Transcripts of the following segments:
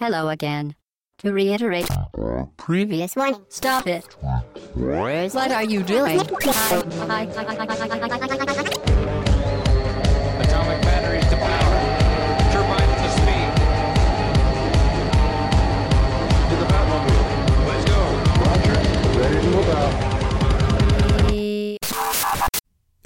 Hello again. To reiterate, previous one, stop it. What are you doing? Atomic batteries to power. Turbines to speed. To the Batmobile. Let's go.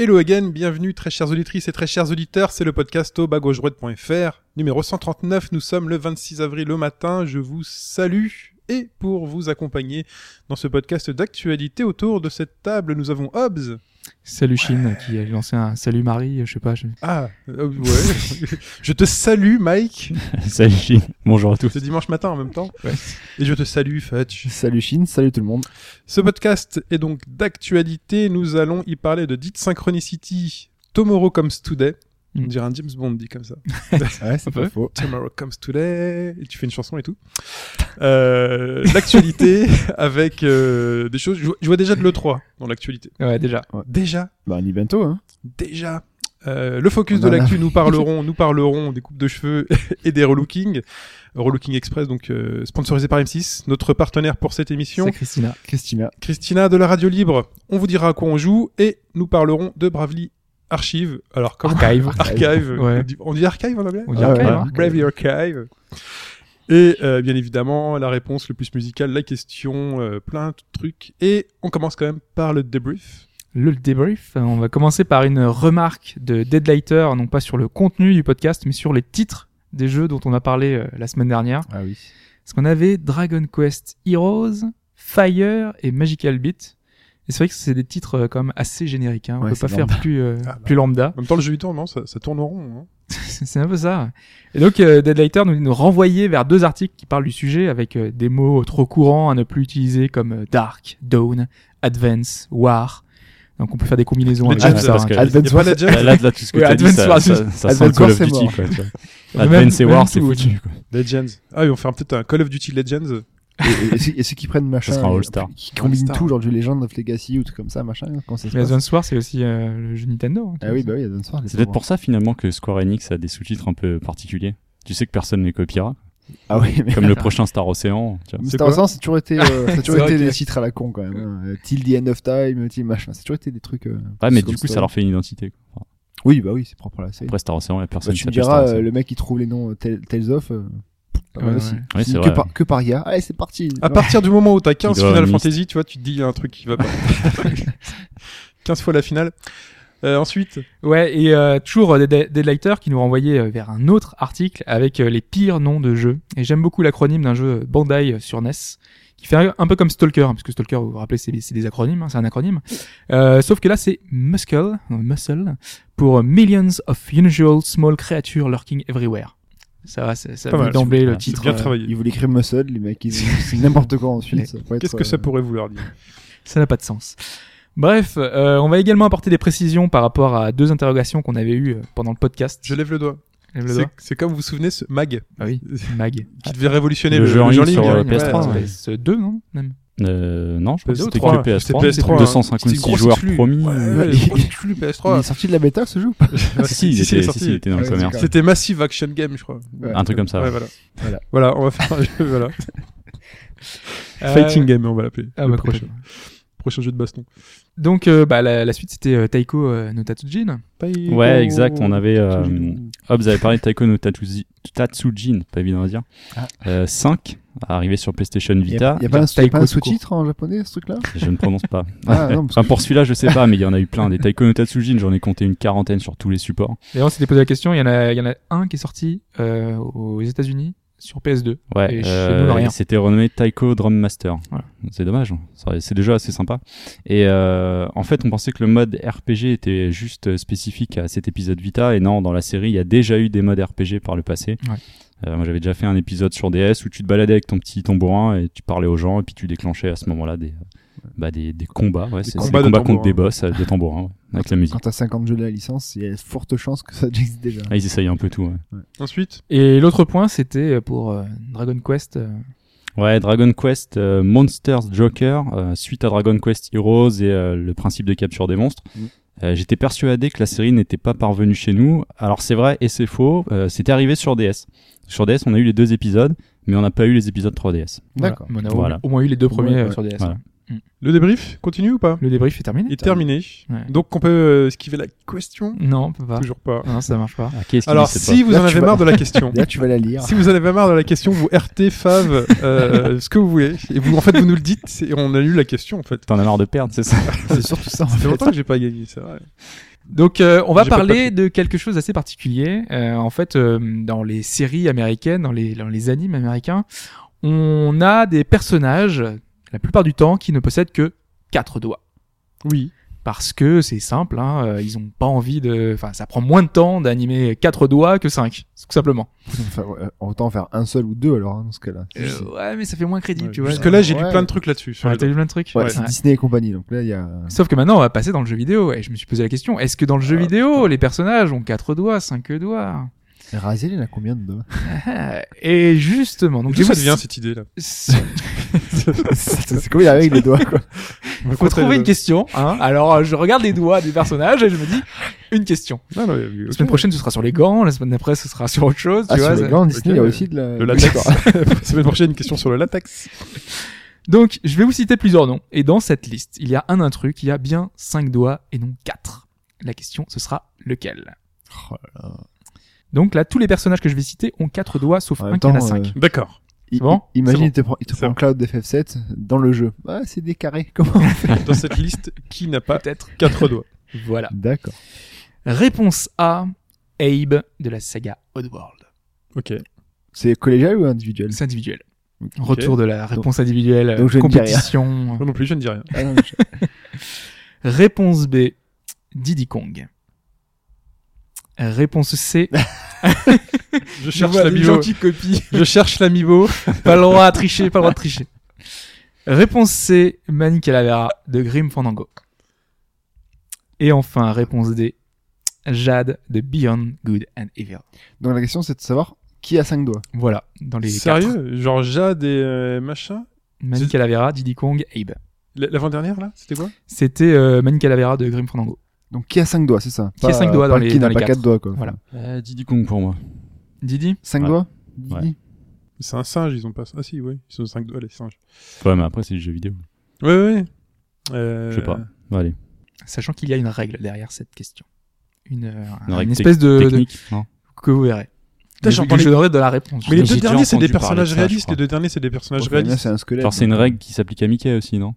Hello again, bienvenue très chères auditrices et très chers auditeurs, c'est le podcast au bagauche-droite.fr, numéro 139, nous sommes le 26 avril au matin, je vous salue et pour vous accompagner dans ce podcast d'actualité autour de cette table, nous avons Hobbs. Salut Chine qui a lancé un Salut Marie, je sais pas. je- Ah, euh, ouais, je te salue Mike, Salut Chine. bonjour à tous. c'est dimanche matin en même temps, Ouais. et je te salue Fetch. Salut Chine, salut tout le monde. Ce podcast est donc d'actualité. Nous allons y parler de Deep Synchronicity, Tomorrow Comes Today. On Mm. dirait un James Bond dit comme ça. Ouais, c'est Ouais. pas faux. Tomorrow Comes Today. Et tu fais une chanson et tout. Euh, l'actualité avec euh, des choses. Je vois- je vois déjà de l'E3 dans l'actualité. Ouais, déjà. Déjà, Bah, on y est bientôt, hein. déjà. Euh, le focus On de en a- l'actu, nous parlerons, nous parlerons des coupes de cheveux et des relookings. Relooking Express, donc euh, sponsorisé par M6, notre partenaire pour cette émission. C'est Christina. Christina. Christina de la Radio Libre, on vous dira à quoi on joue et nous parlerons de Bravely Archive. Alors, comment Archive. Archive. Ouais. on dit- On dit archive en anglais On dit Ah archive, ouais. hein. Bravely Archive. Et euh, bien évidemment, la réponse le plus musicale, la question, euh, plein de trucs. Et on commence quand même par le débrief. Le débrief, euh, on va commencer par une remarque de Deadlighter, non pas sur le contenu du podcast, mais sur les titres des jeux dont on a parlé euh, la semaine dernière. Ah oui. Parce qu'on avait Dragon Quest Heroes, Fire et Magical Beat. Et c'est vrai que c'est des titres euh, quand même assez génériques. Hein. On Ouais, peut pas c'est faire plus, euh, Ah, bah. plus lambda. En même temps, le jeu vidéo, non, ça, ça tourne en rond. hein. C'est c'est un peu ça. Et donc, euh, Deadlighter nous, nous renvoyait vers deux articles qui parlent du sujet avec euh, des mots trop courants à ne plus utiliser comme euh, Dark, Dawn, Advance, War. Donc, on peut faire des combinaisons Ah, avec Legends, tout ça. parce hein. que- Y a Advance pas Wars, la jam- Là, là, là, tout ce que Ouais, t'as dit, Advance ça, Wars, ça, ça Advance sent Call of Wars, Duty. c'est Quoi, tu vois. Même- Advance et même War, tout, c'est ouais. foutu. Quoi. Legends. Ah oui, on fait un- peut-être un Call of Duty Legends. et, et ceux- et ceux qui prennent machin. sera un euh, All-Star. Qui combinent All-Star. tout, genre du Legend of Legacy ou tout comme ça, machin. Quand ça se Mais passe. Advance War, c'est aussi euh, le jeu Nintendo. hein. Ah oui, bah oui, Advance Wars. les C'est peut-être pauvres. pour ça finalement que Square Enix a des sous-titres un peu particuliers. Tu sais que personne ne les copiera, Ah oui, mais. comme le prochain Star Ocean. tu vois. C'est Star Wars, quoi ça a toujours été, euh, ça a C'est toujours vrai été que- des titres à la con quand même. hein. Euh, Till the end of time, till machin. Ça a toujours été des trucs. euh, Ouais, mais Soul du coup, ça Stone. leur fait une identité. quoi. Enfin, Oui, bah oui, c'est propre à la série. Après Star Ocean, il n'y a Bah, personne qui tu me s'appelle Star diras, euh, Ocean. le mec qui trouve les noms euh, Tell- Tales of. euh, pas mal Ouais, aussi. ouais. Oui, c'est que, vrai. par, que par IA. Allez, c'est parti. À partir du moment où t'as 15 Il doit Final avoir une Fantasy, tu vois, tu te dis, il y a un truc qui va pas. 15 fois la finale. Euh, ensuite, Ouais, et euh, toujours euh, Dead- Deadlighter qui nous renvoyait euh, vers un autre article avec euh, les pires noms de jeux. Et j'aime beaucoup l'acronyme d'un jeu euh, Bandai euh, sur NES qui fait un, un peu comme Stalker, hein, parce que Stalker, vous vous rappelez, c'est c'est des acronymes, hein, c'est un acronyme. Euh, sauf que là, c'est Muscle, non, Muscle, pour euh, Millions of Unusual Small Creatures Lurking Everywhere. Ça va, ça, ça Pas veut mal, d'emblée le c'est titre. bien euh, travaillé. Ils voulaient écrire Muscle, les mecs. Ils c'est n'importe quoi Mais ensuite. ça peut Qu'est-ce être, que ça euh, pourrait vouloir dire Ça n'a pas de sens. Bref, euh, on va également apporter des précisions par rapport à deux interrogations qu'on avait eues euh, pendant le podcast. Je lève le doigt. Lève le C'est- doigt. C'est comme vous vous souvenez ce mag Ah oui, Mag. qui devait révolutionner Le le, jeu en ligne sur, hein. euh, PS3, Ouais. ouais. PS2, non même. Euh, non, je pense que PS3, c'était que le ouais. C'était PS3. PS3, hein. 256 joueurs C'était une grosse promis. exclu. Ouais, Ouais. ouais, une grosse exclu Il est PS3. sorti de la bêta ce jeu ou pas Ah, Si, il si, était- il est si, sorti. si, il était dans le Ouais, commerce. d'accord. C'était Massive Action Game, je crois. Ouais. Un truc comme ça. Ouais, ouais. voilà. Voilà. Voilà, on va faire un jeu, voilà. Euh, Fighting Game, on va l'appeler. Ah Le bah, prochain, cool. prochain jeu de baston. Donc euh, bah, la, la suite c'était euh, Taiko euh, no Tatsujin. Ouais, exact. On avait. euh, Hobbs avait parlé de Taiko no Tatsuji- Tatsujin, pas évident à dire. Ah. 5, arrivé sur PlayStation Il Vita. n'y a, pas un, Taiko y a pas un tout court. sous-titre en japonais ce truc-là Je ne prononce pas. Ah, non, parce enfin, que- pour celui-là, je sais pas, mais il y en a eu plein. Des Taiko no Tatsujin, j'en ai compté une quarantaine sur tous les supports. D'ailleurs on s'était posé la question, il y, en a, il y en a un qui est sorti euh, aux États-Unis sur PS2. Ouais, euh, Et chez nous, rien. c'était renommé Taiko Drum Master. Voilà. C'est dommage, hein. ça- c'est déjà assez sympa. Et euh, en fait, on pensait que le mode RPG était juste euh, spécifique à cet épisode Vita, et non, dans la série, il y a déjà eu des modes RPG par le passé. Ouais. Euh, moi, j'avais déjà fait un épisode sur DS où tu te baladais avec ton petit tambourin et tu parlais aux gens, et puis tu déclenchais à ce moment-là des, bah, des, des combats. Ouais, c'est c'est combats de des combats contre tambourin. des boss, euh, des tambourins, ouais, avec la musique. Quand t'as 50 jeux de la licence, il y a forte chance que ça existe déjà. Ah, ils essayent un peu tout. Ouais, Ensuite, Et l'autre point c'était pour euh, Dragon Quest. euh, Ouais, Dragon Quest euh, Monsters Joker, euh, suite à Dragon Quest Heroes et euh, le principe de capture des monstres. Mm. Euh, J'étais persuadé que la série n'était pas parvenue chez nous. Alors c'est vrai et c'est faux, euh, c'était arrivé sur DS. Sur DS, on a eu les deux épisodes, mais on n'a pas eu les épisodes 3DS. Voilà. D'accord. Mais on a au- Voilà. au moins eu les deux premiers Ouais, euh, ouais. sur DS. Voilà. Le débrief continue ou pas Le débrief est terminé. Il est terminé. Ouais. Donc on peut euh, esquiver la question Non, on peut pas. Toujours pas. Non, ça marche pas. Ah, qu'est-ce qu'il Alors dit, c'est si vous Là, en tu avez vas- marre de la question, Là, tu vas la lire. si vous en avez marre de la question, vous RT, Fave, euh, ce que vous voulez. Et vous, en fait, vous nous le dites et on annule la question en fait. pas- T'en as marre de perdre, c'est ça C'est surtout ça. en Ça fait fait. longtemps que j'ai pas gagné, c'est vrai. Donc euh, on va J'ai pas de parler de quelque chose d'assez particulier. Euh, en fait, euh, dans les séries américaines, dans les, dans les animes américains, on a des personnages, la plupart du temps, qui ne possèdent que quatre doigts. Oui. Parce que c'est simple, hein, euh, ils ont pas envie de... Enfin, ça prend moins de temps d'animer quatre doigts que cinq, tout simplement. Enfin, ouais, autant en faire un seul ou deux alors hein, dans ce cas-là. Euh, ouais, mais ça fait moins crédible, tu vois. Jusque là, j'ai lu Ouais. plein de trucs là-dessus. sur Ouais, les t'as doigts. vu plein de trucs Ouais, Ouais. c'est Disney et compagnie, donc là il y a. Sauf que maintenant, on va passer dans le jeu vidéo. Et je me suis posé la question est-ce que dans le jeu vidéo, les personnages ont quatre doigts, cinq doigts Raziel, il a combien de doigts Ah, Et justement, donc D'où ça vous- devient cette idée là Faut C'est comment il arrive avec les doigts quoi trouver une question. Hein Alors, euh, je regarde les doigts des personnages et je me dis une question. Non, non, oui, La ok. semaine prochaine, ce sera sur les gants. La semaine d'après, ce sera sur autre chose. Ah, tu vois, sur les ça- gants, Disney, il y a le- aussi de la. Le latex. D'accord. La semaine prochaine, une question sur le latex. Donc, je vais vous citer plusieurs noms. Et dans cette liste, il y a un intrus qui a bien cinq doigts et non quatre. La question, ce sera lequel Oh Donc là, tous les personnages que je vais citer ont quatre doigts, sauf En un même qui en a temps, cinq. euh, D'accord. I- bon i- Imagine, C'est bon. il te prend, il te C'est prend bon. Cloud de FF7 dans le jeu. Ah, c'est des carrés. Comment Dans cette liste, qui n'a euh, pas Peut-être. quatre doigts Voilà. D'accord. Réponse A, Abe de la saga Oddworld. Ok. C'est collégial ou individuel C'est individuel. Ok. Retour de la réponse individuelle, donc je ne dis compétition. Moi non plus, je ne dis rien. Ah, non, mais je- Réponse B, Diddy Kong. Réponse C, Je je cherche vois des gens l'amibo. qui copient. Je cherche l'amibo. pas le droit à tricher, pas le droit de tricher. Réponse C, Manny Calavera de Grim Fandango. Et enfin, réponse D, Jade de Beyond Good and Evil. Donc la question c'est de savoir qui a 5 doigts. Voilà, dans les quatre. Sérieux Genre Jade et euh, machin Manny C'est- Calavera, Diddy Kong, Abe. L- L'avant-dernière là C'était quoi C'était euh, Manny Calavera de Grim Fandango. Donc qui a 5 doigts, c'est ça Qui a Pas- cinq doigts pas dans les- Qui dans n'a les pas quatre. 4 doigts quoi. Voilà. euh, Diddy Kong pour moi. Didi 5 Ouais. doigts Ouais. Didi C'est un singe, ils ont pas. Ah si, oui. Ils ont cinq doigts, les singes. Ouais, mais après, c'est du jeu vidéo. Ouais, ouais. Euh... Je sais pas. Bon, allez. Sachant qu'il y a une règle derrière cette question. Une, euh, Une une règle espèce de, de- Technique non que vous verrez. Putain, Mais j'entends que les- je donnerai de la réponse. Mais les J'ai deux déjà derniers, c'est des entendu parler de personnages ça, je réalistes. crois. Les deux derniers, c'est des personnages Au final, réalistes. C'est un squelette. hein. Genre, c'est une donc. règle qui s'applique à Mickey aussi, non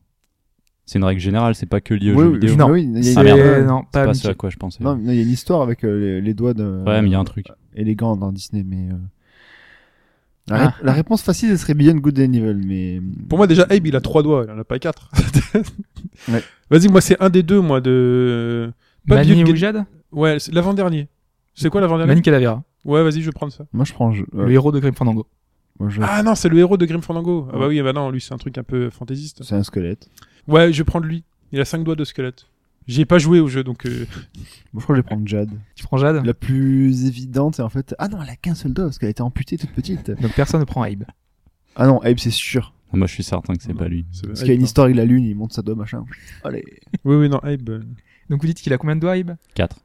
C'est une règle générale, c'est pas que lié au Oui, jeu oui, vidéo. non, Non. oui, il y C'est- a- Ah, merde. non, C'est pas pas Mickey. ce à quoi je pensais. Non, euh, non, il y a une histoire avec euh, les, les doigts de. Ouais, mais il y a un truc. Et les gants dans Disney, mais. euh, La, Ah. ré- la réponse facile, ce serait Beyond Good and Evil, mais. Pour moi, déjà, Abe, il a trois doigts. Il en a pas quatre. Ouais. Vas-y, moi, c'est un des deux, moi, de. Pas Manny Beyond ou Good- Jade Ouais, c'est l'avant-dernier. C'est quoi l'avant-dernier Manny Calavera, Ouais, vas-y, je vais prendre ça. Moi, je prends. je- euh, le héros de Grim Fandango. moi, je- Ah non, c'est le héros de Grim Fandango. Ah Ouais. bah oui, bah non, lui, c'est un truc un peu fantaisiste. C'est un squelette. Ouais, je vais prendre lui. Il a cinq doigts de squelette. J'y ai pas joué au jeu, donc. euh, Moi, je crois que je vais prendre Jade. Tu prends Ah. Jade La plus évidente, et en fait. Ah non, elle a qu'un seul doigt, parce qu'elle a été amputée toute petite. Donc personne ne prend Abe. Ah non, Abe, c'est sûr. Ah, Moi, je suis certain que c'est pas lui. c'est- Parce qu'il y a une Abe, histoire avec la lune, il monte sa doigt, machin. Allez. Oui, oui, non, Abe. euh, Donc vous dites qu'il a combien de doigts Abe 4.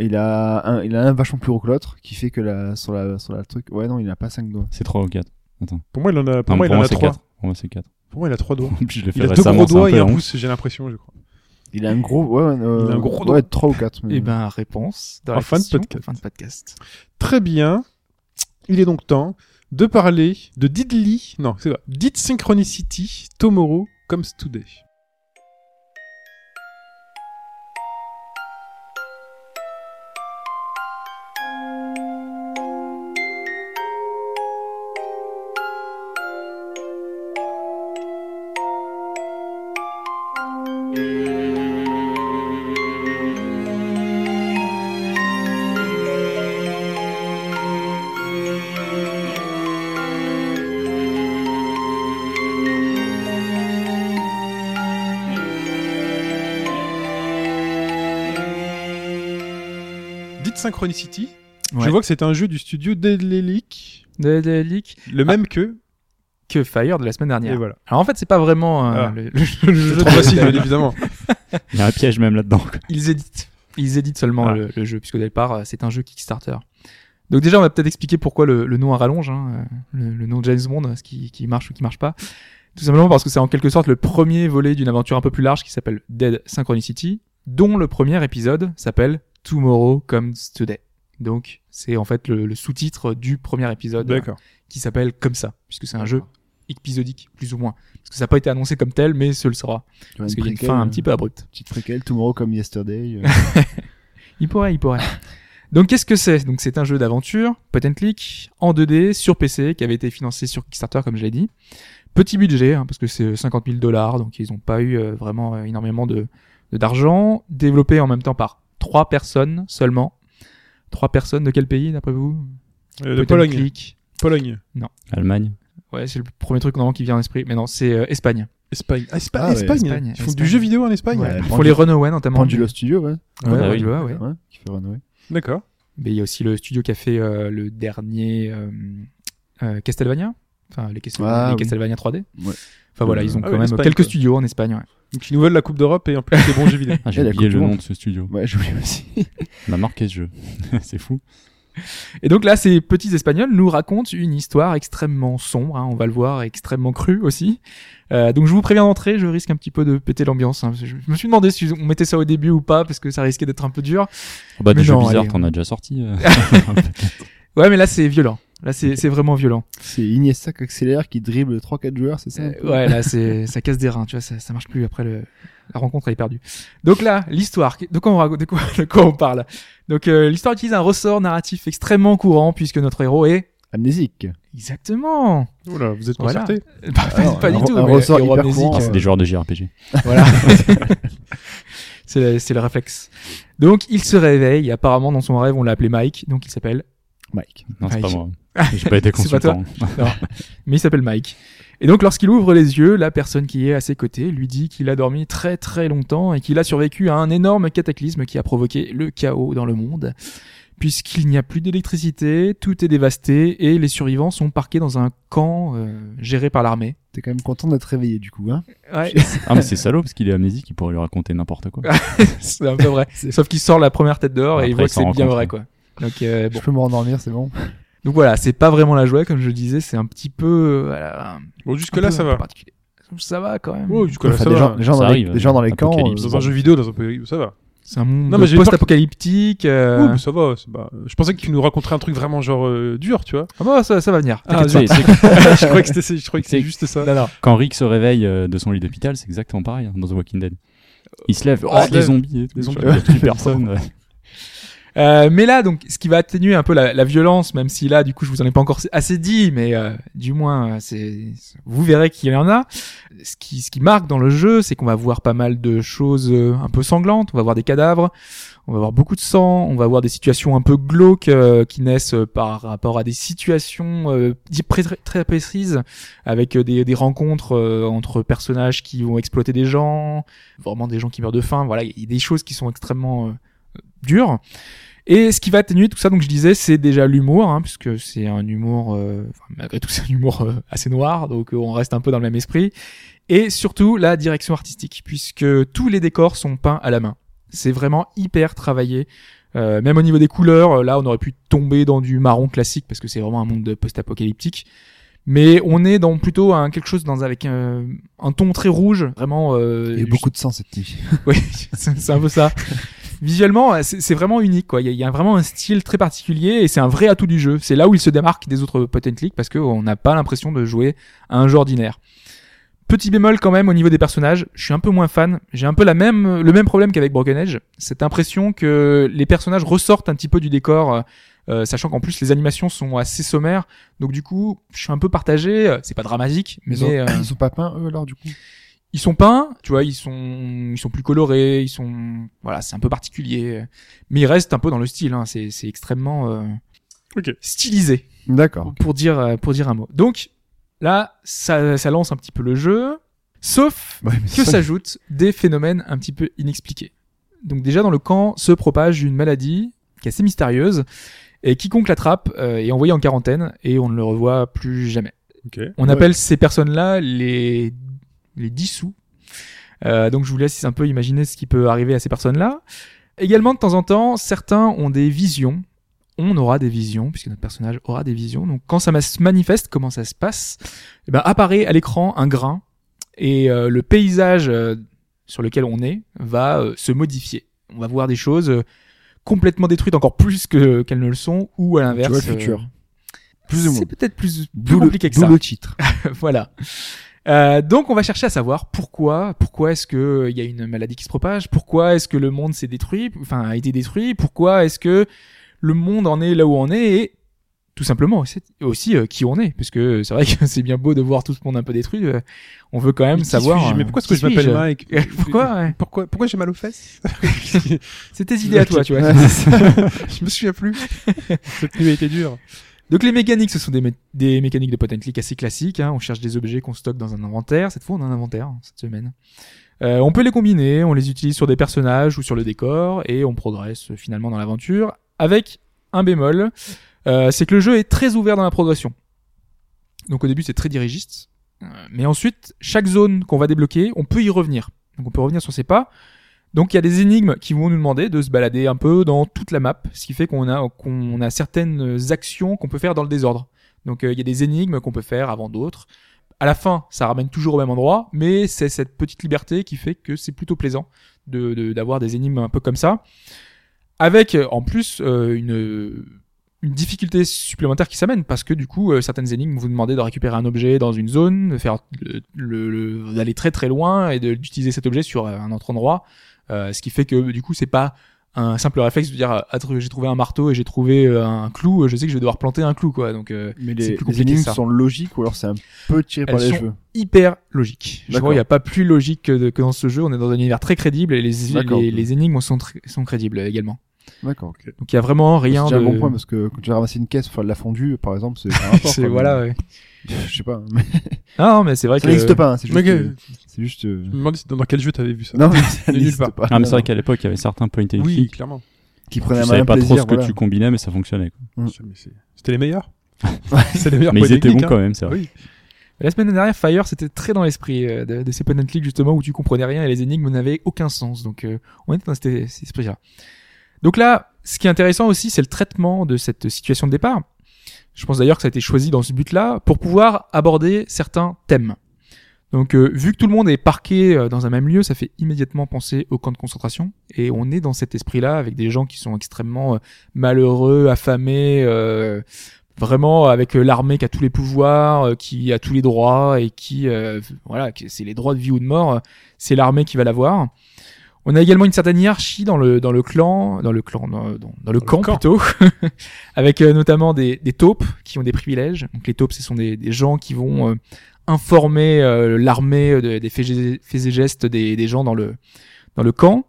Il a, un, il a un vachement plus gros que l'autre, qui fait que la, sur la, sur la truc. Ouais, non, il a pas 5 doigts. C'est 3 ou 4. Pour moi, il en a, pour Non, Ah, moi, il en a c'est trois. 4. Pour moi, c'est 4. Pour moi, il a trois doigts. Puis je l'ai fait Il a deux récemment, gros c'est un doigts peu et un la honte. pouce, j'ai l'impression, je crois. Il a un gros. Ouais, euh, Il a un gros doigt. Ouais, 3 ou 4. Mais... Eh ben réponse dans En la fin de question, podcast. en fin de podcast. Très bien. Il est donc temps de parler de Diddly. Non, c'est pas. Did Synchronicity Tomorrow Comes Today. Did Synchronicity. Je Ouais. vois que c'est un jeu du studio Deadly Leak, De, de leak le même que. que Fire de la semaine dernière. Et voilà. Alors en fait c'est pas vraiment euh, Eh Ah. le, le- le jeu. Trop de- facile, bien évidemment. Il y a un piège même là-dedans. quoi. Ils éditent. Ils éditent seulement Ah. le, le jeu, puisque au départ, euh, c'est un jeu Kickstarter. Donc déjà, on va peut-être expliquer pourquoi le, le nom à rallonge, hein, euh, le, le nom de James Bond, ce qui, qui marche ou qui marche pas. Tout simplement parce que c'est en quelque sorte le premier volet d'une aventure un peu plus large qui s'appelle Dead Synchronicity, dont le premier épisode s'appelle Tomorrow Comes Today. Donc c'est en fait le, le sous-titre du premier épisode euh, D'accord. qui s'appelle comme ça, puisque c'est un jeu épisodique, plus ou moins. Parce que ça n'a pas été annoncé comme tel, mais ce le sera. Parce qu'il y a une fin un euh. petit peu abrupte. Petite préquelle, Tomorrow comme Yesterday. euh, Il pourrait, il pourrait. Donc qu'est-ce que c'est Donc c'est un jeu d'aventure, point and click, en 2D, sur PC, qui avait été financé sur Kickstarter, comme je l'ai dit. Petit budget, hein, parce que c'est 50 000 dollars, donc ils n'ont pas eu euh, vraiment euh, énormément de de- d'argent. Développé en même temps par trois personnes seulement. Trois personnes de quel pays, d'après vous Euh, Point de and Pologne. click. Pologne. Allemagne. Ouais, c'est le premier truc normalement qui vient à l'esprit. Mais non, c'est euh, Espagne. Espagne. Ah, Espa- Ah ouais, Espagne. Espagne, Ils font Espagne. du jeu vidéo en Espagne. Ouais. Ils font Pendu- les Runaway notamment. Pendulo Studio, ouais. bah Ouais, Ah oui. Pendulo, ouais. Ouais, qui fait Runaway. D'accord. Mais il y a aussi le studio qui a fait euh, le dernier euh, euh, Castlevania, enfin les, Castel- Ah, les oui. Castlevania 3D. Ouais. Enfin voilà, ils ont Ah quand oui, même l'Espagne, quelques quoi. studios en Espagne. ouais. Donc ils nous veulent la Coupe d'Europe et en plus des bons jeux vidéo. Ah, j'ai Eh, la oublié Coupe du le nom Monde. de ce studio. Ouais, j'oublie aussi. On a marqué ce jeu. c'est fou. Et donc là, ces petits Espagnols nous racontent une histoire extrêmement sombre, hein, on va le voir, extrêmement crue aussi. Euh, donc je vous préviens d'entrée, je risque un petit peu de péter l'ambiance. hein, parce que je je me suis demandé si on mettait ça au début ou pas, parce que ça risquait d'être un peu dur. Oh, bah, Mais des jeux non, bizarres, allez. t'en as déjà sorti. euh. Ouais, mais là c'est violent. Là c'est c'est vraiment violent. C'est Iniesta qui accélère, qui dribble 3-4 joueurs, c'est ça Euh, ouais, là, c'est, ça casse des reins, tu vois, ça, ça marche plus après le, la rencontre, elle est perdue. Donc là, l'histoire, de quoi on, raconte- de quoi, de quoi on parle? Donc, euh, l'histoire utilise un ressort narratif extrêmement courant puisque notre héros est Amnésique. Exactement. Oula, vous êtes Voilà. concertés. Euh, Pas, pas- Alors, pas du Ah, un- tout. un mais ressort héros hyper amnésique, courant, Ah, euh, c'est des joueurs de JRPG. voilà. c'est, le, c'est le réflexe. Donc, il se réveille. Apparemment, dans son rêve, on l'a appelé Mike. Donc, il s'appelle Mike. Non, c'est Mike. pas moi. J'ai pas été C'est pas toi. consultant. mais il s'appelle Mike. Et donc lorsqu'il ouvre les yeux, la personne qui est à ses côtés lui dit qu'il a dormi très très longtemps et qu'il a survécu à un énorme cataclysme qui a provoqué le chaos dans le monde. Puisqu'il n'y a plus d'électricité, tout est dévasté et les survivants sont parqués dans un camp euh, géré par l'armée. T'es quand même content d'être réveillé du coup, hein Ouais, Ah, mais c'est salaud parce qu'il est amnésique, il pourrait lui raconter n'importe quoi. c'est un peu vrai. Sauf qu'il sort la première tête dehors et Après, il voit il que s'en c'est rend bien compte, vrai ouais. quoi. Donc euh, bon. Je peux me rendormir, c'est bon. Donc voilà, c'est pas vraiment la joie comme je disais, c'est un petit peu... euh, voilà, un- Bon, un jusque-là, peu- ça un peu va. particulier. Ça va quand même. Oh, jusque-là, Enfin, ça des, va. gens, des gens Ça dans les, arrive. des gens dans les camps. Apocalypse. euh, Dans un jeu vidéo, dans un peu- ça va. C'est un monde Non, mais j'ai peur que- post-apocalyptique. euh, Ouh, bah, ça va. c'est pas- Je pensais qu'ils nous raconteraient un truc vraiment genre euh, dur, tu vois. Ah bah ça, ça va venir. Ah, C'est- zut. c'est- je croyais que c'était, je croyais que c'était C'est- juste ça. Non, non. Quand Rick se réveille euh, de son lit d'hôpital, c'est exactement pareil hein, dans The Walking Dead. Il se lève, oh, Ah, il se des lève. zombies et tout. Des zombies. Il y a plus personne. Euh, mais là, donc, ce qui va atténuer un peu la, la violence, même si là, du coup, je vous en ai pas encore assez dit, mais euh, du moins, euh, c'est, vous verrez qu'il y en a. Ce qui, ce qui marque dans le jeu, c'est qu'on va voir pas mal de choses euh, un peu sanglantes. On va voir des cadavres, on va voir beaucoup de sang, on va voir des situations un peu glauques euh, qui naissent euh, par rapport à des situations euh, très, très, très précises, avec euh, des, des rencontres euh, entre personnages qui vont exploiter des gens, vraiment des gens qui meurent de faim. Voilà, il y a des choses qui sont extrêmement euh, dures. Et ce qui va atténuer tout ça, donc je disais, c'est déjà l'humour, hein, puisque c'est un humour, euh, enfin, malgré tout, c'est un humour euh, assez noir, donc euh, on reste un peu dans le même esprit. Et surtout la direction artistique, puisque tous les décors sont peints à la main. C'est vraiment hyper travaillé. Euh, même au niveau des couleurs, euh, là, on aurait pu tomber dans du marron classique parce que c'est vraiment un monde post-apocalyptique. Mais on est dans plutôt un, quelque chose dans, avec euh, un ton très rouge, vraiment. euh, Il y a beaucoup de sang cette nuit. oui, c'est c'est un peu ça. Visuellement, euh, c'est c'est vraiment unique. Quoi. Il, y a, il y a vraiment un style très particulier et c'est un vrai atout du jeu. C'est là où il se démarque des autres point and click parce qu'on n'a pas l'impression de jouer à un jeu ordinaire. Petit bémol quand même au niveau des personnages, je suis un peu moins fan. J'ai un peu la même, le même problème qu'avec Broken Edge. Cette impression que les personnages ressortent un petit peu du décor, euh, euh, sachant qu'en plus les animations sont assez sommaires. Donc du coup, je suis un peu partagé. Euh, C'est pas dramatique, mais Ils ont, euh, ils ont pas peint eux alors du coup ils sont peints, tu vois, ils sont, ils sont plus colorés, ils sont, voilà, c'est un peu particulier, mais ils restent un peu dans le style, hein, c'est, c'est extrêmement euh, Ok. stylisé D'accord. pour dire, euh, pour dire un mot. Donc là, ça, ça lance un petit peu le jeu, sauf Ouais, mais c'est que ça. s'ajoutent des phénomènes un petit peu inexpliqués. Donc déjà dans le camp se propage une maladie qui est assez mystérieuse et quiconque l'attrape euh, est envoyé en quarantaine et on ne le revoit plus jamais. Ok. On Ouais. appelle ces personnes-là les les dissous. Euh, donc je vous laisse un peu imaginer ce qui peut arriver à ces personnes-là. Également, de temps en temps, certains ont des visions. On aura des visions, puisque notre personnage aura des visions. Donc quand ça ma- se manifeste, comment ça se passe eh ben, Apparaît à l'écran un grain, et euh, le paysage euh, sur lequel on est va euh, se modifier. On va voir des choses euh, complètement détruites, encore plus que- qu'elles ne le sont, ou à l'inverse. Tu vois le euh, futur. Plus ou moins. C'est peut-être plus, plus D'où le, compliqué que ça d'où le titre. voilà. Euh, donc on va chercher à savoir pourquoi, pourquoi est-ce que euh, il y a une maladie qui se propage, pourquoi est-ce que le monde s'est détruit, enfin a été détruit, pourquoi est-ce que le monde en est là où on est et tout simplement aussi, aussi, euh, qui on est, parce que c'est vrai que c'est bien beau de voir tout ce monde un peu détruit, euh, on veut quand même Mais qui savoir. suis-je euh, Mais pourquoi est-ce qui que je m'appelle suis-je Mike Pourquoi ouais. Pourquoi, pourquoi j'ai mal aux fesses C'est tes idées à toi, tu vois. Je me souviens plus. Cette nuit a été dure. Donc les mécaniques, ce sont des, mé- des mécaniques de point and click assez classiques. hein. On cherche des objets qu'on stocke dans un inventaire. Cette fois, on a un inventaire hein, cette semaine. Euh, on peut les combiner, on les utilise sur des personnages ou sur le décor, et on progresse euh, finalement dans l'aventure. Avec un bémol, euh, c'est que le jeu est très ouvert dans la progression. Donc au début, c'est très dirigiste. Euh, Mais ensuite, chaque zone qu'on va débloquer, on peut y revenir. Donc on peut revenir sur ses pas. Donc il y a des énigmes qui vont nous demander de se balader un peu dans toute la map, ce qui fait qu'on a, qu'on a certaines actions qu'on peut faire dans le désordre. Donc euh, il y a des énigmes qu'on peut faire avant d'autres. À la fin, ça ramène toujours au même endroit, mais c'est cette petite liberté qui fait que c'est plutôt plaisant de de- d'avoir des énigmes un peu comme ça. Avec euh, en plus euh, une, une difficulté supplémentaire qui s'amène, parce que du coup, euh, certaines énigmes vous demandez de récupérer un objet dans une zone, de faire le- le- le- d'aller très très loin et de- d'utiliser cet objet sur euh, un autre endroit. Euh, ce qui fait que du coup c'est pas un simple réflexe de dire ah, tr- j'ai trouvé un marteau et j'ai trouvé euh, un clou euh, je sais que je vais devoir planter un clou quoi donc euh, C'est Mais les, plus les compliqué que énigmes ça. sont logiques ou alors c'est un peu tiré par Elles les sont cheveux. hyper logique je D'accord. crois il n'y a pas plus logique que, de- que dans ce jeu on est dans un univers très crédible et les, D'accord. les, les énigmes sont, tr- sont crédibles euh, également D'accord. ok. donc il y a vraiment C'est rien déjà de un bon point parce que quand tu vas ramasser une caisse, enfin, de la fondue, par exemple, c'est par rapport, c'est quoi, voilà mais- ouais. Je sais pas. mais ah non mais c'est vrai Ça que n'existe pas, hein, c'est juste. Mais que- euh, C'est juste. euh, Mm. Je me demandais dans quel jeu t'avais vu ça. Non, mais ça Nulle n'existe part. pas. Ah, mais c'est vrai qu'à l'époque, il y avait certains point and click. oui, clairement. Qui Tu prenaient un malin savais pas plaisir. trop ce que voilà. tu combinais, mais ça fonctionnait. quoi. Mais c'est- C'était les meilleurs. c'est les meilleurs. Mais ils points étaient bons techniques, hein. quand même, c'est vrai. Oui. la semaine dernière Fire c'était très dans l'esprit euh, de, de ces point and click justement où tu comprenais rien et les énigmes n'avaient aucun sens donc euh, on était dans cet, cet esprit là donc là ce qui est intéressant aussi c'est le traitement de cette situation de départ Je pense d'ailleurs que ça a été choisi dans ce but-là pour pouvoir aborder certains thèmes. Donc, euh, vu que tout le monde est parqué euh, dans un même lieu, ça fait immédiatement penser au camp de concentration. Et on est dans cet esprit-là avec des gens qui sont extrêmement euh, malheureux, affamés, euh, vraiment avec euh, l'armée qui a tous les pouvoirs, euh, qui a tous les droits et qui, euh, voilà, qui- c'est les droits de vie ou de mort. euh, C'est l'armée qui va l'avoir. On a également une certaine hiérarchie dans le dans le clan, dans le clan, dans, dans- dans le, camp, camp. plutôt, avec euh, notamment des, des taupes qui ont des privilèges. Donc les taupes, ce sont des, des gens qui vont euh, informer euh, l'armée de- des faits et faits et gestes des, des gens dans le dans le camp.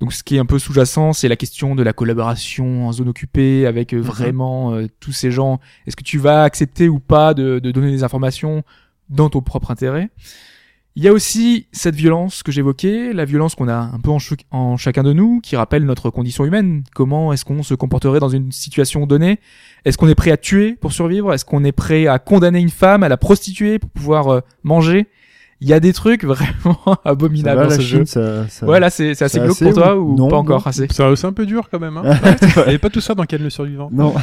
Donc ce qui est un peu sous-jacent, c'est la question de la collaboration en zone occupée avec euh, vraiment euh, tous ces gens. Est-ce que tu vas accepter ou pas de, de donner des informations dans ton propre intérêt Il y a aussi cette violence que j'évoquais, la violence qu'on a un peu en, chou- en chacun de nous, qui rappelle notre condition humaine. Comment est-ce qu'on se comporterait dans une situation donnée Est-ce qu'on est prêt à tuer pour survivre Est-ce qu'on est prêt à condamner une femme, à la prostituer pour pouvoir euh, manger Il y a des trucs vraiment Ça abominables va, dans la ce jeu. Chine, ça. ça- Ouais, là, c'est c'est assez c'est glauque assez pour toi ou- ou non, pas non. encore assez Ça, C'est un peu dur quand même. Hein. Il n'y avait pas tout ça dans Ken le survivant. Non.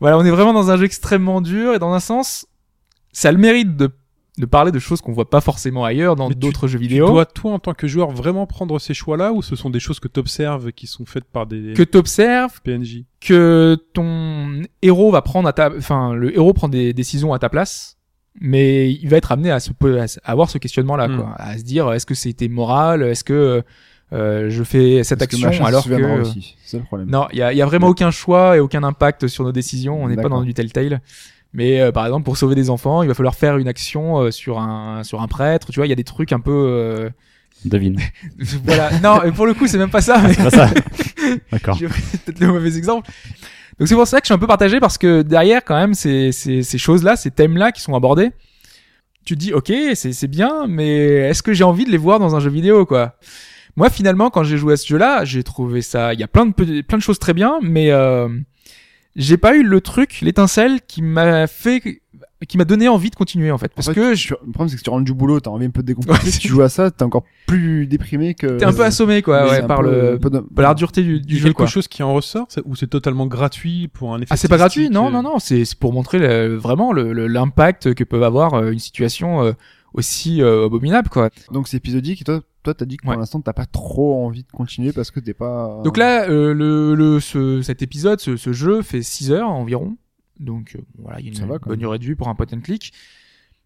Voilà, on est vraiment dans un jeu extrêmement dur et dans un sens, ça a le mérite de, de parler de choses qu'on voit pas forcément ailleurs dans Mais tu- d'autres jeux Tu vidéo. dois, toi, en tant que joueur, vraiment prendre ces choix-là ou ce sont des choses que t'observes qui sont faites par des Que t'observes, PNJ que ton héros va prendre à ta, enfin, le héros prend des décisions à ta place, mais il va être amené à se, po- à se- à avoir ce questionnement-là, Hmm. quoi. À se dire, est-ce que c'était moral? Est-ce que, euh, je fais cette Parce que action machin se alors que. souviendra aussi. C'est ça le problème. Non, il y a, il y a vraiment aucun choix et aucun impact sur nos décisions. On n'est pas D'accord. dans du telltale. Mais euh, par exemple, pour sauver des enfants, il va falloir faire une action euh, sur un sur un prêtre. Tu vois, il y a des trucs un peu. euh, Devine. voilà. Non, mais pour le coup, c'est même pas ça. mais- Ah, C'est pas ça. D'accord. j'ai peut-être le mauvais exemple. Donc c'est pour ça que je suis un peu partagé parce que derrière quand même ces, ces, ces choses-là, ces thèmes-là qui sont abordés, tu te dis ok c'est, c'est bien, mais est-ce que j'ai envie de les voir dans un jeu vidéo quoi Moi finalement quand j'ai joué à ce jeu-là, j'ai trouvé ça, il y a plein de pe- plein de choses très bien, mais euh, j'ai pas eu le truc, l'étincelle qui m'a fait qui m'a donné envie de continuer en fait parce fait, que tu- Le problème, c'est que tu rentres du boulot, t'as envie un peu de décompresser. Ouais, si tu joues à ça, t'es encore plus déprimé que. j'étais un peu assommé quoi Mais ouais, euh, c'est un par peu- le un peu de- par la dureté du, du Il y a jeu quelque quoi. chose qui en ressort c'est- ou c'est totalement gratuit pour un effet Ah c'est pas gratuit statistique, non euh, non non c'est c'est pour montrer le- vraiment le- le- l'impact que peut avoir euh, une situation euh, aussi euh, abominable quoi. Donc c'est épisodique et toi, toi t'as dit que Ouais. pour l'instant t'as pas trop envie de continuer parce que t'es pas. Donc là, euh, le, le, ce, cet épisode, ce, ce jeu fait 6 heures environ. Donc euh, voilà, il y a Ça une va, quand bonne durée de vue pour un point and click.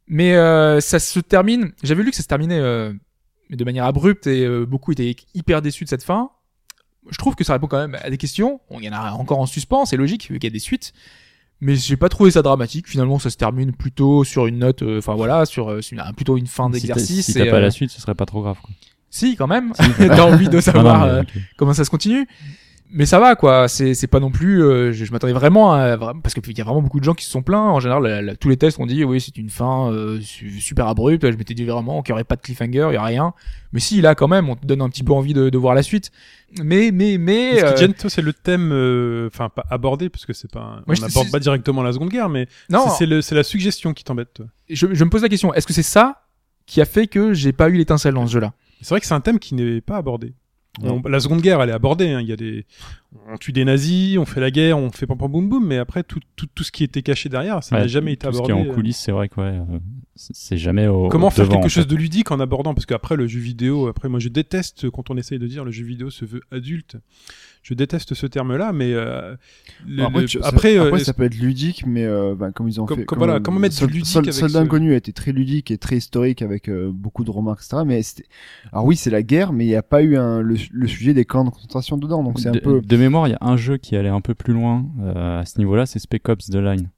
Mais euh, ça se termine. J'avais lu que ça se terminait euh, de manière abrupte et euh, beaucoup étaient hyper déçus de cette fin. Je trouve que ça répond quand même à des questions. On y en a encore en suspens, c'est logique, vu qu'il y a des suites. Mais j'ai pas trouvé ça dramatique. Finalement, ça se termine plutôt sur une note, euh, enfin voilà, sur, euh, sur une- plutôt une fin Si t'as d'exercice. si et, t'as pas euh, la suite, ce serait pas trop grave. quoi. si, quand même. T'as envie de Non, non, savoir. mais, euh, ok. comment ça se continue. Mais ça va quoi, c'est c'est pas non plus. euh, je je m'attendais vraiment à vra- parce qu'il y a vraiment beaucoup de gens qui se sont plaints. En général, la- la- tous les tests ont dit oui c'est une fin euh, su- super abrupte. Je m'étais dit vraiment qu'il y aurait pas de cliffhanger, il y aurait rien. Mais si là quand même, on te donne un petit peu envie de, de voir la suite. Mais mais mais. mais ce euh, qui gêne, toi, c'est le thème, euh, enfin pas abordé parce que c'est pas, un- Moi, je- on aborde c'est- pas directement la Seconde Guerre, mais non, c'est- c'est le- c'est la suggestion qui t'embête. toi. je, je me pose la question. Est-ce que c'est ça qui a fait que j'ai pas eu l'étincelle dans ce jeu-là C'est vrai que c'est un thème qui n'est pas abordé. On- la Seconde Guerre, elle est abordée. hein. Il y a des, on tue des nazis, on fait la guerre, on fait pam pam boum boum, mais après tout, tout, tout ce qui était caché derrière, ça Ouais, n'a jamais été tout abordé. euh. Ce qui est en coulisses, c'est vrai que ouais, euh, c'est c'est jamais au. Comment au faire devant, quelque en chose fait. de ludique en abordant Parce qu'après le jeu vidéo, après moi je déteste quand on essaye de dire le jeu vidéo se veut adulte. Je déteste ce terme-là, mais euh, le- après, le- tu- ça, après, euh, après, ça peut être ludique, mais euh, ben, comme ils ont Comme- fait. comme voilà, comment mettre du Sol- ludique Sol- avec Soldat ce- inconnu a été très ludique et très historique avec euh, beaucoup de romans, etc. Mais c'était- alors oui, c'est la guerre, mais il n'y a pas eu un- le, le sujet des camps de concentration dedans, donc c'est un de, peu. de mémoire, il y a un jeu qui allait un peu plus loin euh, à ce niveau-là, c'est Spec Ops The Line.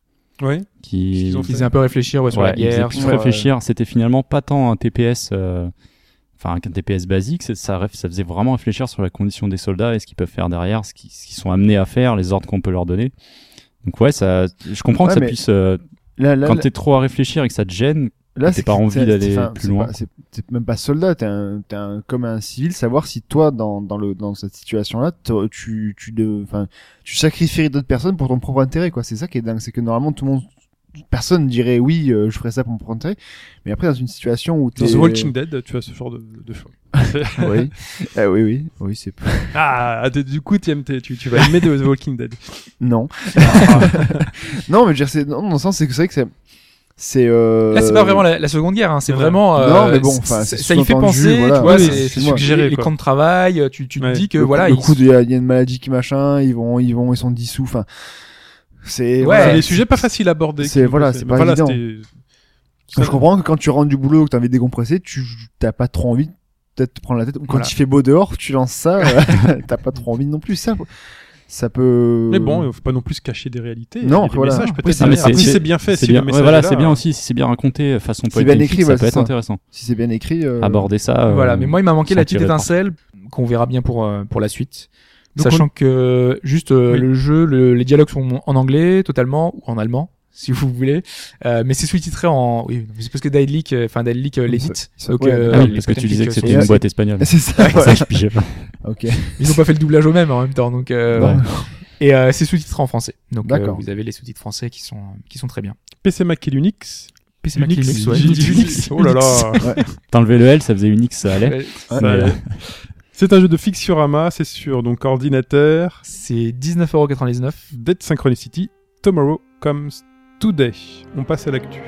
ouais. Qui... Qu'ils ont Ils faisaient un peu réfléchir ouais, sur la Ouais, ils faisaient guerre. plus sur- euh, ouais. réfléchir. C'était finalement pas tant un TPS, euh, enfin qu'un TPS basique. c'est- Ça, ref- ça faisait vraiment réfléchir sur la condition des soldats et ce qu'ils peuvent faire derrière, ce qu'ils ce qu'ils sont amenés à faire, les ordres qu'on peut leur donner. Donc ouais, ça, je comprends Ouais, que ça mais puisse. euh, Là, là, quand là- t'es trop à réfléchir et que ça te gêne, là, t'as c'est pas que- envie c'est- d'aller c'est- enfin, plus c'est loin. pas- C'est c'est même pas soldat, t'es un, t'es un, comme un civil, savoir si toi, dans, dans, le, dans cette situation-là, t'aurais- tu, tu, de, enfin, tu sacrifierais d'autres personnes pour ton propre intérêt, quoi. C'est ça qui est dingue, c'est que normalement, tout le monde, personne dirait oui, euh, je ferais ça pour mon propre intérêt. Mais après, dans une situation où t'es. Dans The Walking Dead, tu as ce genre de, de choses. oui. Eh oui, oui, oui, c'est Ah, d- du coup, TMT, tu, tu vas aimer The Walking Dead. non. non, mais je veux dire, c'est non, dans le sens, c'est que c'est vrai que c'est c'est. Euh... Là, c'est pas vraiment la, la Seconde Guerre, hein, c'est Ouais. vraiment. euh, Non, mais bon, enfin, c- c'est ça y fait sous-entendu, penser, voilà. tu vois, Oui, c'est c'est c'est suggéré. suggéré, Les quoi. camps de travail, euh, tu, tu te Ouais. dis que le, voilà, le ils- coup de- il y, a il y a une maladie qui machin, ils vont, ils vont, ils sont dissous. Enfin, c'est. Ouais, C'est voilà. des sujets pas faciles à aborder. c'est- qui- voilà, c'est pas Enfin, là, évident. c'était- Je comprends que quand tu rentres du boulot, que t'as envie de décompresser, tu t'as pas trop envie de peut-être te prendre la tête. Ou Quand Voilà. il fait beau dehors, tu lances ça, euh, t'as pas trop envie non plus. Ça, ça peut. Mais bon, il faut pas non plus se cacher des réalités. Non, Il y a des voilà. messages, Oui, peut-être. c'est- mais mais c'est- si c'est bien fait, c'est si bien. le ouais, message voilà, est là, c'est bien aussi. Si c'est bien raconté, euh, façon C'est point bien and click, écrit, ça ouais, peut c'est être ça. intéressant. si c'est bien écrit. euh, Aborder ça. euh, Voilà, mais moi, il m'a manqué ça la petite tirait le étincelle qu'on verra bien pour, euh, pour la suite. Donc, Sachant que juste euh, Oui. le jeu, le- les dialogues sont en anglais totalement ou en allemand si vous voulez, Euh, mais c'est sous-titré en. Oui, non, mais c'est parce que Daedalic, euh, enfin Daedalic euh, l'édite. ça- Donc ouais. euh, Ah oui, les parce que tu Patent disais que Click c'était sont- une c'est- boîte espagnole. C'est ça. Ça, ouais. je pigeais pas. Ok. Ils ont pas fait le doublage eux-mêmes en même temps, donc euh, Ouais. et euh, c'est sous-titré en français. Donc euh, D'accord. vous avez les sous-titres français qui sont qui sont très bien. PC Mac et Linux. PC Mac Unix, Linux, ouais. Unix, Unix. oh là là. T'enlevais le L, ça faisait Unix, ça allait. Ouais, Ça Mais, allait. euh, C'est un jeu de Fixiorama, c'est sur donc ordinateur, C'est 19,99€. Dead Synchronicity, Tomorrow Comes Today. On passe à l'actu.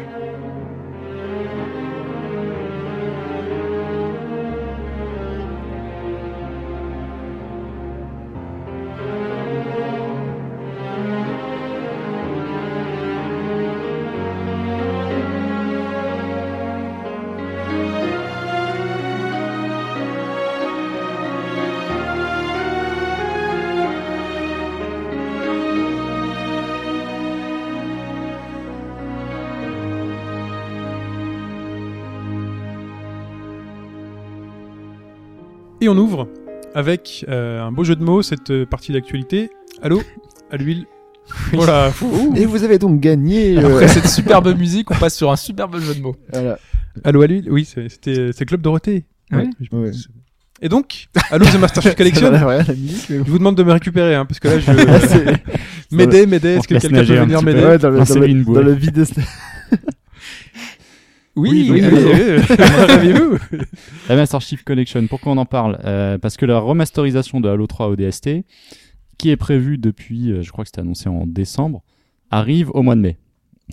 Et on ouvre avec euh, un beau jeu de mots cette euh, partie d'actualité. Allô À l'huile. Voilà. Ouh. Et vous avez donc gagné. euh, Après cette superbe musique, on passe sur un superbe jeu de mots. voilà. Allô à l'huile Oui, c'est- c'était euh, c'est Club Dorothée. Ouais. Je- Ouais. Et donc, Allô The Master Chief Ça Collection n'a rien à la musique, mais bon. Je vous demande de me récupérer, hein, parce que là, je... C'est- m'aider, m'aider, On est-ce se que laisse quelqu'un nager peut un venir petit m'aider peu. Ouais, dans le, Lancer dans le- une bouée. dans le vide. Oui, Oui, oui, oui, oui, oui. Comment saviez-vous La Master Chief Collection, pourquoi on en parle Euh, Parce que la remasterisation de Halo 3 ODST, qui est prévue depuis, euh, je crois que c'était annoncé en décembre, arrive au mois de mai.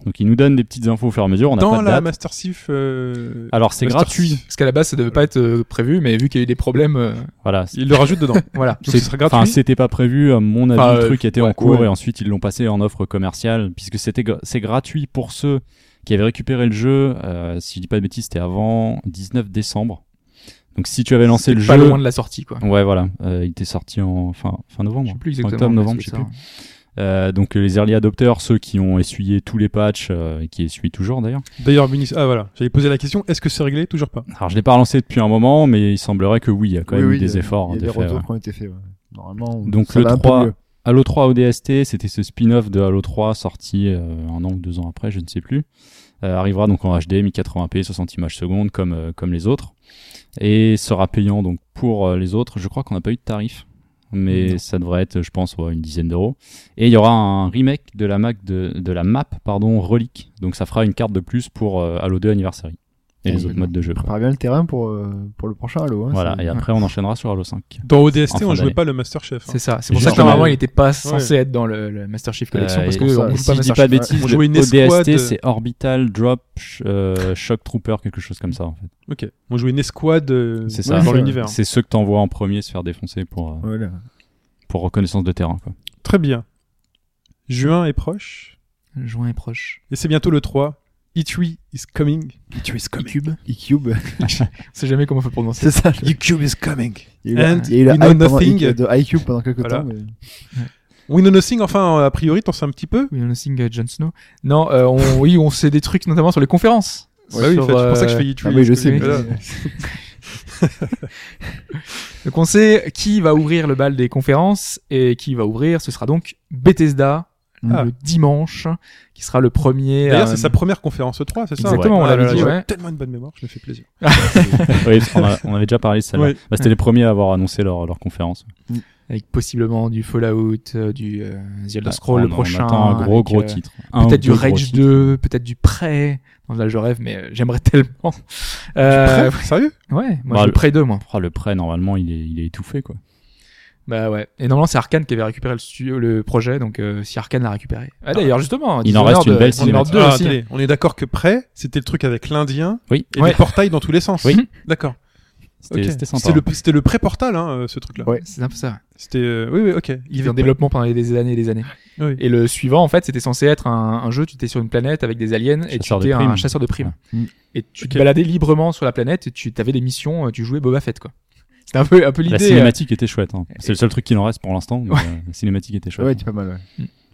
Donc ils nous donnent des petites infos au fur et à mesure, on n'a pas Dans de la date. Master Chief. euh, Alors c'est Master gratuit, Chief. Parce qu'à la base, ça devait pas être euh, prévu, mais vu qu'il y a eu des problèmes, euh, voilà. Il le rajoute dedans. voilà. Donc ce C'est- sera Enfin, gratuit. c'était pas prévu, à mon avis, Enfin, le euh, truc était ouais, en cours ouais. et ensuite ils l'ont passé en offre commerciale, puisque c'était gra- c'est gratuit pour ceux qui avaient récupéré le jeu, euh, si je dis pas de bêtises, c'était avant 19 décembre. Donc si tu avais lancé le pas jeu... loin de la sortie, quoi. Ouais, voilà, Euh, il était sorti en fin, fin novembre. Je sais plus Fin exactement. octobre, mais novembre, je c'est sais ça. plus. Euh, donc euh, les early adopters, ceux qui ont essuyé tous les patchs, euh, et qui essuient toujours d'ailleurs. D'ailleurs, Munis- ah voilà, j'avais posé la question. Est-ce que c'est réglé Toujours pas. Alors je l'ai pas relancé depuis un moment, mais il semblerait que oui, il y a quand Oui, même oui, eu il y a- des efforts hein, Il y a de des faire. retours qui ont été faits. ouais. Normalement, Donc, ça le va un peu 3, mieux. Halo 3 ODST, c'était ce spin-off de Halo 3 sorti euh, un an ou deux ans après, je ne sais plus. Euh, arrivera donc en HD, 1080p, 60 images secondes, comme, euh, comme les autres. Et sera payant donc pour euh, les autres. Je crois qu'on n'a pas eu de tarif. Mais ça devrait être, je pense, ouais, une dizaine d'euros. Et il y aura un remake de la, Mac de, de la map pardon, Relic. Donc ça fera une carte de plus pour euh, Halo 2 Anniversary. Et les autres modes de jeu. quoi. Prépare bien le terrain pour, euh, pour le prochain Halo. hein, Voilà, Ah, c'est- et après on enchaînera sur Halo 5. Dans ODST, En on fin jouait d'année. pas le Master Chef. hein. C'est ça. C'est pour ça Juste que normalement, normal. il était pas censé être dans le, le Master Chief Collection Euh, parce et que pour ça, on joue si pas si je dis Master pas Chief. de bêtises, On le jouait une escouade. ODST c'est Orbital Drop sh- euh, Shock Trooper, quelque chose comme ça. En fait. Ok. On jouait une escouade euh, C'est ça. dans Ouais. l'univers. C'est ceux que t'envoies en premier se faire défoncer pour, euh, Ah, Voilà. pour reconnaissance de terrain. Quoi. Très bien. Juin est proche. Juin est proche. Et c'est bientôt le 3. E3 is coming. E3 is Cube. E-Cube. On sait jamais comment on peut prononcer. C'est ça. E-Cube is coming. Il y a eu And la- il y a eu la you know hype pendant- nothing. de iCube pendant quelques Voilà. temps. mais- We know nothing, enfin, a priori, t'en sais un petit peu. Oui, on signe Jon Snow. Non, euh, on, oui, on sait des trucs notamment sur les conférences. Bah oui, Sur, en fait, c'est pour ça que je euh, fais E3. Ah oui, parce je que- sais. mais- voilà. Donc on sait qui va ouvrir le bal des conférences et qui va ouvrir. Ce sera donc Bethesda Ah. le dimanche, qui sera le premier. D'ailleurs, euh, c'est sa première conférence 3, c'est ça Exactement, hein on Ah l'avait là là, dit, j'ai ouais. tellement une bonne mémoire, je me fais plaisir. oui, parce qu'on a- on avait déjà parlé de ça. là Ouais. Bah, C'était les premiers à avoir annoncé leur, leur conférence. avec possiblement du Fallout, euh, du euh, The Elder Scrolls Bah, On- le on prochain, attend un gros avec, gros euh, titre. Un ou peut-être du deux gros Rage titres. 2, peut-être du Prey. Non, là je rêve, mais euh, j'aimerais tellement. Euh, Prêt Sérieux ouais, moi Bah, je le- le Prey 2 moi. Oh, le prêt, normalement, il est, il est étouffé. Quoi. Bah ouais. Et normalement c'est Arkane qui avait récupéré le studio, le projet, donc euh, si Arkane l'a récupéré. Ah d'ailleurs justement. Il en Dishonored, reste une euh, belle Dishonored cinématique. 2 Ah, aussi. attendez, On est d'accord que prêt, c'était le truc avec l'Indien Oui, et Ouais. les portails dans tous les sens. Oui. D'accord. c'était ok. c'était sympa. C'était le, c'était le pré-portal, hein, euh, ce truc-là. Ouais. C'est un peu ça. C'était. euh, oui, oui, ok. Il était en développement pendant des années et des années. Oui. Et le suivant, en fait, c'était censé être un, un jeu. Tu étais sur une planète avec des aliens et tu Chasseur de étais un primes. chasseur de primes. Ouais. Mm. Et tu te baladais librement sur la planète et tu avais des missions. euh, Tu jouais Boba Fett, quoi. C'était un peu, un peu La l'idée. euh, cinématique était chouette. hein. C'est le seul truc qu'il en reste pour l'instant. mais, euh, la cinématique était chouette. Ouais, c'est pas mal.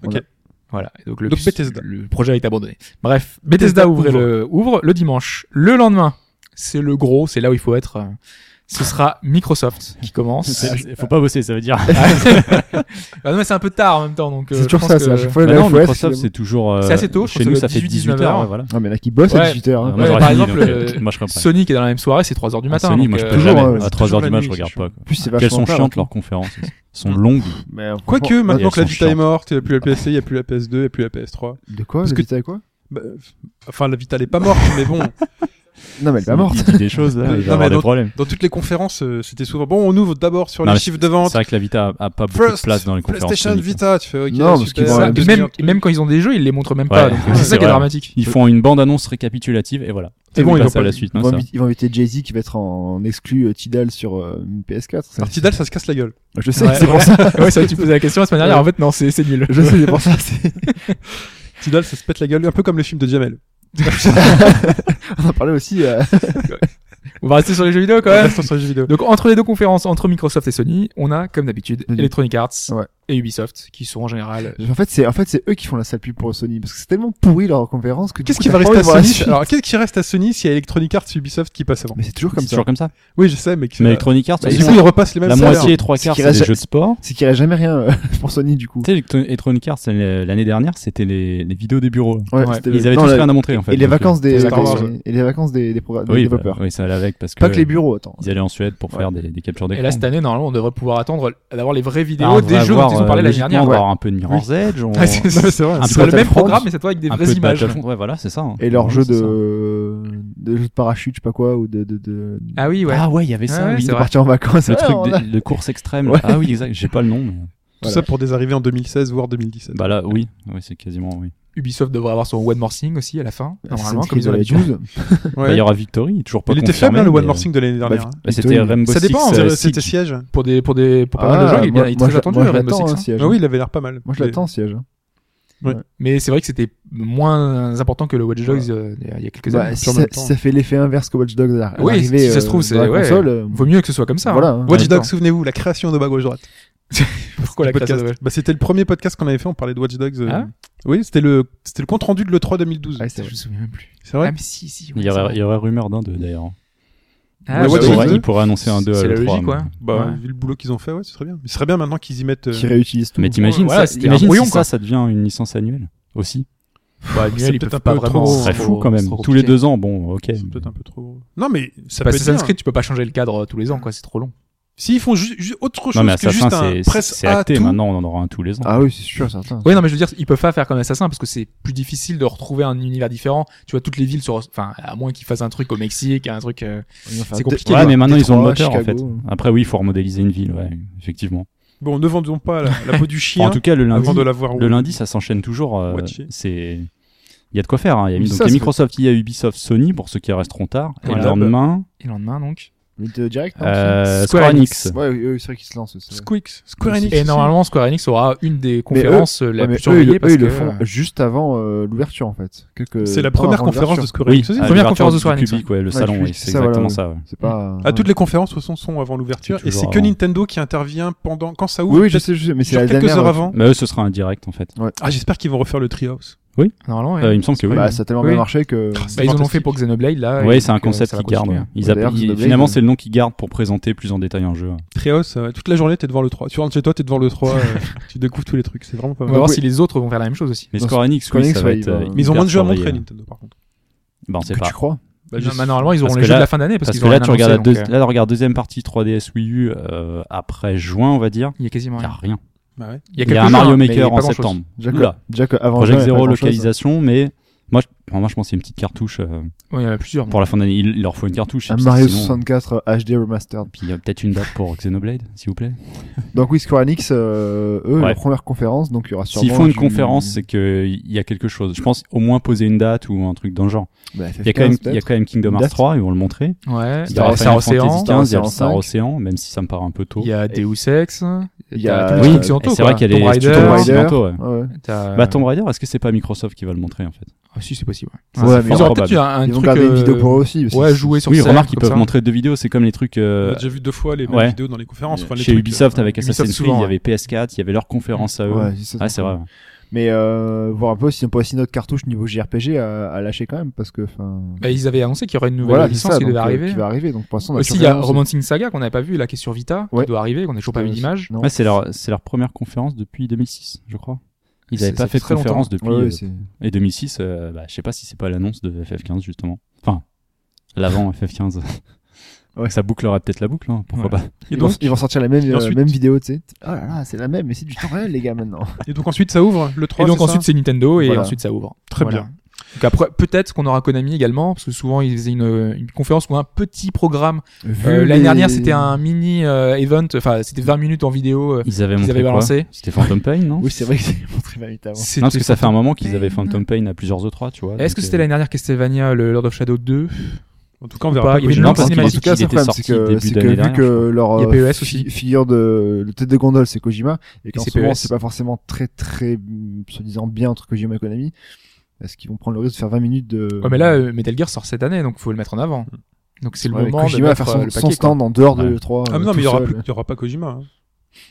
ouais. Voilà. Et Donc, le, Donc, Bethesda. le projet a été abandonné. Bref, Bethesda, Bethesda ouvre, ouvre. Le, ouvre le dimanche. Le lendemain, c'est le gros, c'est là où il faut être. euh, Ce sera Microsoft qui commence. C'est- c'est- Faut pas bosser, ça veut dire. Ah non, mais c'est un peu tard en même temps. donc, euh, C'est toujours je ça, pense c'est à que- chaque fois Bah la non, FOS, Microsoft, c'est- c'est toujours. euh, C'est assez tôt, je Chez pense nous, que ça fait 18, 18 heures. 19, ouais, voilà. Non, mais là qui bosse Ouais. à 18h. Euh, Hein. moi, Ouais, j'aurais par fini, exemple, donc, euh, euh, moi, je serais prêt. Sony qui est dans la même soirée, c'est 3h du matin. Ah, Sony, donc, moi je euh, peux toujours, jamais. euh, à c'est 3 toujours heures la du mat, je nuit, regarde je pas. quoi. En plus, c'est Parce qu'elles vachement sont tard, chiantes quoi. leurs conférences. Elles sont longues. Mais en- Quoique, maintenant elles que la sont Vita est chiantes. morte, il n'y a plus la PS, il n'y a plus la PS2, il n'y a plus la PS3. De quoi Parce Parce que- que t'as quoi Bah, euh, enfin, la Vita, elle n'est pas morte, mais bon, Non, mais elle est pas morte. Il dit des choses, là, Non, il mais va avoir des donc, problèmes. dans toutes les conférences, euh, c'était souvent bon, on ouvre d'abord sur Non, les mais chiffres de C'est vente. vrai que la Vita a, a pas beaucoup de First, place dans les conférences. PlayStation Sony, quoi. Vita, tu fais ok. Non, parce super, qu'ils vont- ça, Ouais, Et deux même, milliards de et même quand ils ont des jeux, ils les montrent même pas. Ouais, donc, ouais, c'est c'est ça qui est vrai. dramatique. Ils font une bande-annonce récapitulative et voilà. Et bon, ils ils vont passent pas- à la suite. Ils non, vont ça. inviter- ils vont inviter Jay-Z qui va être en exclu euh, Tidal sur euh, une PS4. Ah. ça. Artidal, Ah, ça se casse la gueule. Je sais, Ouais, c'est pour ouais. ça. ouais, c'est vrai que tu posais la question la semaine dernière. En fait, non, c'est c'est nul. Je sais, c'est pour ça. c'est- Artidal, ça se pète la gueule, un peu comme le film de Jamel. On en parlait aussi. euh, On va rester sur les jeux vidéo quand même. Restons sur les jeux vidéo. Donc, entre les deux conférences, entre Microsoft et Sony, on a, comme d'habitude, Mhm. Electronic Arts Ouais. et Ubisoft, qui sont en général. En fait, c'est en fait c'est eux qui font la sale pub pour Sony parce que c'est tellement pourri leur conférence que. du Qu'est-ce coup, qui t'as va pas rester à envie de voir la Sony suite. Alors, qu'est-ce qui reste à Sony s'il y a Electronic Arts et Ubisoft qui passe avant Mais c'est toujours comme C'est ça. toujours comme ça. Oui, je sais, mais, que Mais ça- Electronic Arts, Bah, ils du coup, ont ils repassent les mêmes la salaires. moitié et trois Ce quarts, qui c'est des reste- jeux de sport. C'est qu'il n'y a jamais rien euh, pour Sony du coup. Tu sais, Electro- Electronic Arts, c'est l'année dernière, c'était les, les vidéos des bureaux. Ouais. c'était- Ils avaient non, tous la- rien à montrer, en fait. Et les donc, euh, vacances des, Star Wars, des- et les vacances des, des, programmes- des Oui, bah, développeurs. oui, ça allait avec parce que. Pas que les bureaux, attends. Ils allaient en Suède pour faire des, des captures Et d'écran. là, cette année, normalement, on devrait pouvoir attendre d'avoir les vraies Ah, vidéos on des devrait jeux avoir, dont qu'ils ont parlé euh, l'année logiquement, dernière, On va ouais. avoir un peu de Mirror's Edge, on- Ah, c'est c'est vrai. Ce Un peu sera le Battlefront. même programme, mais cette fois avec des un peu vraies de images. Battlefront. Ouais, voilà, c'est ça. hein. Et leur Ouais, jeu c'est ça. de... de jeu de parachute, je sais pas quoi, ou de, de, de... Ah oui, ouais. Ah ouais, il y avait ça, Ouais, oui. c'est de vrai. partir en vacances. Le Ouais, truc on de, a- de course extrême. là. Ouais. Ah oui, exact. J'ai pas le nom. mais- Tout Voilà. ça pour des arrivées en 2016, voire 2017. Bah là, oui. Oui, c'est quasiment, oui. Ubisoft devrait avoir son One More Thing aussi à la Ah, fin. Normalement, Assassin's comme ils ont Creed l'habitude. 12. Bah, Il y aura Victory, toujours pas Il était confirmé, faible, hein, le mais- One More Thing de l'année dernière. Bah, hein. Bah, C'était Victory. Rainbow Ça dépend, on Six, dirait euh, que c'était Siege. siège. Pour, des, pour, des, pour pas mal de Ah, jeux, il est bien- il est moi, très je- attendu, moi, je Rainbow l'attends, Six, hein, hein. Siege. Ah oui, il avait l'air pas mal. Moi, je l'attends, Siege. hein. Mais c'est vrai que c'était moins important que le Watch Dogs euh, il y a quelques Bah, années. si, en ça, même temps. si ça fait l'effet inverse que Watch Dogs à la- à Oui, l'arrivée, si ça se euh, trouve, dans c'est- la ouais. console, euh, Vaut mieux que ce soit comme ça. voilà. hein. hein. Watch Ouais, d'accord. Dogs, souvenez-vous, la création de Bago droite. Pourquoi la podcast. classe de- Bah, C'était le premier podcast qu'on avait fait, on parlait de Watch Dogs. euh, Ah oui, c'était le, c'était le compte rendu de l'E3 2012. Ouais, Je c'est vrai. me souviens même plus. C'est vrai Ah, mais si, si. Il y aurait, il y aurait rumeur d'un 2 d'ailleurs. Ah, il, Watch Dogs pourrait, 2. il pourrait annoncer un 2 à C'est la l'E3, logique, mais- ouais. Bah, Ouais. vu le boulot qu'ils ont fait, ouais, ce serait bien. Mais ce serait bien maintenant qu'ils y mettent. euh, Qui réutilise tout. Mais t'imagines Voilà, ça, c'était un imagine brouillon, si quoi. ça, ça devient une licence annuelle aussi. Bah, annuel, c'est ils peut-être peuvent un pas peu vraiment. trop- Ce serait c'est fou quand même. Tous les deux ans, bon, ok. c'est peut-être un peu trop. gros. Non, mais ça Parce Bah, peut que être bien. hein. Assassin's Creed, tu peux pas changer le cadre euh, tous les ans, quoi. C'est trop long. S'ils font ju- ju- autre chose Non mais que juste Assassin, un c'est- c'est presse c'est à acté. tout, Maintenant, on en aura un tous les ans. Ah oui, c'est sûr, certain. Ouais, non, mais je veux dire, ils peuvent pas faire comme Assassin parce que c'est plus difficile de retrouver un univers différent. Tu vois, toutes les villes sur, enfin, à moins qu'ils fassent un truc au Mexique, un truc. euh, C'est compliqué, Ouais, mais maintenant ils ont le moteur en fait. Après, oui, il faut remodéliser une ville, ouais, effectivement. Bon, ne vendons pas la, la peau du chien en tout cas, le lundi, hein avant de l'avoir. le lundi, ça s'enchaîne toujours. euh, Watcher. c'est, il y a de quoi faire. hein. Il y a, Oui, donc, ça, il y a c'est- Microsoft, il y a Ubisoft, Sony pour ceux qui resteront tard. Et Voilà. le lendemain, Et le lendemain, donc. Nintendo Ah, Direct non, euh, Square Square Enix. Enix. c'est- Ouais, eux, c'est vrai qu'ils se lancent. c'est vrai. Squeaks, Square Enix. Et aussi. normalement, Square Enix aura une des conférences euh, la Ouais, mais plus eux, ils, surveillée eux, parce ils que. le font euh, juste avant euh, l'ouverture en fait. Quelques C'est la temps première avant conférence de l'ouverture. Square Oui, Enix aussi. à Première l'ouverture conférence de du Square Enix, public, ouais, le Ouais, salon, du ouais, public, c'est ça, voilà. exactement ça. ouais. C'est pas. À Ah, toutes les conférences, de toute façon, sont avant l'ouverture. Ah, C'est Et c'est toujours que avant. Nintendo qui intervient pendant quand ça ouvre. Oui, oui, je peut-être sais, je sais, mais c'est genre la quelques dernière. heures avant. Mais eux, ce sera un direct en fait. Ah, j'espère qu'ils vont refaire le Treehouse. Normalement, ouais. Euh, il me semble que oui. Bah, ça a tellement Oui. bien marché que. Ah, Bah, ils en ont fait pour Xenoblade là. et Ouais, c'est un donc, euh, concept ça va qu'ils gardent. continuer. ouais. Ils D'ailleurs, appellent- Xenoblade, Finalement, euh, c'est le nom qu'ils gardent pour présenter plus en détail un jeu. Treehouse, euh, toute la journée, t'es devant le 3. Tu rentres chez toi, t'es devant le 3. euh, tu découvres tous les trucs. C'est vraiment pas On va mal. voir oui. si les autres vont faire la même chose aussi. Mais Dans Square Enix, Square oui, Enix, ça va ouais, être. il va- euh, Mais Mais ils ont hyper moins de jeux à montrer, surveillé. Nintendo, par contre. Bon, c'est Que pas. tu crois Bah, Non, je- bah, normalement, ils auront Parce les que jeux là- de la fin d'année parce, Parce qu'ils que ont là, rien tu regardes la annoncé, deux- donc, euh, là, on regarde deuxième partie 3DS Wii U euh, après juin, on va dire. Il y a quasiment Il n'y a rien. rien. Bah ouais. Il y a un quelques Mario jeux, mais il y a Maker pas en grand-chose. septembre. Déjà que- Oula. déjà que avant Project juin, il y a Zero pas grand-chose. localisation, mais moi je, bon, moi, je pense qu'il y a une petite cartouche euh, Ouais, il y en a plusieurs. mais- pour la fin d'année. Il, il leur faut une cartouche. et Un puis Ah, Mario sinon- 64 HD remastered. Puis il y a peut-être une date pour Xenoblade, s'il vous plaît. Donc oui, Square Enix, euh, eux, Ouais. la première conférence, donc il y aura sûrement. S'ils font une du- conférence, c'est qu'il y a quelque chose. Je pense au moins poser une date ou un truc dans le genre. Bah, FF15, Il y a quand même, il y a peut-être. quand même Kingdom Une Hearts date. 3, ils vont le montrer. Ouais, il y Star a Star Océan, Fantasy 15, il y a le Star Star Ocean. Océan, même si ça me paraît un peu tôt. il y a Deus Ex, il y a- a tous les Oui, trucs Et occidentaux, c'est vrai quoi. qu'il y a Tomb les Raider. tutos Tomb Rider. occidentaux, ouais. Ouais, ouais. t'as- Bah, Tomb Raider, est-ce que c'est pas Microsoft qui va le montrer en fait Ah, si, c'est possible. Ouais, Ouais, mais ils ils auraient ont- peut-être eu un, un Ils vont truc. garder une euh, vidéo pour eux aussi. parce que Ouais, c'est- jouer sur Oui, scène, remarque, ils comme peuvent ça. Bah, montrer deux vidéos, c'est comme les trucs On euh, a déjà vu deux fois les mêmes ouais. vidéos dans les conférences. enfin, les chez trucs, Ubisoft euh, avec Ubisoft, Assassin's Creed, souvent, hein. il y avait PS4, il y avait leur conférence à eux. Ouais, c'est ça. Ah, c'est vrai. Mais euh, voir un peu si on peut aussi notre cartouche niveau JRPG à, à lâcher quand même parce que enfin Bah, ils avaient annoncé qu'il y aurait une nouvelle voilà, c'est licence ça qui donc, devait euh, arriver. qui va arriver donc pour l'instant on a Aussi, il toujours y a rien, Romancing Saga qu'on n'avait pas vu là, qui est sur Vita, Ouais. qui doit arriver, qu'on n'a c'est- toujours pas vu d'image. Non. Ouais, c'est leur, c'est leur première conférence depuis 2006, je crois. Ils C'est- n'avaient pas ça fait fait de très conférence depuis. Ouais, euh, ouais, c'est- et 2006, euh, bah, je sais pas si c'est pas l'annonce de FF15 justement. Enfin, l'avant FF15. Ouais. Ça bouclera peut-être la boucle, hein, pourquoi Ouais. pas. Et ils, vont, donc, ils vont sortir la même, euh, ensuite- même vidéo, tu sais. Oh là là, c'est la même, mais c'est du temps réel, les gars, maintenant. et donc ensuite, ça ouvre le 3. et donc c'est ça ensuite c'est Nintendo et Voilà. ensuite ça ouvre. Très bien. Donc après peut-être qu'on aura Konami également parce que souvent ils faisaient une, une conférence ou un petit programme. Vu Euh, L'année les- dernière c'était un mini euh, event, enfin c'était 20 minutes en vidéo euh, Ils avaient qu'ils montré avaient quoi balancé. C'était Phantom Pain, non Oui, c'est vrai que c'est montré véritablement. C'était- Non, parce que ça fait un moment qu'ils avaient Phantom Pain à plusieurs E3, tu vois. Est-ce donc, que euh, c'était l'année dernière Castlevania, le Lord of Shadow 2 En tout cas, on pas, verra pas. il y avait Non, une parce qu'il En cinématique. tout cas, il c'est le était problème, c'est sorti que, début c'est que d'année vu dernière. que leur Il y a euh, PES fi- aussi. figure de le tête de gondole, c'est Kojima, et qu'en c'est E ce moment, PES. c'est pas forcément très très mm, se disant bien entre Kojima et Konami. Est-ce qu'ils vont prendre le risque de faire 20 minutes de Ouais mais là euh, Metal Gear sort cette année donc faut le mettre en avant. Donc c'est le Mm. Ouais, mais moment de Kojima va mettre faire euh, son, le son paquet. quoi. stand en dehors de Ouais. l'E3. Ah, euh, mais non, tout mais il y aura seul. plus, il y aura pas Kojima. hein.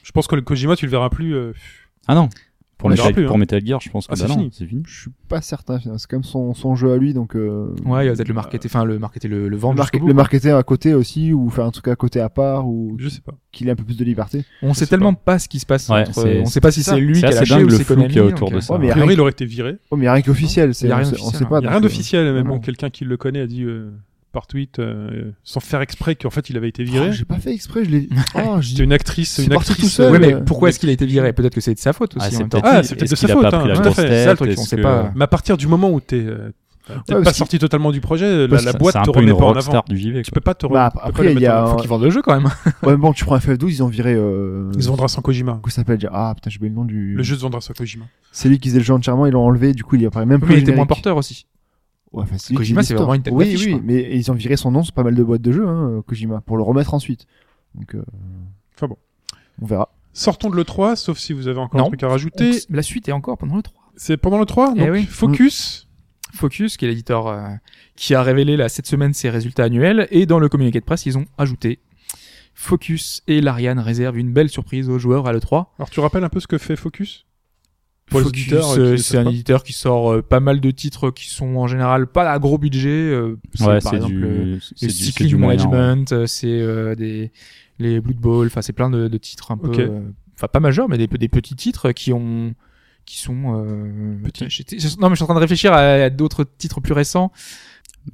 Je pense que le Kojima, tu le verras plus. euh, Ah non. On Pour, les Metal, verra plus, pour hein. Metal Gear, je pense que Ah, bah c'est non, fini. c'est fini. Je suis pas certain, finalement. c'est quand même son, son jeu à lui, donc euh, Ouais, il va peut-être le marketer, enfin le marketer le, le le, vendre. market- jusqu'au bout. le marketer à côté aussi, ou faire un truc à côté à part, ou Je sais pas. qu'il ait un peu plus de liberté. On Je sait sais tellement pas. ce qui se passe. Ouais, entre- c'est- on sait pas si c'est c'est ça. lui qui C'est a assez lâché dingue ou le c'est flou Konami. qu'il y a autour donc, de euh, ça. Ouais, mais A il y a priori, rien, il aurait été viré. oh, mais il y a rien qui est officiel, c'est- Il y a on rien sait- on d'officiel, sait hein. Il y pas. a donc, rien euh, d'officiel, mais bon, non. quelqu'un qui le connaît a dit euh, par tweet euh, sans faire exprès qu'en fait il avait été viré. Oh, J'ai pas fait exprès, je l'ai. Oh, j'ai- C'était une actrice, C'est une parti tout actrice. seul. euh, Ouais, mais euh, pourquoi est-ce qu'il a été viré Peut-être que c'est de sa faute aussi. Ah, en c'est même temps. peut-être- Ah, c'est peut-être est-ce de sa qu'il a faute, pas pris hein, la tout à grosse fait, c'est tête ça le truc, on est-ce sait que- pas. Mais à partir du moment où t'es euh, t'es parce pas que- sorti totalement du projet, la, Parce la que boîte euh, c'est un te peu une remet pas en avant. rockstar du JV. Tu quoi. peux pas te Bah, remettre. ap- après, il y a. Faut qu'il vende le jeu quand même. Ouais, mais bon, tu prends un FF12, ils ont viré. Euh... Ils se vendront sans Kojima. Comment ça s'appelle déjà Ah putain, j'ai oublié le nom du. Le jeu se vendra sans Kojima. C'est lui qui faisait le jeu entièrement, ils l'ont enlevé, du coup il apparaît même plus. Mais il au était moins générique. porteur aussi. Ouais, enfin, c'est lui Kojima, qui c'est dit vraiment tout. une tête Oui, d'affiche, oui, quoi. mais ils ont viré son nom sur pas mal de boîtes de jeux, hein, Kojima, pour le remettre ensuite. Donc. euh, Enfin bon. On verra. Sortons de l'E3, sauf si vous avez encore Non. un truc à rajouter. Donc, La suite est encore pendant le 3. C'est pendant l'E3 Eh Donc, oui. focus. Focus, qui est l'éditeur euh, qui a révélé là, cette semaine ses résultats annuels, et dans le communiqué de presse, ils ont ajouté Focus et l'Ariane réservent une belle surprise aux joueurs à l'E3. Alors, tu rappelles un peu ce que fait Focus Pour les Focus, auditeurs, euh, qui euh, ne c'est savent un pas. éditeur qui sort euh, pas mal de titres qui sont en général pas à gros budget. euh, Ouais, par c'est exemple, euh, du, le c'est du, c'est cycling du moyen, ouais. management, euh, c'est euh, des les Blood Bowl, enfin c'est plein de, de titres un peu, Ok. euh, enfin pas majeurs, mais des, des petits titres qui ont qui sont euh, Petits. j'étais- Non mais je suis en train de réfléchir à, à d'autres titres plus récents.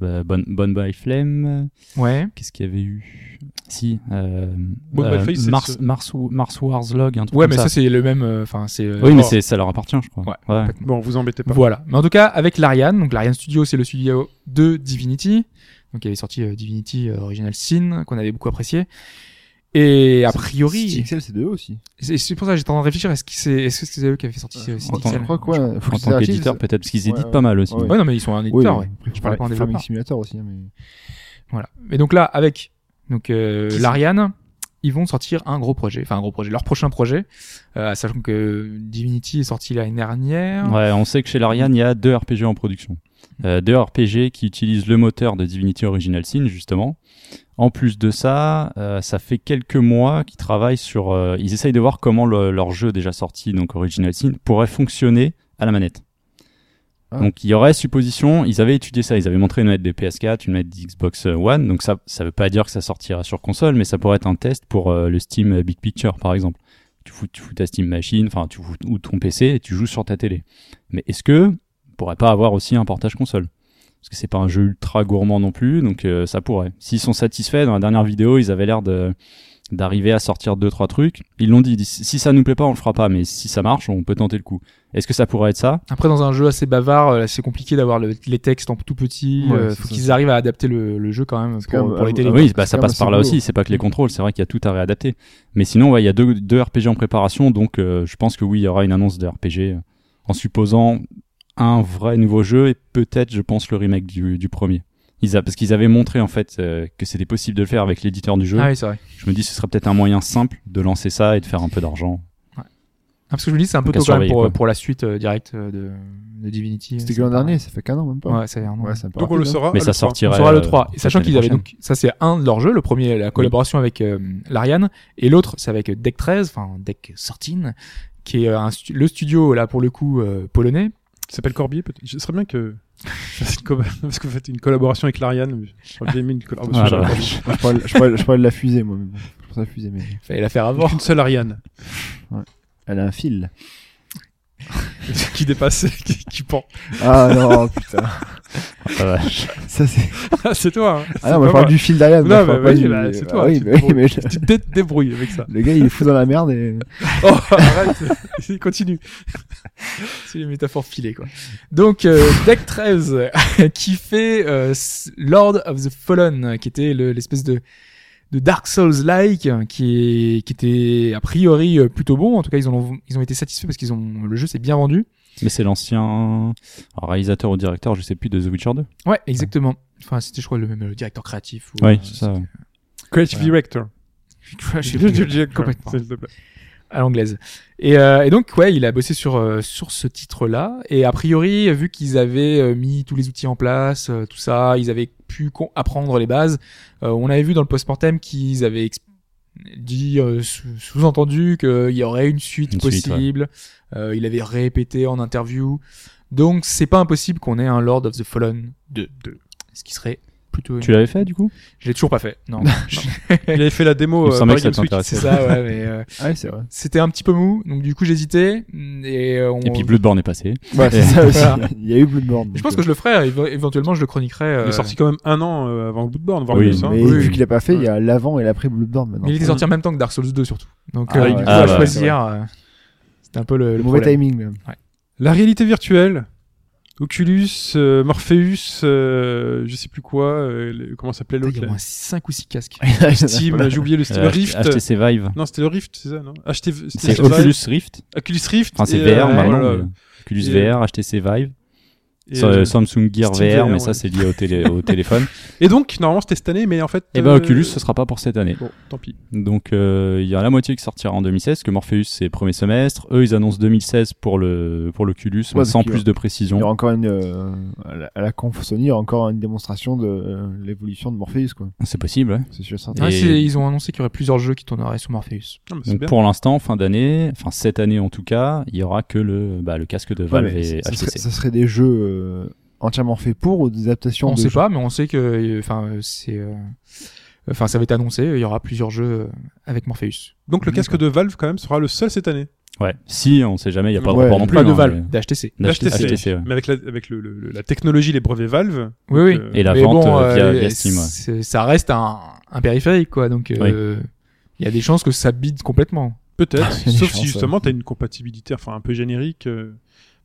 Bah, Bonne Bonne by Flame. Ouais. Qu'est-ce qu'il y avait eu Si. Euh, Bonne euh, by Flame, c'est Mars, ce- Mars, Mars Wars Log, un truc Ouais, comme mais ça, ça. c'est le même. euh, Enfin, c'est. euh, Oui, mais bon, c'est- ça leur appartient, je crois. Ouais. ouais. Bon, vous embêtez pas. Voilà. Mais en tout cas, avec l'Ariane, donc l'Ariane Studio, c'est le studio de Divinity, donc il avait sorti euh, Divinity euh, Original Sin, qu'on avait beaucoup apprécié. Et a priori, XL, c'est de eux aussi. c'est c'est pour ça que j'étais en train de réfléchir. Est-ce que c'est est-ce que c'est eux qui avaient sorti euh, Sin en tant- Je Excel crois quoi En tant qu'éditeur, peut-être, parce qu'ils Ouais, éditent ouais. pas mal aussi. Ouais. Ouais, non, mais ils sont un éditeur. ouais. Je parlais pas parlais pas en de développeur. Farming Simulator aussi, hein, mais. Voilà. Et donc là, avec donc euh, Qui- l'Ariane, ils vont sortir un gros projet, enfin un gros projet, leur prochain projet, euh, sachant que Divinity est sorti l'année dernière. Ouais, on sait que chez Larian, il y a deux RPG en production. Euh, deux RPG qui utilisent le moteur de Divinity Original Sin, justement. En plus de ça, euh, ça fait quelques mois qu'ils travaillent sur... euh, ils essayent de voir comment le- leur jeu déjà sorti, donc Original Sin, pourrait fonctionner à la manette. Ah. Donc il y aurait supposition, ils avaient étudié ça, ils avaient montré une manette de PS4, une manette d'Xbox One, donc ça ça veut pas dire que ça sortira sur console, mais ça pourrait être un test pour euh, le Steam Big Picture par exemple. Tu fous, tu fous ta Steam Machine, enfin tu fous ou ton PC et tu joues sur ta télé. Mais est-ce que on pourrait pas avoir aussi un portage console Parce que c'est pas un jeu ultra gourmand non plus, donc euh, ça pourrait. S'ils sont satisfaits, dans la dernière vidéo, ils avaient l'air de d'arriver à sortir deux trois trucs. Ils l'ont dit, ils disent, si ça nous plaît pas, on le fera pas, mais si ça marche, on peut tenter le coup. Est-ce que ça pourrait être ça Après, dans un jeu assez bavard, euh, c'est compliqué d'avoir le- les textes en tout petit. Ouais, euh, c'est faut ça. qu'ils arrivent à adapter le, le jeu quand même pour, C'est quand même- pour les ah, télés. Ah Et oui, donc, bah, c'est ça quand passe même par assez là lourd. aussi, c'est pas que les contrôles, c'est vrai qu'il y a tout à réadapter. Mais sinon, ouais, il y a deux, deux RPG en préparation, donc euh, je pense que oui, il y aura une annonce de RPG euh, en supposant un vrai nouveau jeu et peut-être, je pense, le remake du, du premier. Ils a- parce qu'ils avaient montré en fait euh, que c'était possible de le faire avec l'éditeur du jeu. Ah oui, c'est vrai. Je me dis, ce serait peut-être un moyen simple de lancer ça et de faire un peu d'argent. Ah, parce que je me dis, c'est un peu Donc, à tôt quand même surveiller, pour, quoi. pour la suite euh, directe euh, de, de Divinity. C'était que l'an dernier, ça fait qu'un an même pas. Ouais, ça y est, un an. Ouais, c'est un peu Donc, on le rapide, hein. saura. Mais à ça l'E3. sortirait. On saura Ah, le euh, 3. Et sachant peut-être qu'ils avaient l'année donc, ça c'est un de leurs jeux, le premier, la collaboration avec euh, l'Ariane, et l'autre c'est avec Deck 13, enfin Deck 13, qui est euh, un stu- le studio là pour le coup euh, polonais. Ça s'appelle Corbier, peut-être. Ce serait bien que. Parce que parce que vous faites une collaboration avec Lariane. Je crois que j'ai mis une collaboration Ah, avec là, Lariane. Je parlais- Je parlais- je parlais de la fusée, moi. mais bon, Je pense à la fusée, mais. Fallait la faire bah, avant. Une seule Ariane Elle a un fil. qui dépasse, qui, qui pend. Ah non, putain. prochaine. Ah, vache. Ça, c'est. Ah, c'est toi. Hein. Ah non, moi, je parle du fil d'Ariane. Non, moi, je mais parle pas vas-y, du- bah, c'est Ah toi, oui, tu mais oui, te mais je- Tu te dé- débrouilles avec ça. Le gars, il est fou dans la merde et. Oh, arrête. Continue. C'est les métaphores filées, quoi. Donc, euh, Deck 13, qui fait euh, s- Lord of the Fallen, euh, qui était le- l'espèce de, de Dark Souls-like, euh, qui, est- qui était a priori euh, plutôt bon. En tout cas, ils, en ont, ils ont été satisfaits parce qu'ils ont le jeu s'est bien vendu. Mais c'est l'ancien alors, réalisateur ou directeur, je sais plus, de The Witcher 2. Ouais, exactement. Enfin, c'était, je crois, le même euh, directeur créatif. ou, Oui, euh, c'est ça. ouais. Creative Director. je sais plus, complètement. S'il te plaît. à l'anglaise. Et, euh, et donc, ouais, il a bossé sur, euh, sur ce titre-là. Et a priori, vu qu'ils avaient euh, mis tous les outils en place, euh, tout ça, ils avaient pu con- apprendre les bases. euh, on avait vu dans le post-mortem qu'ils avaient ex- dit, euh, sous- sous-entendu qu'il y aurait une suite Une suite, possible. Euh, il avait répété en interview. Donc, c'est pas impossible qu'on ait un Lord of the Fallen 2. Ce qui serait plutôt. Tu l'avais fait du coup Je l'ai toujours pas fait. Non. Il avait fait la Il démo me euh, semblait par que Games ça Week. t'intéressait. C'est ça, ouais. Mais euh, Ouais, c'est vrai. c'était un petit peu mou, donc du coup j'hésitais. Et, euh, on- Et puis Bloodborne est passé. Ouais, c'est ça Voilà. aussi. Il y a eu Bloodborne. je pense que je le ferai. éve- Éventuellement, je le chroniquerai. Il euh, est sorti quand même un an euh, avant Bloodborne, voire Oui, plus. hein. Mais Oui, vu oui. qu'il a pas fait, il y a l'avant et l'après Bloodborne maintenant. Mais il était sorti en même temps que Dark Souls 2 surtout. Donc Ah euh, ouais. du coup, Ah à bah, choisir, euh, c'était un peu le, le Le mauvais problème. timing même. La réalité virtuelle, Oculus, euh, Morpheus, euh, je sais plus quoi, euh, le- comment s'appelait Putain, Il l'autre y a au là moins 5 ou 6 casques. Steam, j'ai oublié le Steam Euh, Rift. HTC Vive. Non, c'était le Rift, c'est ça, non HT... C'est c'était- Oculus Rift. Oculus Rift. Enfin, c'est et, VR euh, maintenant. voilà. mais Oculus Et- VR, HTC Vive, Et, Sa- euh, Samsung Gear Steam VR, VR, mais ouais. ça c'est lié au, télé- au téléphone. et donc, normalement, c'était cette année, mais en fait. Et ben euh, Oculus, ce sera pas pour cette année. Bon, tant pis. Donc euh, il y a la moitié qui sortira en 2016, que Morpheus c'est premier semestre. Eux ils annoncent 2016 pour le pour l'Oculus, mais donc sans il y a- plus de Il y aura précision. encore une euh, à la- à la conf Sony, il y aura encore une démonstration de euh, l'évolution de Morpheus quoi. C'est possible. ouais. C'est sûr certain. Et- Ouais, c'est- Ah, ils ont annoncé qu'il y aurait plusieurs jeux qui tourneraient sur Morpheus. Non, mais c'est Donc bien. pour l'instant, fin d'année, enfin cette année en tout cas, il y aura que le bah, le casque de Ouais, Valve mais et ça, ça serait, HTC. ça serait des jeux euh, entièrement faits pour ou des adaptations on de sait jeux pas, mais on sait que, euh, enfin, euh, c'est, euh, enfin, ça va être annoncé. Il y aura plusieurs jeux euh, avec Morpheus. Donc, le casque de Valve, quand même, sera le seul cette année. Ouais. Si on sait jamais, il y a pas de Ouais, rapport non plus. Pas de hein, Valve, d'HTC. mais- d'HTC. HTC, ouais. Mais avec, la, avec le- le- le- la technologie, les brevets Valve. Oui, oui. euh, Et la Mais vente bon, euh, via, euh, via Steam. ouais. c'est- Ça reste un, un périphérique, quoi. Donc, euh, il y a des chances que ça bide complètement. Ah, Peut-être, Il y a des sauf si chances, justement t'as une compatibilité, enfin un peu générique. euh,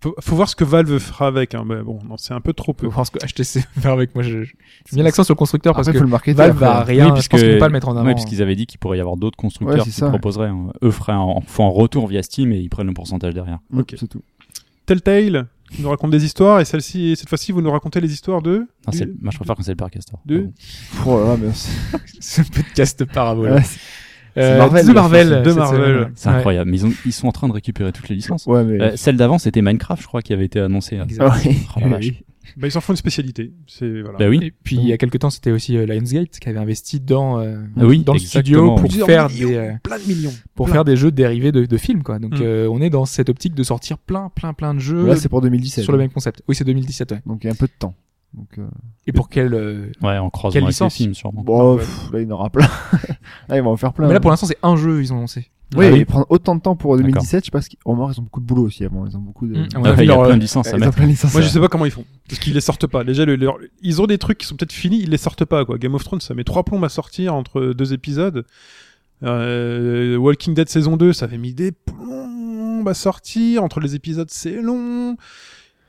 Faut, faut voir ce que Valve fera avec. Hein. Mais bon, non, c'est un peu trop peu. Faut voir ce que HTC va faire avec moi. Je, je mets l'accent sur le constructeur Après, parce faut que le marketer. Valve après. hein. va rien. Oui, Ah, je pense qu'ils vont pas le mettre en ouais, avant. puisqu'ils avaient dit qu'il pourrait y avoir d'autres constructeurs Ouais, c'est qui ça. proposeraient. hein. Eux feraient un, font un retour via Steam et ils prennent le pourcentage derrière. Mm, Ok. C'est tout. Telltale qui nous raconte des histoires et celle-ci, cette fois-ci, vous nous racontez les histoires de. Ah, du- c'est- moi, je préfère quand c'est le hein. père Castor. Deux. Pardon. Oh là là, mais c'est- ce podcast parabole. ouais, c'est- c'est Marvel, de là, Marvel. c'est- de cette Marvel. semaine, ouais. C'est Ouais. incroyable. Mais ils, ont- ils sont en train de récupérer toutes les licences. ouais, mais. Euh, celle d'avant, c'était Minecraft, je crois, qui avait été annoncée. euh. Exact. Ouais. Oh la vache. Bah, ils en font une spécialité. C'est voilà. Bah oui. Et puis il y a quelques temps, c'était aussi euh, Lionsgate qui avait investi dans euh, Ah oui, dans le exactement. studio pour Plusieurs faire millions, des euh, Plein de millions. pour plein. faire des jeux dérivés de, de films quoi. Donc Mm. euh, on est dans cette optique de sortir plein plein plein de jeux Là, c'est pour 2017. sur le même concept. Oui, c'est 2017 ouais. Donc il y a un peu de temps. Donc, euh, Et pour quel euh, Ouais, en croisant Quelle avec les licence films, sûrement. Bon, ouais. pff, là, il y en aura plein. là, ils vont en faire plein. Mais là pour l'instant, c'est un jeu ils ont lancé. Ah. Oui, Ah oui. et prendre autant de temps pour 2017, je sais pas ce qu'ils. Oh, mort, ils ont beaucoup de boulot aussi avant. Ils ont beaucoup de. Mm, à mon Ah, avis, il y a leur, plein euh, de licences à Ils ont mettre. plein de licences. Moi, je sais pas comment ils font parce qu'ils les sortent pas. Déjà, le- leur- ils ont des trucs qui sont peut-être finis, ils les sortent pas quoi. Game of Thrones, ça met trois plombes à sortir entre deux épisodes. Euh, Walking Dead saison 2, ça avait mis des plombes à sortir entre les épisodes, c'est long.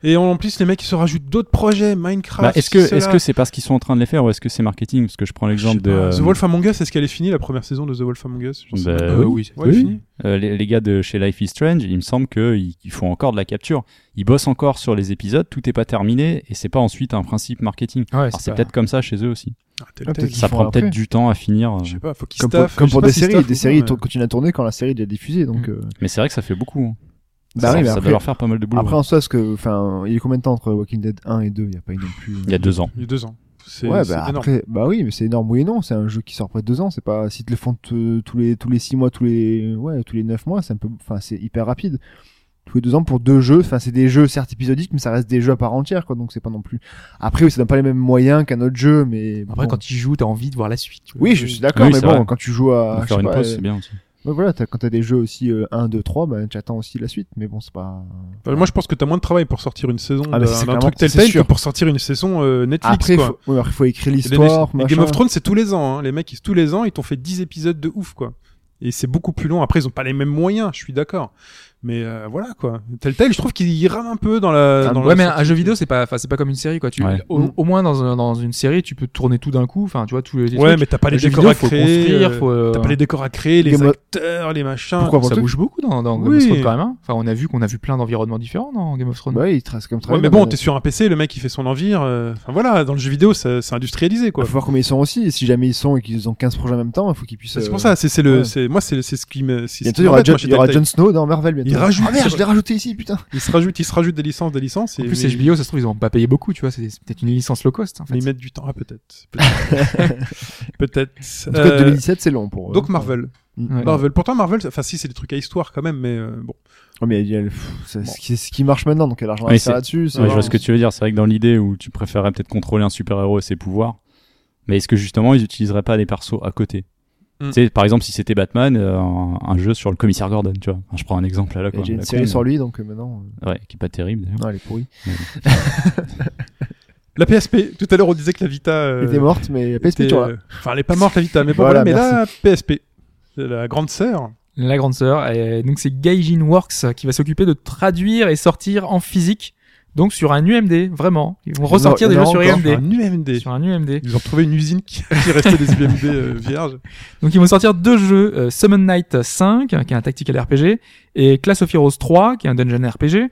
Et en plus, les mecs ils se rajoutent d'autres projets, Minecraft. Bah, est-ce que est-ce cela. que c'est parce qu'ils sont en train de les faire ou est-ce que c'est marketing Parce que je prends l'exemple de Ah, The euh, Wolf Among Us, est-ce qu'elle est finie la première saison de The Wolf Among Us J'en sais Bah, pas. Euh, oui, Ouais, elle est finie. euh, les, les gars de chez Life is Strange. Il me semble qu'ils ils font encore de la capture. Ils bossent encore sur les épisodes. Tout est pas terminé et c'est pas ensuite un principe marketing. Ouais, Alors c'est c'est pas- peut-être comme ça chez eux aussi. Ah, Telltale, peut-être qu'ils Ça font prend après. peut-être du temps à finir. euh. Je sais pas, faut qu'ils Comme pour, staffent, comme je pour sais des pas s'ils séries, staffent des ou pas, séries mais- ils tournent- continuent à tourner quand la série est déjà diffusée. Donc, Mm. euh, Mais c'est vrai que ça fait beaucoup. hein. bah ça, oui, mais ça après, doit leur faire pas mal de boulot. hein. après, en soi, parce que, enfin, il y a eu combien de temps entre Walking Dead 1 et 2 Il y a pas eu non plus. euh, Il y a deux ans. Il y a deux ans. C'est Ouais, c'est bah énorme. après, bah oui, mais c'est énorme, oui et non. C'est un jeu qui sort pas de deux ans. C'est pas, si te le font t- tous les, tous les six mois, tous les, ouais, tous les neuf mois, c'est un peu, enfin, c'est hyper rapide. Tous les deux ans pour deux jeux. Enfin, c'est des jeux, certes épisodiques, mais ça reste des jeux à part entière, quoi. Donc c'est pas non plus. Après, oui, ça donne pas les mêmes moyens qu'un autre jeu, mais. Après bon. quand tu joues, t'as envie de voir la suite. tu vois. Oui, je suis d'accord, Oui, mais c'est bon, vrai. quand tu joues à. Pour je faire sais une pas, pause, euh, c'est bien aussi. ouais, voilà, t'as- quand t'as des jeux aussi euh, 1, 2, 3, bah, t'attends aussi la suite, mais bon, c'est pas. Bah, moi, je pense que t'as moins de travail pour sortir une saison Ah, mais c'est d'un d'un clairement- truc c'est Telltale que sûr. pour sortir une saison euh, Netflix. Après, quoi. faut, ouais, alors, faut écrire Et les- l'histoire, les machin. Game of Thrones, c'est tous les ans. hein. Les mecs, ils- tous les ans, ils t'ont fait 10 épisodes de ouf, quoi. Et c'est beaucoup plus long. Après, ils ont pas les mêmes moyens, je suis d'accord. Mais euh, voilà, quoi. Telltale, je trouve qu'ils rament un peu dans la. Ah, dans la Ouais, mais sortie. un jeu vidéo, c'est pas, enfin, c'est pas comme une série, quoi. Tu, Ouais. au, au moins dans, un- dans une série, tu peux tourner tout d'un coup. Enfin, tu vois, tous les. les Ouais, trucs. mais t'as pas les Le jeu décors vidéo, à faut créer. construire, euh, faut, euh, T'as pas les décors à créer, les Game of- acteurs, les machins. Pourquoi avant ça tout bouge beaucoup dans, dans Game Oui. of Thrones quand même. hein. Enfin, on a vu qu'on a vu plein d'environnements différents dans Game of Thrones. Bah oui, il trace comme Ouais, travail, mais là, bon, t'es sur un PC, le mec il fait son envire. euh, Enfin voilà, dans le jeu vidéo, ça- c'est industrialisé quoi. Il Ah, faut voir combien ils sont aussi. Et si jamais ils sont et qu'ils ont 15 projets en même temps, il faut qu'ils puissent. C'est euh, pour ça, c'est c'est le, ouais. c'est moi c'est c'est ce qui me. c'est ce Bientôt, qui il y aura, m'embête, Jon, moi, chez il y aura Telltale. Jon Snow dans Marvel bientôt. Il Euh, rajoute- Ah merde, je l'ai rajouté ici, putain. Ils se rajoutent, ils se rajoutent des licences, des licences. En et- plus, mais- les HBO, ça se trouve, ils ont pas payé beaucoup, tu vois. C'est c'est peut-être une licence low cost, en fait. Mais ils mettent du temps, ah, peut-être. Peut-être. Peut-être. En tout cas, Euh, 2017, c'est long pour eux. donc Marvel. Mm. Ouais. Marvel. Pourtant Marvel, enfin si c'est des trucs à histoire quand même, mais euh, bon. Oh, mais il y a le- pff, c'est ce qui- ce qui marche maintenant, donc il y a l'argent à Oui, se faire c'est- là-dessus. c'est- Ouais, je vois ce que tu veux dire. C'est vrai que dans l'idée où tu préférerais peut-être contrôler un super-héros et ses pouvoirs, Mais est-ce que justement ils utiliseraient pas des persos à côté Mm. Tu sais, par exemple, si c'était Batman, euh, un, un jeu sur le commissaire Gordon, tu vois. Enfin, je prends un exemple à la Et quoi. J'ai La Ah, une con, série mais- sur lui, donc euh, maintenant. Ouais, qui est pas terrible d'ailleurs. euh, Non, elle est pourrie. La PSP, tout à l'heure on disait que la Vita. euh, Elle était morte, mais la PSP était, toujours là. euh, Enfin, elle est pas morte la Vita, mais bon, voilà, Voilà, mais la PSP, c'est la grande sœur. La grande sœur. Et donc c'est Gaijin Works qui va s'occuper de traduire et sortir en physique. Donc sur un UMD, vraiment. Ils vont ressortir il y des en jeux a sur encore, Enfin, UMD. un UMD. Sur un UMD. Ils ont trouvé une usine qui, qui restait des UMD euh, vierges. Donc ils vont sortir deux jeux, euh, Summon Knight 5, qui est un tactical RPG, et Class of Heroes 3, qui est un dungeon RPG,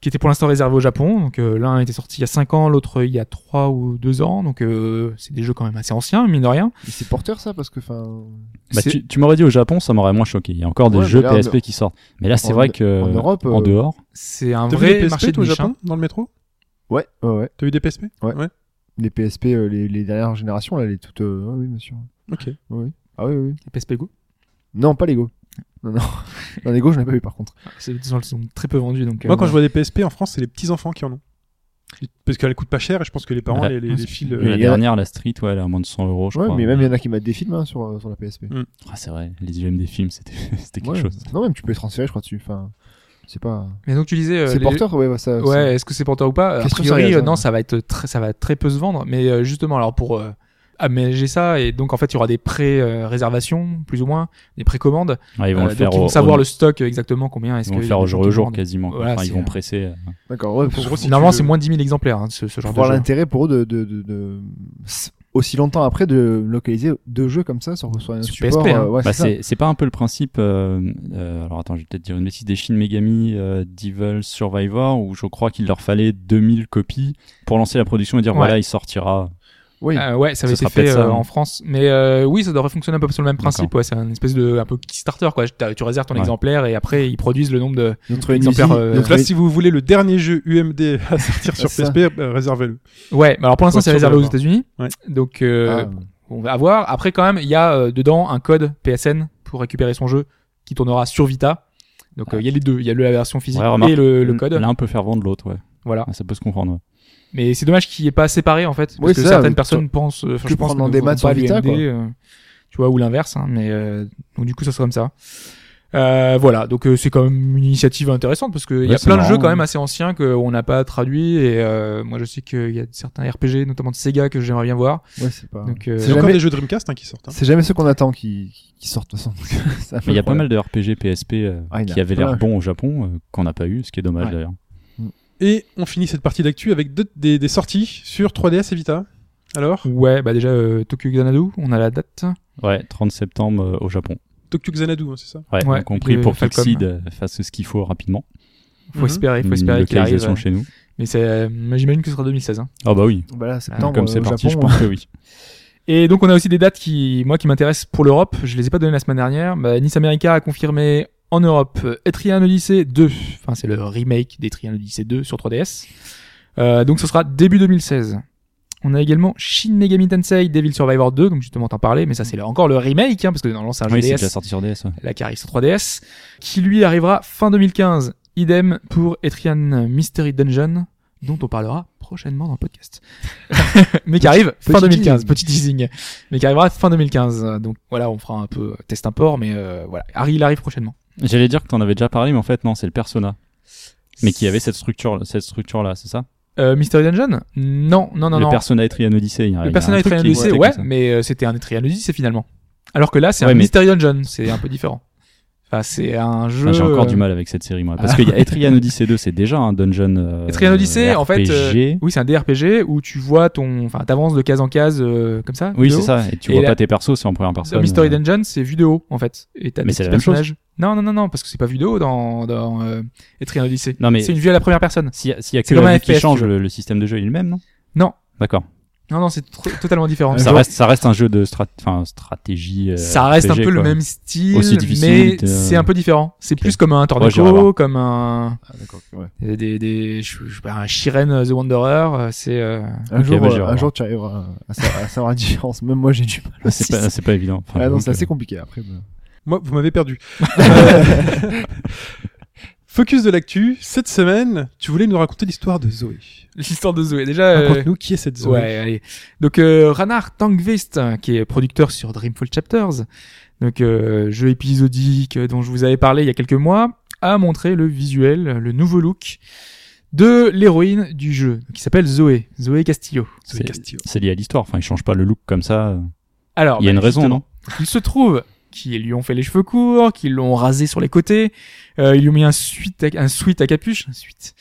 qui était pour l'instant réservé au Japon. Donc euh, l'un était sorti il y a 5 ans, l'autre il y a 3 ou 2 ans. Donc euh, c'est des jeux quand même assez anciens, mine de rien. Mais C'est porteur ça, parce que enfin. Bah, C'est- tu, tu m'aurais dit au Japon, ça m'aurait moins choqué. Il y a encore Ouais, des mais jeux là, en- PSP qui sortent. Mais là, c'est en- vrai que en Europe, en euh, dehors, C'est un T'as vu des vrai PSP marché de toi, au niche. hein. Japon dans le métro Ouais, ouais, ouais. T'as vu des PSP Les PSP, euh, les, les dernières générations, là, les toutes. euh, ah oui, bien sûr. Ok. Oui. Ah oui, oui. oui. PSP Go. Non, pas Lego. Non, non. non, Lego, je n'ai pas vu par contre. C'est- Ils sont très peu vendus. Donc, Moi, euh, quand je vois des PSP en France, c'est les petits enfants qui en ont. Parce qu'elles coûtent pas cher et je pense que les parents Ouais. les, les, les filent. euh, la il y a- dernière, la Street, ouais, elle est à moins de 100 euros, je Ouais, crois. mais même il y en a qui mettent des films hein, sur, euh, sur la PSP. Ah, c'est vrai, les UM des films, c'était c'était quelque Ouais. chose. Non, même tu peux les transférer, je crois, dessus. Enfin, c'est pas. Mais donc tu disais. euh, c'est les- porteur, ouais, ouais, ça. Ouais, est-ce que c'est porteur ou pas A Question priori, sérieuse, euh, hein. non, ça va être très, ça va très peu se vendre. Mais euh, justement, alors pour euh, aménager ça, et donc en fait, il y aura des pré-réservations, plus ou moins, des précommandes. Ouais, ils vont Euh, le faire donc ils vont au, savoir au- le stock euh, exactement combien est-ce ils vont que le faire il y a au des jour gens le qui jour vendent. quasiment. quoi. Voilà, enfin, ils c'est- vont presser. euh, c'est- D'accord, ouais. En Pour, gros, si Normalement, tu c'est veux- moins de 10 000 exemplaires, hein, ce, ce genre pour voir de jeu. l'intérêt pour eux de, de, de, de- Aussi longtemps après de localiser deux jeux comme ça sur, sur un Sur support. PSP, hein. euh, ouais, Bah, c'est ça. c'est c'est pas un peu le principe. euh, euh, alors attends, je vais peut-être dire une bêtise. Des Shin Megami euh, Devil Survivor, où je crois qu'il leur fallait 2000 copies pour lancer la production et dire Ouais. voilà, il sortira. Oui. Euh, ouais, ça avait Ce été sera fait peut-être ça, euh, hein. en France, mais euh, oui, ça devrait fonctionner un peu sur le même principe. Ouais, c'est un espèce de un peu Kickstarter quoi. T'as- Tu réserves ton Ouais. exemplaire et après ils produisent le nombre de. Notre une exemplaire, usine- euh, Donc notre E là, si vous voulez le dernier jeu UMD à sortir sur C'est ça. PSP, euh, réservez-le. Ouais, mais alors pour l'instant Faut c'est sûr réservé aux d'avoir. États-Unis, Ouais. donc euh, Ah, on va voir. Après quand même, il y a euh, dedans un code PSN pour récupérer son jeu qui tournera sur Vita. Donc euh, il y a les deux, il y a le- la version physique Ouais, remarque, et le, le code. L'un peut faire vendre l'autre, ouais. Voilà. Ah, Ça peut se comprendre. ouais. Mais c'est dommage qu'il n'y ait pas séparé en fait, parce Oui, que c'est ça, certaines mais personnes pensent, euh, enfin, que je pense, prendre en ne démat votent sur pas Vita, l'UMD, quoi. euh, tu vois, ou l'inverse. hein, mais euh, donc du coup, ça sera comme ça. Euh, voilà, donc euh, c'est quand même une initiative intéressante parce qu'il y Ouais, a c'est plein de marrant, jeux quand même hein. assez anciens qu'on n'a pas traduits et euh, moi je sais qu'il y a certains RPG, notamment de Sega, que j'aimerais bien voir. ouais, Ah. c'est pas. Donc, euh, C'est jamais- encore des jeux Dreamcast hein, qui sortent. hein. C'est jamais ce qu'on attend qui, qui- qui sortent de toute façon. C'est un peu Mais il y a le pas mal problème. de RPG PSP euh, Ah, il y en a qui avaient plein. l'air bons au Japon, euh, qu'on n'a pas eu, ce qui est dommage Ouais. d'ailleurs. Et on finit cette partie d'actu avec deux, des, des sorties sur 3DS et Vita. Alors, ouais, bah déjà euh, Tokyo Xanadu, on a la date. Ouais, 30 septembre euh, au Japon. Tokyo Xanadu, hein, c'est ça Ouais, Ouais, y compris que pour que Falcom. Xseed euh, fasse ce qu'il faut rapidement. Faut Mhm. espérer, faut Une espérer qu'il arrive. localisation chez nous. Mais c'est, euh, mais j'imagine que ce sera 2016. hein. Ah bah oui. Bah là, septembre, Comme euh, c'est au parti, je Japon, pense que oui. Et donc on a aussi des dates qui, moi, qui m'intéressent pour l'Europe. Je les ai pas données la semaine dernière. Bah, nice America a confirmé en Europe euh, Etrian Odyssey 2. Enfin, c'est le remake d'Etrian Odyssey 2 sur 3DS. Euh, donc ce sera début 2016. On a également Shin Megami Tensei Devil Survivor 2, donc justement t'en parlais, mais ça c'est le- encore le remake, hein, parce que normalement c'est un jeu Oui, c'est déjà DS, sorti sur DS. ouais. la qui arrive sur 3DS, qui lui arrivera fin 2015. Idem pour Etrian Mystery Dungeon, dont on parlera prochainement dans le podcast. mais qui arrive fin petit 2015, teasing. petit teasing. Mais qui arrivera fin 2015. Donc voilà, on fera un peu euh, test import, mais euh, voilà. Harry, il arrive prochainement. J'allais dire que t'en avais déjà parlé, mais en fait, non, c'est le Persona. Mais qui avait cette structure, cette structure là, c'est ça Euh, Mystery Dungeon Non, non, non, Le non. Persona Etrian Odyssey. il y a- il y a le un personnage truc Etrian qui Odyssey, existait ouais, comme ça. mais euh, c'était un Etrian Odyssey finalement. Alors que là, c'est Ouais, un mais- Mystery Dungeon, c'est un peu différent. Enfin, c'est un jeu. Ah, J'ai encore euh, du mal avec cette série, moi. Parce qu'il y a Etrian Odyssey 2, c'est déjà un dungeon. euh, Etrian Odyssey, en fait, euh, RPG. Oui, c'est un DRPG où tu vois ton, enfin, t'avances de case en case euh, comme ça. Oui, de haut. c'est ça. Et tu Et vois la- pas tes persos, c'est en première personne. Dans Mystery euh, Dungeon, c'est vu de haut en fait. Et t'as Mais des c'est petits la même chose. personnages. Non, non, non, non, parce que c'est pas vu de haut dans dans euh, Etrian Odyssey. Non, mais C'est une vue à la première personne. s'il y a- s'il y a que C'est comme la un vue qui FPS, change, tu vois. le, le système de jeu il est le même, non Non. D'accord. Non, non, c'est tr- totalement différent. Ça reste, ça reste un jeu de strat- enfin, stratégie. euh, Ça reste un RPG, peu le quoi. même style, Aussi difficile, mais t'es, euh, c'est un peu différent. C'est plus comme un j'irai Tornico, voir. comme un Ah, d'accord, ouais. des des, des je, je sais pas, un Shiren The Wanderer. euh, C'est euh, Un, Ok, jour, bah, euh, j'irai un voir. jour, tu arriveras à, sa- à savoir la différence. Même moi, j'ai du mal. Ah, C'est pas, c'est pas évident. Enfin, Ah non, donc, c'est euh, assez compliqué après. bah. Moi, vous m'avez perdu. Euh, Focus de l'actu, cette semaine, tu voulais nous raconter l'histoire de Zoé. L'histoire de Zoé. Déjà, euh, Raconte-nous qui est cette Zoé. Ouais, allez. Donc euh, Ranar Tangvist, hein, qui est producteur sur Dreamfall Chapters, donc euh, jeu épisodique euh, dont je vous avais parlé il y a quelques mois, a montré le visuel, euh, le nouveau look de l'héroïne du jeu, qui s'appelle Zoé, Zoé Castillo. Zoé C'est- Castillo. C'est lié à l'histoire. Enfin, ils changent pas le look comme ça. Alors, Il y a bah, une raison, justement, non Il se trouve qu'ils lui ont fait les cheveux courts, qu'ils l'ont rasé sur les côtés, euh, ils lui ont mis un sweat à, un sweat à capuche, un sweat.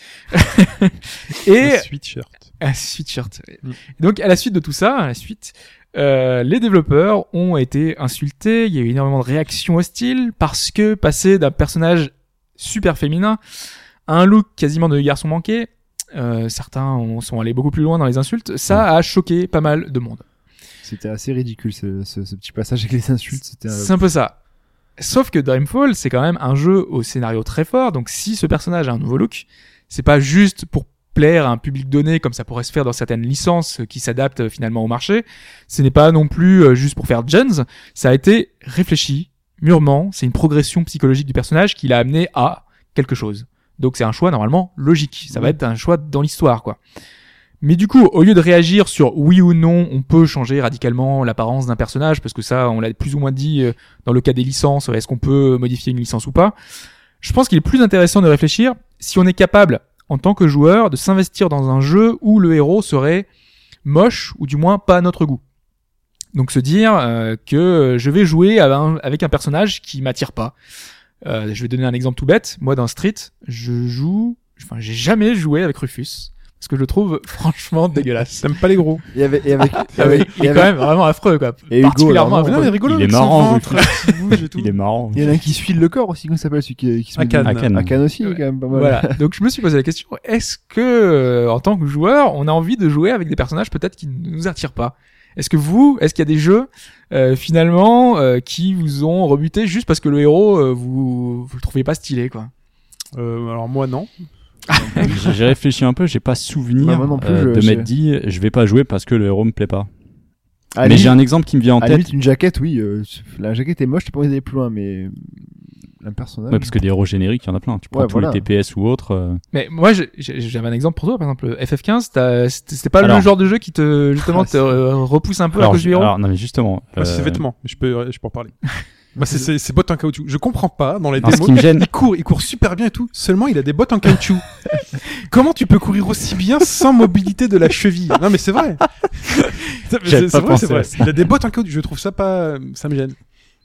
Et Le sweatshirt. un sweatshirt. Mm. Donc à la suite de tout ça, à la suite, euh, les développeurs ont été insultés. Il y a eu énormément de réactions hostiles parce que passer d'un personnage super féminin à un look quasiment de garçon manqué, euh, certains ont- sont allés beaucoup plus loin dans les insultes. Ça a choqué pas mal de monde. C'était assez ridicule ce, ce, ce petit passage avec les insultes. C'était euh, C'est un peu ça. Sauf que Dreamfall, c'est quand même un jeu au scénario très fort. Donc si ce personnage a un nouveau look, c'est pas juste pour plaire à un public donné comme ça pourrait se faire dans certaines licences euh, qui s'adaptent euh, finalement au marché. Ce n'est pas non plus euh, juste pour faire Jones. Ça a été réfléchi, mûrement. C'est une progression psychologique du personnage qui l'a amené à quelque chose. Donc c'est un choix normalement logique. Ça va être un choix dans l'histoire, quoi. Mais du coup, au lieu de réagir sur oui ou non, on peut changer radicalement l'apparence d'un personnage, parce que ça, on l'a plus ou moins dit euh, dans le cas des licences, euh, est-ce qu'on peut modifier une licence ou pas Je pense qu'il est plus intéressant de réfléchir si on est capable, en tant que joueur, de s'investir dans un jeu où le héros serait moche, ou du moins pas à notre goût. Donc se dire euh, que je vais jouer à un- avec un personnage qui m'attire pas. Euh, je vais donner un exemple tout bête. Moi, dans Street, je joue... Enfin, j'ai jamais joué avec Rufus. Parce que je le trouve franchement dégueulasse. T'aimes pas les gros. Et avec, et avec, et Ah oui, avec- il et est quand même avec- vraiment affreux, quoi. Et Hugo, Particulièrement alors, Ah, affreux. non, non, mais rigolo, Il est avec son marrant, ventre, Rufus. qui bouge et tout. Il est marrant. Il y en a un qui suit le corps aussi, comment ça s'appelle celui qui, qui se Akane. met- Akane. Akane aussi, Ouais. quand même pas mal. Voilà. Donc je me suis posé la question est-ce que euh, en tant que joueur, on a envie de jouer avec des personnages peut-être qui ne nous attirent pas Est-ce que vous, est-ce qu'il y a des jeux euh, finalement euh, qui vous ont rebuté juste parce que le héros euh, vous vous le trouviez pas stylé quoi Euh, alors moi non. J'ai j'ai réfléchi un peu, j'ai pas souvenir Bah, moi non plus, euh, je- de m'être je- dit je vais pas jouer parce que le héros me plaît pas. Ah, À la mais limite- j'ai un exemple qui me vient en à la tête. limite, une jaquette, oui. euh, la jaquette est moche, t'as pas envie d'aller plus loin, mais un personnage. Ouais, parce que des héros génériques, il y en a plein. Tu prends Ouais, tous voilà. les TPS ou autres. euh, Mais moi, j'ai- j'ai- j'avais un exemple pour toi, par exemple FF15. t'as- C'était c'était pas Alors. le genre de jeu qui te justement Ah, te euh, repousse un peu à Alors, cause du j'ai- héros. alors, non, mais justement. Moi, c'est euh, ses vêtements, mais je peux, je peux en parler. Moi, c'est- c'est c'est bottes en caoutchouc. Je comprends pas dans les non, ce démos. qui me gêne, Il court, il court super bien et tout. Seulement, il a des bottes en caoutchouc. Comment tu peux courir aussi bien sans mobilité de la cheville Non, mais c'est vrai. C'est- c'est- C'est vrai, J'avais pas c'est pensé vrai. à ça. Il a des bottes en caoutchouc. Je trouve ça pas, ça me gêne.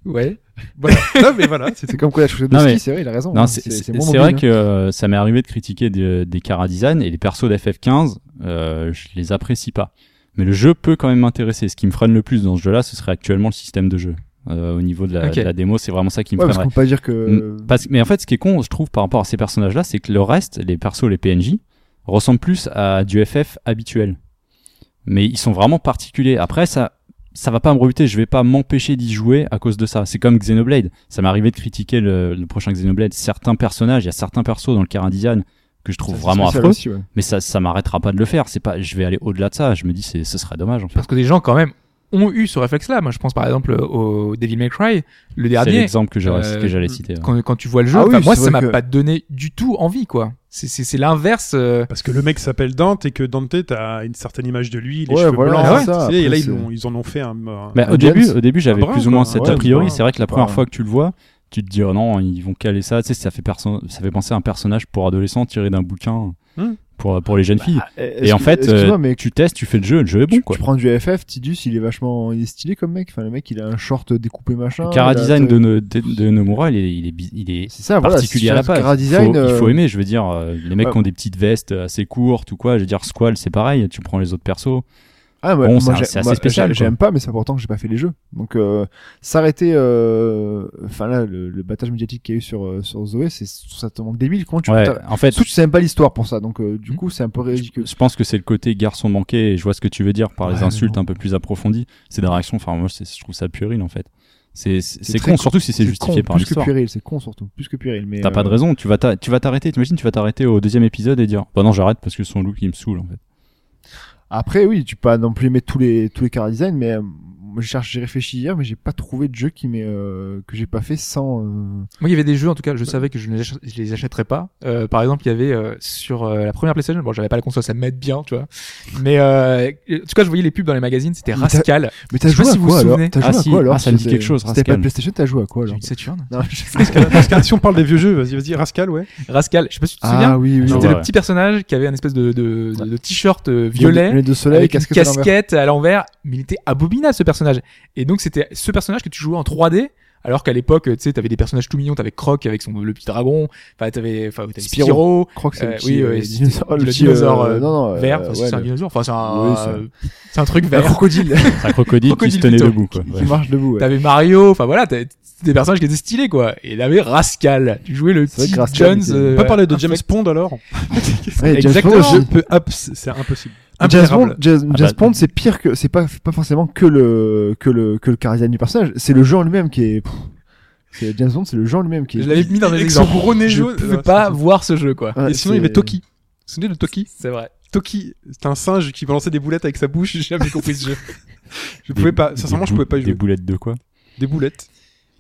Ouais. Voilà. Non, mais voilà. c'est- C'est comme quoi la chaussette de Non, ski, mais- c'est vrai, il a raison. Non, hein, c'est c'est- moins c'est mobile, vrai hein. que euh, ça m'est arrivé de critiquer des, des Cara Design et les persos d'FF15, euh, je les apprécie pas. Mais le jeu peut quand même m'intéresser. Ce qui me freine le plus dans ce jeu-là, ce serait actuellement le système de jeu. Euh, au niveau de la, Ok. de la démo, c'est vraiment ça qui me Mm, Ouais, parce qu'on freinerait. peut pas dire que. Parce- mais en fait, ce qui est con, je trouve, par rapport à ces personnages-là, c'est que le reste, les persos, les PNJ, ressemblent plus à du FF habituel. Mais ils sont vraiment particuliers. Après, ça, ça va pas me rebuter. Je vais pas m'empêcher d'y jouer à cause de ça. C'est comme Xenoblade. Ça m'est arrivé de critiquer le, le prochain Xenoblade. Certains personnages, il y a certains persos dans le Karen Design que je trouve ça, c'est vraiment spécial affreux. Mm. aussi, ouais. Mais ça, ça m'arrêtera pas de le faire. C'est pas, je vais aller au-delà de ça. Je me dis, c'est, ce serait dommage, en fait. Parce que des gens quand même ont eu ce réflexe-là. Moi, je pense par exemple au Devil May Cry, le C'est dernier. l'exemple que j'aurais- Euh, que j'allais citer. hein. quand, quand tu vois le jeu, Ah oui, enfin, moi c'est ça vrai m'a que- pas donné du tout envie quoi. C'est c'est c'est l'inverse. euh, Parce que le mec s'appelle Dante et que Dante, t'as une certaine image de lui, les Ouais, cheveux voilà, blancs. c'est ça. tu sais, et là, Après, ils, c'est- l'ont- ils en ont fait un. un- Bah, au, James. début, au début, j'avais Un brun, plus ou moins quoi. cet Ah, Ouais, a priori. brun. C'est vrai que la Pas- première fois que tu le vois, tu te dis oh non, ils vont caler ça. Tu sais, ça fait, perso- ça fait penser à un personnage pour adolescent tiré d'un bouquin Hmm. pour, pour les jeunes filles. Ah, Est-ce Et en que- fait, excuse-moi, euh, mais tu testes, tu fais le jeu, le jeu est bon. tu, Quoi. tu prends du FF, Tidus, il est vachement, il est stylé comme mec. Enfin, le mec, il a un short découpé machin. Le il a- Cara Design de, No- de, de Nomura, il est, il est, bi- il est C'est ça, voilà. particulier à la page. Ah, bah, Cara il, Design. faut, il faut euh, aimer, je veux dire, euh, les mecs ouais. qui ont des petites vestes assez courtes ou quoi. Je veux dire, Squall, c'est pareil. Tu prends les autres persos. Ah, ouais, Bon, moi, c'est un- j'ai- c'est assez moi, spécial, j'ai- quoi. J'aime pas, mais c'est important que j'ai pas fait les jeux. Donc, euh, s'arrêter, euh, enfin là, le, le battage médiatique qu'il y a eu sur, euh, sur Zoé, c'est, ça te manque débile. Comment tu Ouais, peux t'a- en fait, Surtout, tu sais même pas l'histoire pour ça. Donc, euh, du Mm. coup, c'est un peu ridicule. Je pense que c'est le côté garçon manqué, et je vois ce que tu veux dire par Ouais, les mais insultes bon. un peu plus approfondies. C'est des réactions, enfin, moi, c'est- je trouve ça puéril, en fait. C'est, c'est, c'est très con, surtout si c'est justifié con, par Plus que l'histoire. puéril, c'est con surtout. Plus que puéril. Mais T'as pas de euh, raison, tu vas, t'a- tu vas t'arrêter, t'imagines, tu vas t'arrêter au deuxième épisode et dire, bah non, j'arrête parce que son look, il me saoule, en fait. Après, oui, tu peux pas non plus aimer tous les tous les cara design, mais euh, moi, je cherche, j'ai réfléchi hier, mais j'ai pas trouvé de jeu qui m'est euh, que j'ai pas fait sans. euh, Moi, il y avait des jeux, en tout cas, je savais que je ne les ach- je les achèterais pas. Euh, par exemple, il y avait euh, sur euh, la première PlayStation, bon, j'avais pas la console, ça m'aide bien, tu vois. Mais euh, en tout cas, je voyais les pubs dans les magazines, c'était Mais t'as- Rascal. Mais t'as Je sais joué pas à si vous quoi vous alors souvenez. T'as Ah, joué à si. quoi alors Ah, ça me dit C'était- quelque chose, C'était pas Rascal. PlayStation, t'as joué à quoi J'ai alors une Saturn. Non, je- Pascal, si on parle des vieux jeux, vas-y, vas-y, Rascal, ouais. Rascal, je sais pas si tu te souviens. Ah oui, oui. Non, C'était ouais, le ouais. petit personnage qui avait un espèce de, de, de, de t-shirt euh, violet. Les deux soleils, avec une casquette. à l'envers. casquette à l'envers, mais il était abominable ce personnage. Et donc c'était ce personnage que tu jouais en 3D, alors qu'à l'époque, tu sais, t'avais des personnages tout mignons, t'avais Croc avec son le petit dragon, enfin t'avais, enfin t'avais Spyro. Spyro, Je crois que c'est Euh, le oui, petit, euh, oui, dinosaure- le le petit, dinosaure, euh, euh, non, non, euh, vert, enfin, c'est ouais, un le- dinosaure, enfin c'est Oui, un, c'est un- euh, c'est un truc un vert. crocodile C'est un crocodile, qui Crocodile se tenait plutôt. debout, quoi. qui Ouais. marche debout. ouais. T'avais Mario, enfin voilà, t'avais c'était des personnages qui étaient stylés quoi. Et t'avais Rascal, tu jouais le C'est vrai petit que Rascal Jones. était- euh, On peut pas parler de infect. James Bond alors Ouais, James Exactement. Bond, Je je- peux abs- c'est impossible. James Impérable. Bond, James, Ah James bah- Bond, c'est pire que c'est pas pas forcément que le que le que le charisme du personnage, c'est le genre lui-même qui est. pff, c'est James Bond, c'est le genre lui-même qui est. Je l'avais mis dans les Avec son exemples. gros nez Je jaune. pouvais Ouais, pas c'est- voir ce jeu quoi. Ouais, Et sinon, il y c'est- avait Toki. Vous vous souvenez de Toki C'est vrai. Toki, c'était un singe qui balançait des boulettes avec sa bouche. J'ai jamais compris ce jeu. Je Des- pouvais pas, sincèrement, des je pouvais pas y bou- jouer. Des boulettes de quoi Des boulettes.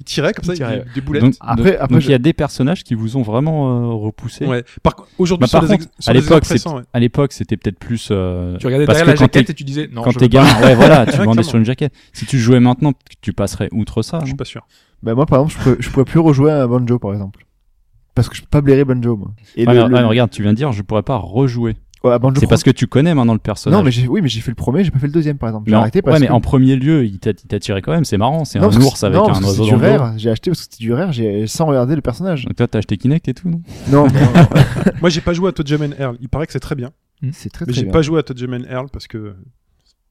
Il tirait comme Il ça, tirait, il- ouais. des boulettes. Donc, Après- donc- après, donc je- il y a des personnages qui vous ont vraiment euh, repoussé. ouais. Par contre, aujourd'hui, Bah, sur par les ex- contre, sur à les l'époque, exemples c'est- récents, ouais. à l'époque, c'était peut-être plus. euh, Tu regardais Parce derrière la que quand jaquette t'es- et tu disais non. quand je t'es veux pas. gamin, ouais, voilà, tu Ouais, vendais clairement. sur une jaquette. Si tu jouais maintenant, tu passerais outre ça. Je suis non pas sûr. Bah moi par exemple, je pourrais, je pourrais plus rejouer à Banjo par exemple. Parce que je peux pas blairer Banjo moi. Et Ouais, le- mais- le- ouais, mais regarde, tu viens de dire, je pourrais pas rejouer. ouais, à Banjo ah C'est parce que tu connais maintenant le personnage. Non mais j'ai oui mais j'ai fait le premier, j'ai pas fait le deuxième par exemple. J'ai Mais en- arrêté parce ouais, mais que en premier lieu, il t'a il t'a tiré quand même. C'est marrant, c'est Non, un parce que ours avec non, parce un que oiseau c'est dans du le dos. rare, j'ai acheté parce que c'était du rare, j'ai sans regarder le personnage. Donc toi, t'as acheté Kinect et tout, non Non, non, non, Moi, j'ai pas joué à Toad Jam and Earl. Il paraît que c'est très bien. c'est très Mais très j'ai bien. pas joué à Toad Jam and Earl parce que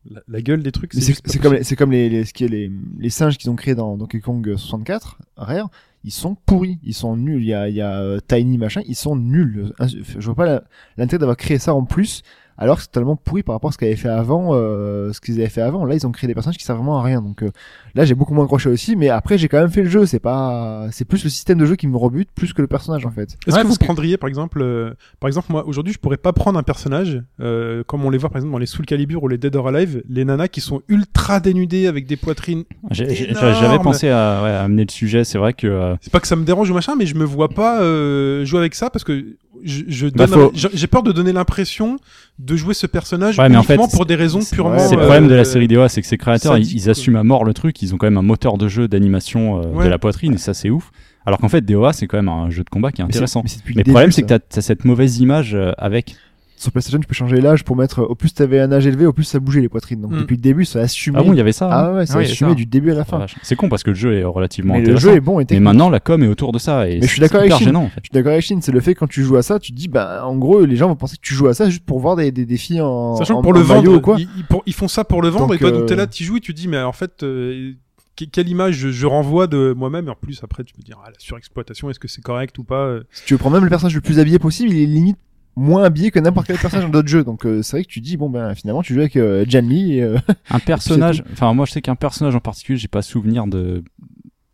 la, la gueule des trucs, Mais c'est C'est juste pas c'est comme, possible. les- c'est comme les, les, ce qui est les, les singes qu'ils ont créés dans Donkey Kong 64, Rare, ils sont pourris, ils sont nuls. Il y a, il y a euh, Tiny machin, ils sont nuls. Insu- Je vois pas la- l'intérêt d'avoir créé ça en plus, alors que c'est totalement pourri par rapport à ce qu'ils avaient fait avant. euh, ce qu'ils avaient fait avant, là ils ont créé des personnages qui servent vraiment à rien. Donc euh, là j'ai beaucoup moins accroché aussi, mais après j'ai quand même fait le jeu. C'est pas, c'est plus le système de jeu qui me rebute plus que le personnage en fait. Est-ce que Ouais, vous parce que- prendriez, par exemple, euh, par exemple, moi, aujourd'hui, je pourrais pas prendre un personnage, euh, comme on les voit, par exemple, dans les Soul Calibur ou les Dead or Alive, les nanas qui sont ultra dénudées avec des poitrines. J'ai- j'ai- Énorme. J'avais pensé à, ouais, à amener le sujet. C'est vrai que euh, C'est pas que ça me dérange ou machin, mais je me vois pas euh, jouer avec ça parce que je, je Bah, donne- faut- j'ai j'ai peur de donner l'impression de jouer ce personnage Ouais, mais en uniquement fait, pour des raisons c'est- purement. ouais, c'est le euh, problème de la série DOA, c'est que ces créateurs, ils, sadique, ils quoi. assument à mort le truc. Ils ont quand même un moteur de jeu d'animation euh, Ouais. de la poitrine, et ça, c'est ouf. Alors qu'en fait, DOA, c'est quand même un jeu de combat qui est Mais c'est- intéressant. mais c'est depuis Mais le début, problème, c'est que t'as- ça. t'as cette mauvaise image euh, avec. sur PlayStation, tu peux changer l'âge pour mettre. Au plus t'avais un âge élevé, au plus ça bougeait les poitrines. Donc Mm. depuis le début, ça assumait. Ah bon, il y avait ça. hein Ah ouais, Ah ça oui, assumé ça. du début à la Ah, fin. vache. C'est con parce que le jeu est relativement mais le intéressant. jeu est bon et mais technique. maintenant, la com est autour de ça. Et Mais je suis d'accord c'est hyper avec Shin. gênant, en fait. Je suis d'accord avec Shin, c'est le fait que quand tu joues à ça, tu te dis, bah, en gros, les gens vont penser que tu joues à ça juste pour voir des, des, des filles en. Sachant en- que pour le en maillot vendre, ou quoi. Ils, ils- pour- ils font ça pour le vendre, Donc, et toi, donc euh, t'es là, tu joues, et tu dis, mais en fait, euh, que- quelle image je, je renvoie de moi-même, et en plus, après, tu peux dire, ah, la surexploitation, est-ce que c'est correct ou pas euh, Si tu prends même le personnage le plus habillé possible, il est limite moins habillé que n'importe quel personnage dans d'autres jeux. Donc, euh, c'est vrai que tu te dis, bon, ben, finalement, tu joues avec euh, Jan Lee. et, euh, Un personnage, enfin moi je sais qu'un personnage en particulier, j'ai pas souvenir de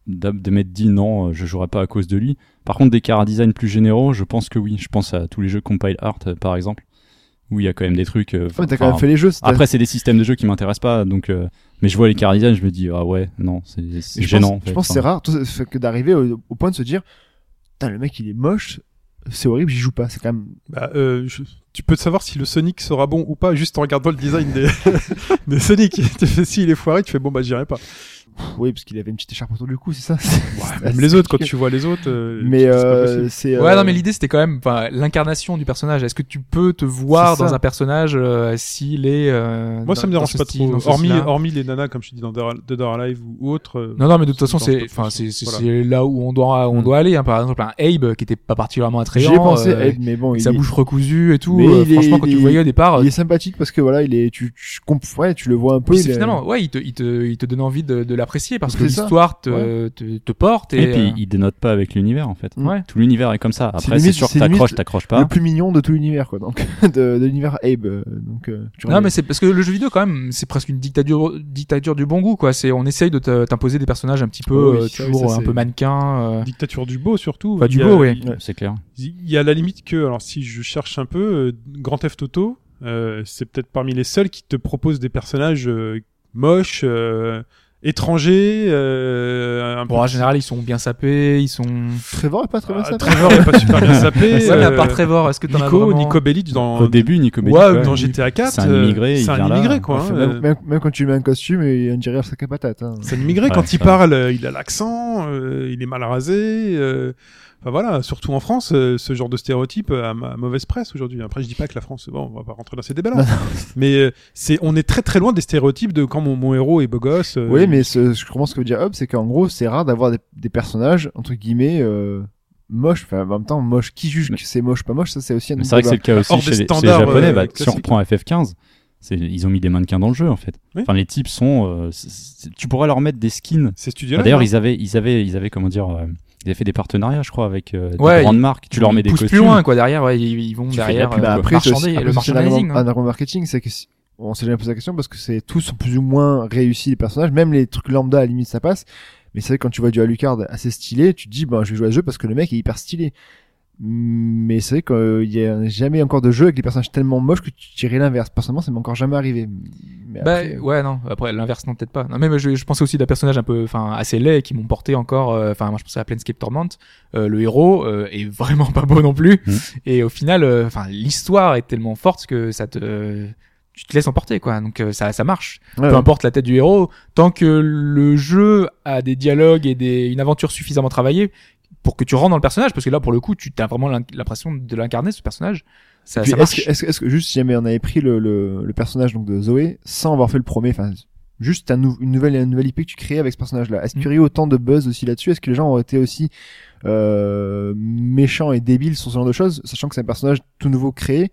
d'ab- de m'être dit non, euh, je jouerai pas à cause de lui. Par contre, des chara design plus généraux, je pense que oui. Je pense à tous les jeux Compile Art euh, par exemple, où il y a quand même des trucs. euh, ouais, t'as quand enfin, même fait les jeux. c'est- Après, c'est des systèmes de jeux qui m'intéressent pas, donc. euh, mais je vois les chara design, je me dis ah ouais, non, c'est c'est Mais je gênant. pense- en Je fait. pense que c'est Enfin, rare tout ça, que d'arriver au, au point de se dire, putain, le mec, il est moche, c'est horrible, j'y joue pas. C'est quand même. Bah, euh, je- tu peux te savoir si le Sonic sera bon ou pas juste en regardant le design des, des Sonic. Tu fais si il est foiré, tu fais bon bah j'irai pas. Pff, oui, parce qu'il avait une petite écharpe autour du cou, Bah, c'est ça. Même les autres, quand tu vois les autres. euh, Mais c'est pas euh, possible. c'est. Ouais, euh, non, mais l'idée c'était quand même enfin, l'incarnation du personnage. Est-ce que tu peux te voir C'est ça. dans un personnage euh, s'il est. euh, moi dans- ça me dans dérange ce pas style, trop. dans ce Hormis, style-là hormis les nanas comme je dis dans Dead or Alive ou autre. euh, Non, non, mais de toute ça me façon, dérange c'est, pas enfin, plus. c'est, c'est, Voilà. c'est là où on doit, on doit aller. Hein. Par exemple, un Abe qui était pas particulièrement J'y attrayant. ai Mm. pensé, euh, eh, mais bon, avec il sa est- bouche recousue et tout. Mais euh, il est- franchement, quand il tu le est- voyais au départ, euh, il est sympathique parce que voilà, il est, tu, tu, comp- ouais, tu le vois un peu. Oui, il c'est est- finalement, ouais, il te, il te, il te donne envie de, de l'apprécier parce que C'est ça. l'histoire te, te, te porte et, Et puis euh, il dénote pas avec l'univers en fait. il- ouais. Tout l'univers est comme ça. C'est Après, c'est limite- sûr, que c'est t'accroches, limite t'accroches le hein. pas. plus mignon de tout l'univers, quoi. Donc, de, de l'univers Abe. euh, Donc, euh, tu Non, regardes- mais c'est parce que le jeu vidéo, quand même, c'est presque une dictature, dictature du bon goût, quoi. C'est, on essaye de te- t'imposer des personnages un petit peu, Oh Oui, euh, ça, oui, toujours ça, un c'est- peu mannequin. euh. Dictature du beau surtout. Enfin, du Il y a- beau, oui. Ouais. C'est clair. Il y a la limite que, alors si je cherche un peu, euh, Grand Theft Auto, euh, c'est peut-être parmi les seuls qui te proposent des personnages euh, moche, euh, étranger. Euh, un peu- Bon, en général, ils sont bien sapés, ils sont. Trevor est pas très bien Ah, ça. Trevor est pas super bien sapé. Ouais, mais à euh, part Trevor, est-ce que t'en as Nico, vraiment... Nico Bellic dans, Au début, Nico ouais, Bellic, ouais, dans il- GTA 4. c'est un immigré, il euh, C'est un vient là. immigré, quoi. Ouais, hein, même- euh, Même, même quand tu mets un costume, il on dirait un sac à patates. Hein. C'est un immigré Ouais, quand il ça. parle, euh, il a l'accent, euh, il est mal rasé. euh, Enfin voilà, surtout en France, euh, ce genre de stéréotype euh, a ma- mauvaise presse aujourd'hui. Après, je dis pas que la France, bon, on va pas rentrer dans ces débats-là, mais euh, c'est, on est très très loin des stéréotypes de quand mon, mon héros est beau gosse. euh, Oui, mais ce, je comprends ce que veut dire Hobbes, c'est qu'en gros, c'est rare d'avoir des, des personnages, entre guillemets, euh, moches. Enfin, en même temps, moches. Qui juge Mais- que c'est moche, pas moche Ça, c'est aussi un Mais autre c'est vrai que débat. c'est le cas aussi hors chez des les, chez les standards, japonais. euh, bah, si on classiques. reprend FF15, c'est- ils ont mis des mannequins dans le jeu en fait. Oui. Enfin, les types sont. euh, c'est- c'est- tu pourrais leur mettre des skins. Ces Enfin, studios-là. D'ailleurs, ils avaient, ils avaient, ils avaient comment dire, euh, ils avaient fait des partenariats, je crois, avec euh, des Ouais, grandes ils- marques. Tu leur mets des ils poussent costumes. plus loin, quoi. Derrière, ouais, ils, ils vont Tu fais de la derrière. pub, euh, quoi. Bah après, c'est aussi- marchander- après, le c'est un argument- merchandising. hein. Un argument marketing, c'est que si- on s'est jamais posé la question parce que c'est tous sont plus ou moins réussis les personnages, même les trucs lambda à la limite ça passe. Mais c'est vrai que quand tu vois du Alucard assez stylé, tu te dis ben je vais jouer à ce jeu parce que le mec est hyper stylé. Mais c'est vrai qu'il y a jamais encore de jeu avec des personnages tellement moches que tu dirais l'inverse. Personnellement, ça m'est encore jamais arrivé. Mais Bah après- ouais non après l'inverse non peut-être pas non mais je, je pensais aussi d'un personnage un peu enfin assez laid qui m'ont porté encore euh, enfin moi je pensais à Planescape Torment Euh, le héros euh, est vraiment pas beau non plus Mm. Mhm. et au final euh, enfin l'histoire est tellement forte que ça te tu te laisses emporter quoi donc euh, ça ça marche Ah Ouais. peu importe la tête du héros tant que le jeu a des dialogues et des une aventure suffisamment travaillée pour que tu rentres dans le personnage parce que là pour le coup tu as vraiment l'in- l'impression de l'incarner ce personnage ça, Puis ça est-ce marche que, est-ce que- est-ce que juste si jamais on avait pris le, le, le personnage donc de Zoé sans avoir fait le premier, enfin juste un nou- une nouvelle une nouvelle IP que tu crées avec ce personnage-là, est-ce qu'il y aurait eu autant de buzz aussi là-dessus Est-ce que les gens auraient été aussi euh, méchants et débiles sur ce genre de choses, sachant que c'est un personnage tout nouveau créé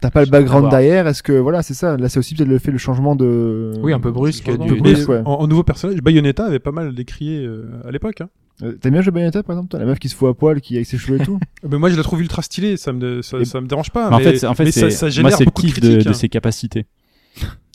T'as pas le Je vais background voir. derrière Est-ce que voilà c'est ça Là c'est aussi peut-être le fait le changement de oui un peu brusque Mais peu du... brusque, ouais. en, en nouveau personnage, Bayonetta avait pas mal décrié euh, à l'époque. Hein. Euh, T'aimes bien le jeu Bayonetta par exemple toi, La meuf qui se fout à poil, qui avec ses cheveux et tout Mais moi, je la trouve ultra stylée, ça me, ça, Et- ça me dérange pas. Ah, Mais en mais- fait, c'est- en fait, mais ça, c'est- ça moi, génère c'est le beaucoup de kiff critiques. de, de hein. ses capacités.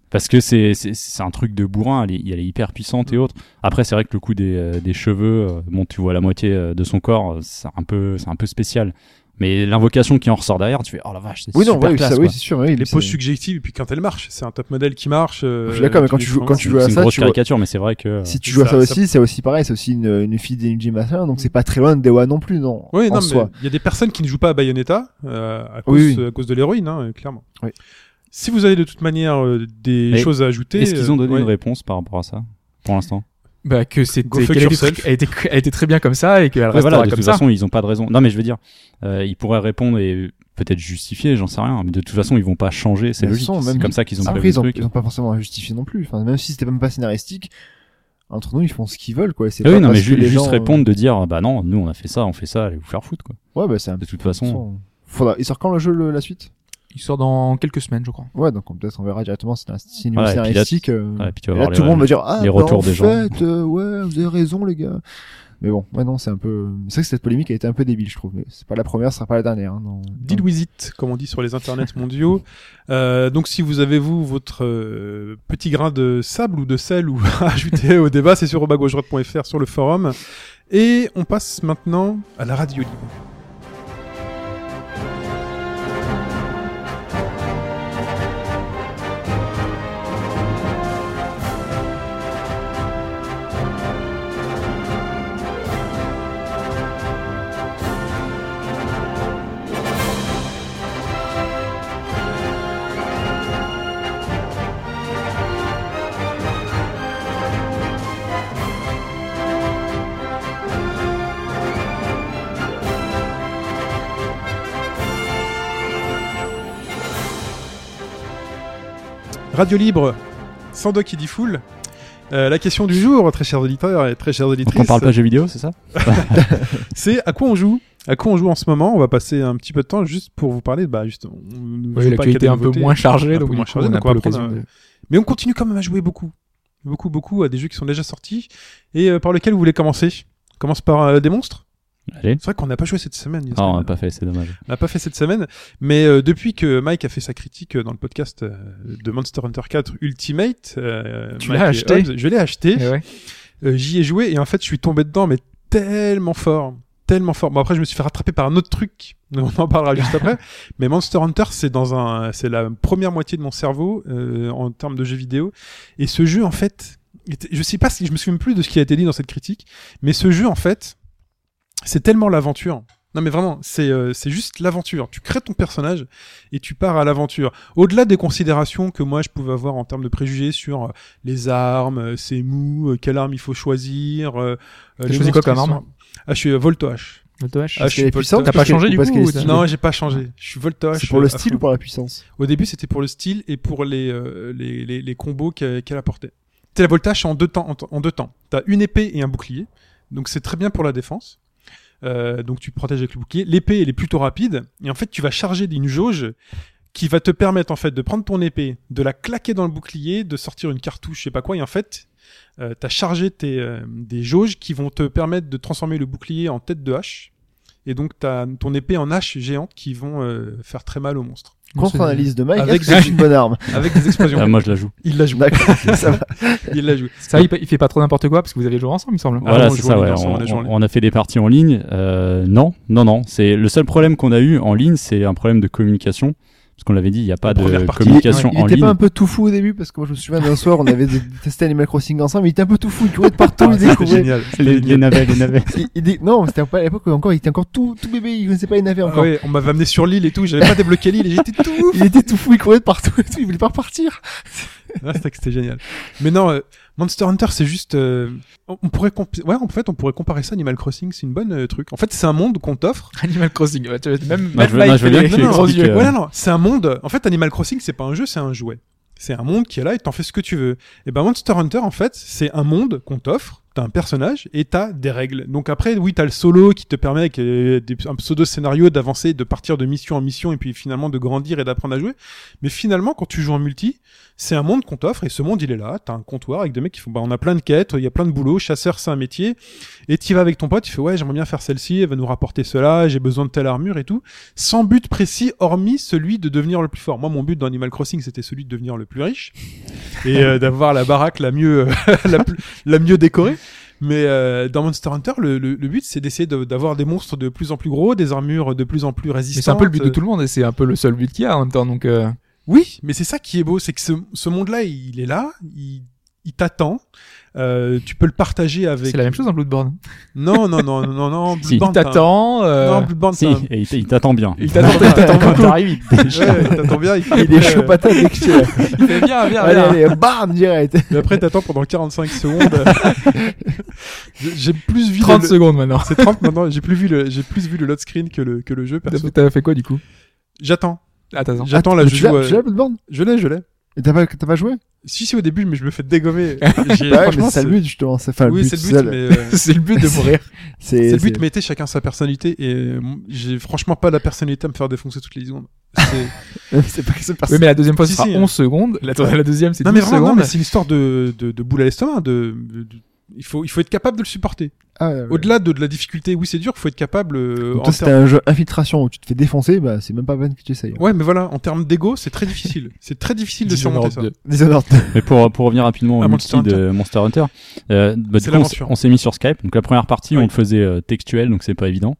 Parce que c'est c'est- c'est un truc de bourrin, elle est, elle est hyper puissante Mm. et autres. Après, c'est vrai que le coup des, euh, des cheveux, euh, bon, tu vois la moitié euh, de son corps, euh, c'est un peu, c'est un peu spécial. Mais l'invocation qui en ressort derrière, tu fais oh la vache, c'est Oui non super ouais, classe. ça, quoi. oui c'est sûr oui, Les c'est- poses suggestives, et puis quand elle marche, c'est un top modèle qui marche. euh, Je suis d'accord, mais quand qui tu joues- défonce. quand tu c'est joues à c'est une ça, grosse tu vois- caricature, mais c'est vrai que euh, Si tu Et joues à ça- ça, ça- aussi, c'est aussi pareil, c'est aussi une, une fille d'Enuji Massin, Mm. donc c'est pas très loin de Dewa non plus, non. Oui, en non, mais soi. il y a des personnes qui ne jouent pas à Bayonetta euh, à, cause, Oui, oui. à cause de l'héroïne, hein, clairement. Oui. Si vous avez de toute manière euh, des Mais choses à ajouter, est-ce qu'ils ont donné euh, une ouais. réponse par rapport à ça pour l'instant Bah que c'était Go fuck qu'elle était, yourself. elle était, elle était très bien comme ça et qu'elle Ouais, restera voilà, de comme toute ça. façon, ils ont pas de raison. Non, mais je veux dire, euh, ils pourraient répondre et peut-être justifier, j'en sais rien. Mais de toute façon, ils vont pas changer, c'est Mais logique. sont C'est même- comme ça qu'ils ont Après, prévu ils le ont, truc. ils ont pas forcément à justifier non plus. Enfin, même si c'était même pas scénaristique, entre nous, ils font ce qu'ils veulent, quoi. Et c'est Ah pas oui, non, mais parce ju- que les juste gens, euh, répondre de dire, bah non, nous on a fait ça, on fait ça, allez vous faire foutre quoi. Ouais, bah, c'est un De toute façon, Faudra... Il sort quand le jeu, le- la suite Il sort dans quelques semaines, je crois. Ouais, donc on- peut-être on verra directement si c'est un si Ouais, c'est et puis là, scénaristique. euh, ouais, puis tu vas et là, voir les- tout le monde va dire Ah, les bah, retours en des gens. fait, euh, ouais, vous avez raison, les gars. Mais bon, ouais, non, c'est un peu. C'est vrai que cette polémique a été un peu débile, je trouve. Mais c'est pas la première, ce sera pas la dernière. Hein, non. Deal with it, comme on dit sur les internets mondiaux. Euh, donc, si vous avez, vous, votre euh, petit grain de sable ou de sel ou à ajouter au débat, c'est sur robagauchroite.fr sur le forum. Et on passe maintenant à la radio libre. Radio Libre, sans doc qui dit full. Euh, la question du jour, très chers auditeurs et très chères Donc auditrices. on parle pas jeux vidéo, c'est ça c'est à quoi on joue à quoi on joue en ce moment on va passer un petit peu de temps juste pour vous parler bah juste on ne Oui, joue pas qu'à l'actualité des est un peu nouveautés. moins chargée, Un donc peu du moins coup, chargée, on a donc pas on va l'occasion prendre de... mais on continue quand même à jouer beaucoup beaucoup beaucoup à des jeux qui sont déjà sortis et euh, par lequel vous voulez commencer On commence par euh, des monstres Allez. c'est vrai qu'on n'a pas joué cette semaine Ah, on Yasmin. a pas fait, c'est dommage. On n'a pas fait cette semaine, mais euh, depuis que Mike a fait sa critique euh, dans le podcast euh, de Monster Hunter 4 Ultimate, euh, Tu Mike l'as et acheté Hobbs, Je l'ai acheté. Eh ouais. Euh, j'y ai joué et en fait je suis tombé dedans mais tellement fort tellement fort. Bon après je me suis fait rattraper par un autre truc, on en parlera juste après. Mais Monster Hunter c'est dans un, c'est la première moitié de mon cerveau euh, en termes de jeux vidéo. Et ce jeu en fait, était- je sais pas si je me souviens plus de ce qui a été dit dans cette critique, mais ce jeu en fait, c'est tellement l'aventure. Non mais vraiment, c'est euh, c'est juste l'aventure. Tu crées ton personnage et tu pars à l'aventure. Au-delà des considérations que moi je pouvais avoir en termes de préjugés sur euh, les armes, euh, c'est mou, euh, quelle arme il faut choisir. Euh, euh, les choisi monstres, quoi comme ils arme sont- Ah je suis euh, Volto H. Volto H. Ah, je suis qu'elle est pas- puissante T'as parce pas changé qu'elle- du parce coup, qu'elle est ou t'as- stylée Non, j'ai pas changé. Je suis euh, voltage. C'est pour le style ou pour la puissance Au début, c'était pour le style et pour les, euh, les, les, les combos qu'elle qu'elle apportait. T'es la voltage en deux temps. En, t- en deux temps. T'as une épée et un bouclier. Donc c'est très bien pour la défense. Euh, donc tu te protèges avec le bouclier. L'épée, elle est plutôt rapide. Et en fait, tu vas charger d'une jauge qui va te permettre en fait de prendre ton épée, de la claquer dans le bouclier, de sortir une cartouche, je sais pas quoi. Et en fait, euh, t'as chargé tes, euh, des jauges qui vont te permettre de transformer le bouclier en tête de hache. Et donc t'as ton épée en hache géante qui vont euh, faire très mal aux monstres Non, c'est- Contre-analyse de Mike, Avec est-ce que c'est une bonne arme. avec des explosions. Ah, moi, je la joue. il la joue, D'accord, ça va. il la joue. Ça, il, pa- il fait pas trop n'importe quoi parce que vous avez joué ensemble, il me semble. Ah, voilà, bon, on c'est joue ça, en ouais. ligne ensemble, On, on a joué en ligne. on a fait des parties en ligne. Euh, non, non, non. C'est le seul problème qu'on a eu en ligne, c'est un problème de communication. Parce qu'on l'avait dit, il n'y a pas En première de partie. communication Il en était ligne. pas un peu tout fou au début parce que moi je me souviens d'un soir on avait testé Animal Crossing ensemble, il était un peu tout fou, il courait de partout, il C'était découvrait. Ah, génial. c'était Les, les génial. navets, les navets. Il- il dit- Non, c'était pas à l'époque où encore, il était encore tout, tout bébé, il connaissait pas les navets Ah encore. ouais, on m'avait amené sur l'île et tout, j'avais pas débloqué l'île et j'étais tout. Il était tout fou, il courait de partout et tout, il voulait pas repartir. Ah, c'était c'était génial. Mais non, euh, Monster Hunter, c'est juste, euh, on on pourrait, comp- ouais, en fait, on pourrait comparer ça à Animal Crossing, c'est une bonne euh, truc. En fait, c'est un monde qu'on t'offre. Animal Crossing. ouais, tu vois, même Non, je veux- non, je veux bien bien que tu gros expliques, euh, Ouais, non, non, c'est un monde. En fait, Animal Crossing, c'est pas un jeu, c'est un jouet. C'est un monde qui est là et t'en fais ce que tu veux. Et ben Monster Hunter, en fait, c'est un monde qu'on t'offre. T'as un personnage et t'as des règles. Donc après, oui, t'as le solo qui te permet avec euh, des- un pseudo scénario d'avancer, de partir de mission en mission et puis finalement de grandir et d'apprendre à jouer. Mais finalement, quand tu joues en multi, c'est un monde qu'on t'offre et ce monde il est là. T'as un comptoir avec des mecs qui font, bah on a plein de quêtes, il y a plein de boulot, chasseur c'est un métier. Et t'y vas avec ton pote, tu fais ouais j'aimerais bien faire celle-ci, elle va nous rapporter cela, j'ai besoin de telle armure et tout sans but précis hormis celui de devenir le plus fort. Moi, mon but dans Animal Crossing, c'était celui de devenir le plus riche et euh, d'avoir la baraque la mieux la, plus- la mieux décorée. Mais euh, dans Monster Hunter, le, le- le but, c'est d'essayer de- d'avoir des monstres de plus en plus gros, des armures de plus en plus Mais résistantes. c'est un peu le but de tout le monde et c'est un peu le seul but qu'il y a en même temps. Donc, euh, Oui, mais c'est ça qui est beau, c'est que ce, ce monde-là, il est là, il, il t'attend. Euh, tu peux le partager avec. c'est la même chose dans Bloodborne. Non, non, non, non, non, non. Si. Bloodborne, t'as un- T'attends. euh, Non, Bloodborne, Si, t'as un- et il t- il t'attend bien. Il t'attend, il t'attend Quand beaucoup. Ouais, t'attends bien. Il, Il est chaud patate dès que tu es- Il fait bien, bien, Allez, bien. allez, bam, direct. Et après, t'attends pendant 45 secondes. J'ai- j'ai plus vu 30 le- secondes maintenant. C'est 30 maintenant. J'ai plus vu le, j'ai plus vu le load screen que le, que le jeu, perso. T'as fait quoi du coup J'attends. Ah, t'as J'attends, là, Tu je l'as- joue, euh, Tu l'as, Bloodborne Je l'ai, je l'ai. Et t'as pas, t'as pas joué Si, si, au début, mais je me fais dégommer. J'ai- Bah ouais, franchement, mais c'est le but justement, c'est enfin, Oui, but c'est le seul. but, mais, euh, C'est le but de mourir. c'est le but, mais t'es chacun sa personnalité et euh, j'ai franchement pas la personnalité à me faire défoncer toutes les secondes. C'est- c'est pas que c'est Oui, mais la deuxième fois, Si, ce sera si, hein. 11 secondes. La, la deuxième, c'est Non 12 mais vraiment, non, secondes. mais c'est une histoire de, de, de boule à l'estomac. De, de- de- il faut, il faut être capable de le supporter. Ah, ouais, ouais. Au-delà de, de la difficulté, oui, c'est dur. Faut être capable. euh, Donc en Toi, c'était un jeu infiltration où tu te fais défoncer, bah c'est même pas peine que tu essayes. Ouais, mais voilà, en termes d'ego, c'est très difficile. C'est très difficile de surmonter ça. Dishonored. Mais pour, pour revenir rapidement Ah, au multi Monster de Monster Hunter, euh, bah, C'est du coup, on s- l'aventure. on s'est mis sur Skype. Donc la première partie, Oui. on le faisait euh, textuel, donc c'est pas évident.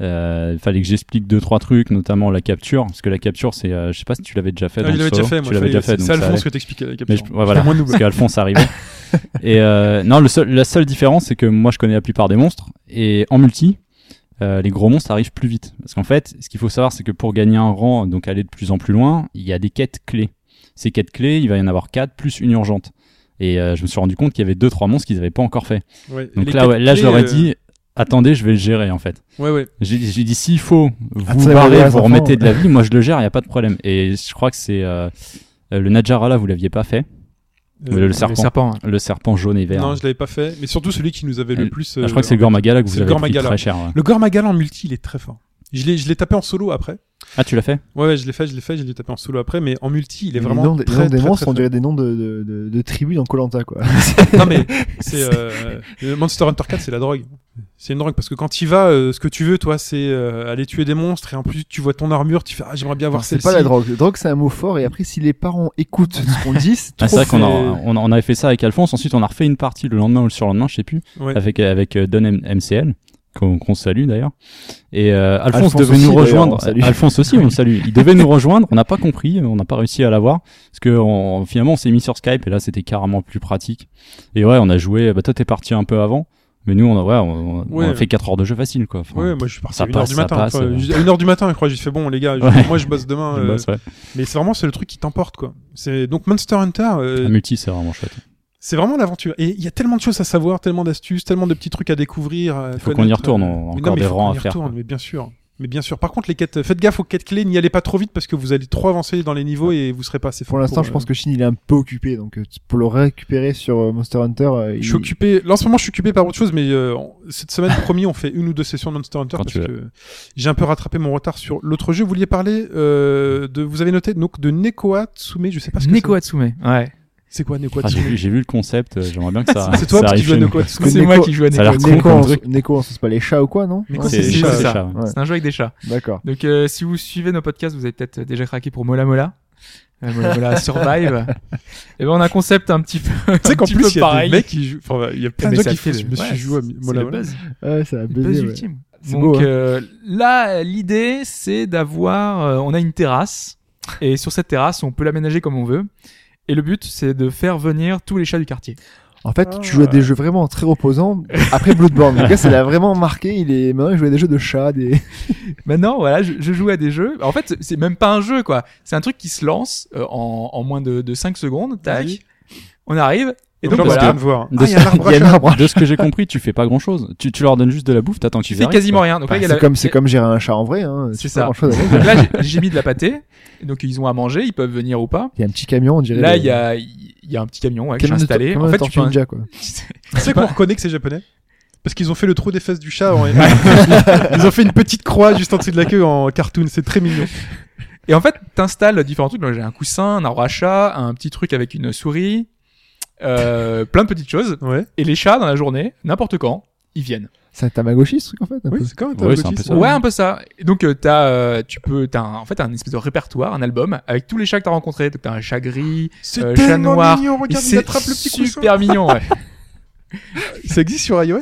Euh, Il fallait que j'explique deux trois trucs, notamment la capture, parce que la capture, c'est, euh, je sais pas si tu l'avais déjà fait. Ah, dans il le l'avait déjà solo. fait, moi. Tu l'avais fallait- déjà fait. donc C'est ça allait. Alphonse que euh, t'expliquais la Mais capture. je- ouais, voilà, moins nouveau. parce qu'Alphonse arrivait. et euh, non, le seul, la seule différence, c'est que moi, je connais la plupart des monstres. Et en multi, euh, les gros monstres arrivent plus vite. Parce qu'en fait, ce qu'il faut savoir, c'est que pour gagner un rang, donc aller de plus en plus loin, il y a des quêtes clés. Ces quêtes clés, il va y en avoir quatre plus une urgente. Et euh, je me suis rendu compte qu'il y avait deux trois monstres qu'ils n'avaient pas encore fait. Ouais, et Donc les là, quatre ouais, là, je clés, leur ai euh, dit, attendez, je vais le gérer en fait. Ouais, ouais. J'ai j'ai dit s'il faut Attends, vous il y a barrer, des vous enfants, remettez de la vie, moi je le gère, il y a pas de problème. Et je crois que c'est euh, euh, le Najara là, vous l'aviez pas fait, Euh, le, le Le serpent, serpent. hein. le serpent jaune et vert. Non, je l'avais pas fait. Mais surtout celui qui nous avait Euh, le plus. Ah, euh, je crois que c'est le Gormagala que c'est vous le avez pris Gormagala. très cher. ouais. Le Gormagal en multi, il est très fort. Je l'ai, je l'ai tapé en solo après. Ah, tu l'as fait Ouais, ouais, je l'ai fait, je l'ai fait, je l'ai tapé en solo après, mais en multi, il est Les vraiment noms des- les très, noms des très, monstres, très, on très- dirait des noms de, de, de, de tribus dans Colanta quoi. Non mais c'est euh, le Monster Hunter 4, c'est la drogue. C'est une drogue parce que quand il va, euh, ce que tu veux, toi, c'est euh, aller tuer des monstres et en plus tu vois ton armure, tu fais ah j'aimerais bien avoir C'est celle-ci. pas la drogue. La drogue, c'est un mot fort. Et après, si les parents écoutent ce qu'on dit, c'est Ah, trop C'est vrai qu'on a- fait- on, on avait fait ça avec Alphonse. Ensuite, on a refait une partie le lendemain ou le surlendemain, je sais plus, Ouais. avec avec euh, Don M- MCL. qu'on qu'on salue d'ailleurs. Et euh, Alphonse, Alphonse devait aussi, nous d'ailleurs, rejoindre. Euh, on salue. Alphonse aussi, on le salue. Il devait nous rejoindre. On n'a pas compris, on n'a pas réussi à l'avoir parce que on- finalement on s'est mis sur Skype et là c'était carrément plus pratique. Et ouais, on a joué. Bah toi t'es parti un peu avant, mais nous on a ouais, on, on Ouais. a fait 4 heures de jeu facile quoi. Enfin, Ouais, moi je suis parti ça à 1h passe, du ça matin. passe, quoi. euh. J'ai- à 1h du matin, je crois. J'ai fait bon, les gars, je- Ouais. moi je bosse demain. je euh, bosse, ouais. Mais c'est vraiment c'est le truc qui t'emporte quoi. C'est donc Monster Hunter, euh, Un multi c'est vraiment chouette. c'est vraiment l'aventure. Et il y a tellement de choses à savoir, tellement d'astuces, tellement de petits trucs à découvrir. à Il faut qu'on y connaître. retourne. on- Mais Encore non, mais des faut rangs qu'on à y faire. retourne, mais bien sûr. Mais bien sûr. Par contre, les quêtes, faites gaffe aux quêtes clés, n'y allez pas trop vite parce que vous allez trop avancer dans les niveaux et vous serez pas assez fort. Pour l'instant, je euh, pense que Shin il est un peu occupé, donc euh, pour le récupérer sur euh, Monster Hunter, euh, il... Je suis occupé. Là, en ce moment, je suis occupé par autre chose, mais euh, on- cette semaine, promis, on fait une ou deux sessions de Monster Hunter Quand parce tu veux. que j'ai un peu rattrapé mon retard sur l'autre jeu. Vous vouliez parler euh, de, vous avez noté donc de Nekoa Tsume. Je sais pas ce que Neko Hatsume, ouais. c'est. C'est quoi Nekoa Ah, j'ai Tsume vu- j'ai vu le concept. euh, J'aimerais bien que ça. C'est toi ça parce que tu joues arrive à chez nous. Nekoa Parce Tsume. C'est que moi Neko- qui joue à ça a Neko. l'air Hatsume. con. Neko, on Contre- s- Neko, on c'est pas les chats ou quoi, non Neko, Ouais, C'est c'est c'est ça. des ça. chats, ouais. Ouais. C'est un jeu avec des chats. D'accord. Donc euh, si vous suivez nos podcasts, vous avez peut-être déjà craqué pour Mola Mola. Euh, Mola Mola Survive. Et ben on a un concept un petit peu, Tu sais un qu'en petit peu plus, il y a des pareil. Ah, mecs qui jouent. Enfin, il y a plein de Mais gens ça qui fait font. le- Je me ouais, suis joué à C'est Mola le Mola. buzz. Ouais, ça a Le buzz baisé. ouais. ultime. C'est Donc beau, hein. euh, là, euh, l'idée, c'est d'avoir, euh, on a une terrasse et sur cette terrasse, on peut l'aménager comme on veut. Et le but, c'est de faire venir tous les chats du quartier. En fait, Ah. tu joues à des jeux vraiment très reposants. Après Bloodborne, le gars, ça l'a vraiment marqué. Il est maintenant, il joue à des jeux de chats, des. Maintenant, voilà, je, je joue à des jeux. En fait, c'est même pas un jeu, quoi. C'est un truc qui se lance euh, en, en moins de, de 5 secondes. Tac. Vas-y. On arrive. Et Et donc, donc, on vient voilà. de voir. De Ah, il y a un arbre à chat. De ce que j'ai compris, tu fais pas grand chose. Tu, tu leur donnes juste de la bouffe, t'attends Tu qu'ils fais arrivent, quasiment quoi. rien. Donc là, il y a Bah, C'est la- comme, c'est comme gérer un chat en vrai. Hein. C'est Tu fais pas ça. grand-chose avec. Donc là, j'ai- j'ai mis de la pâtée. Donc ils ont à manger, ils peuvent venir ou pas. Il y a un petit camion, on dirait. Là, le- il y a, il y a un petit camion ouais, que j'ai Camion de installé. tor- En camion de fait, tu tortue peux, ninja, quoi. Tu sais qu'on reconnaît que c'est japonais parce qu'ils ont fait le trou des fesses du chat. en- E Ils ont fait une petite croix juste en dessous de la queue en cartoon. C'est très mignon. Et en fait, t'installes différents trucs. Donc, J'ai un coussin, un arbre à chat, un petit truc avec une souris, euh, plein de petites choses. Ouais. Et les chats, dans la journée, n'importe quand, ils viennent. C'est un Tamagotchi, ce truc, en fait. un Oui, peu. c'est quand même Ouais, c'est un peu ça. Ouais, un peu ça. Et donc, euh, t'as, euh, tu peux, t'as un- en fait un espèce de répertoire, un album avec tous les chats que t'as rencontrés. Donc, t'as un chat gris. C'est Euh, chat tellement noir. mignon. Et Regarde, il c'est attrape le petit coussin. super mignon. Ouais. Ça existe sur iOS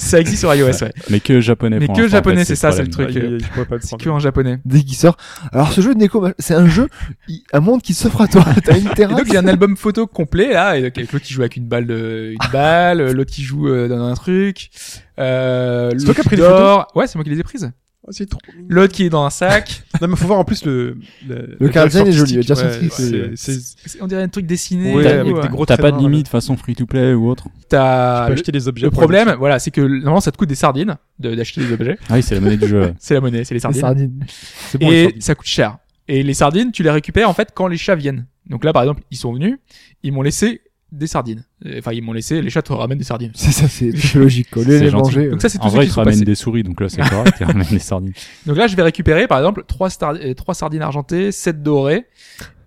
ça existe sur iOS. Ouais. Mais que japonais. Mais pour que l'instant, en japonais, fait, c'est ça, c'est le problème. Aïe, aïe, je pourrais pas le C'est que en japonais. Dès qu'il sort. Alors, ce jeu de Neko, bah, c'est un jeu, il- un monde qui s'offre à toi. T'as une Et terrasse. donc j'ai un album photo complet là, et donc, avec l'autre qui joue avec une balle, de, une balle, euh, l'autre qui joue euh, dans un truc, euh, toi l'autre qui as pris les dort. Ouais, c'est moi qui les ai prises. Oh, c'est trop mignon. L'autre qui est dans un sac. Non, mais faut voir en plus le. Le, Le direction Carlsen est joli, le artistique. Jason Tree, Ouais, c'est- c'est- c'est- C'est- On dirait un truc dessiné. Ouais, t'as- avec ouais. des gros T'as traîneurs, pas euh, de limite façon free to play ou autre. Tu T'as peux Ah, le, acheter des objets. le pour problème, voilà, c'est que normalement ça te coûte des sardines de- d'acheter des objets. Ah oui, c'est la monnaie du jeu. ouais. C'est la monnaie, c'est les Des sardines. sardines. C'est bon, les et sardines. ça coûte cher. Et les sardines, tu les récupères en fait quand les chats viennent. Donc là, par exemple, ils sont venus, ils m'ont laissé des sardines. Enfin, ils m'ont laissé, les chats te ramènent des sardines. C'est ça, c'est c'est logique, quoi. Au lieu de C'est les gentil. manger. Donc ça, c'est En tout vrai, ce ils qui te sont ramènent passés. des souris, donc là, c'est correct. Ils ramènent des sardines. Donc là, je vais récupérer par exemple 3, sardines argentées, 7 dorées.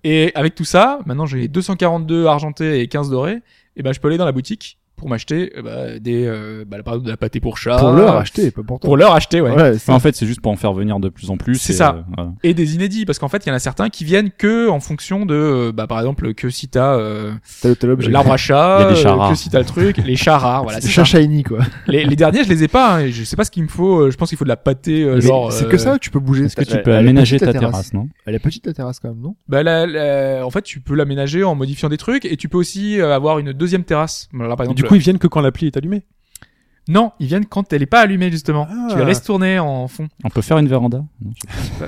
Et avec tout ça, maintenant j'ai 242 argentées et 15 dorées. Et ben je peux aller dans la boutique pour m'acheter euh, bah, des euh, bah, par exemple, de la pâté pour chat. euh, Pour leur acheter, Ah pas pour toi. Pour leur acheter, ouais. Ouais, Enfin, c'est- en fait, c'est juste pour en faire venir de plus en plus. C'est et, ça. euh, voilà. Et des inédits parce qu'en fait, il y en a certains qui viennent que en fonction de euh, bah par exemple que si t'as euh, t'as- t'as l'objet. l'arbre à Il y a chat, des chats euh, que rares. si t'as le truc, les chats rares, voilà, C'est c'est chat ça. shiny, quoi. Les, les derniers, je les ai pas, hein, et je sais pas ce qu'il me faut, euh, je pense qu'il faut de la pâté euh, Mais genre C'est euh, que ça, tu peux bouger. Est-ce que tu Elle- peux elle est aménager petite, ta terrasse, non Elle est petite la terrasse quand même, non Ah, Bah là, là, en fait, tu peux l'aménager en modifiant des trucs et tu peux aussi euh, avoir une deuxième terrasse. Voilà, par acheter. exemple, euh, Du coup, ils viennent que quand l'appli est allumée. non, ils viennent quand elle est pas allumée justement. Ah. Tu la laisses tourner en fond. On peut faire une véranda, Non, je sais pas.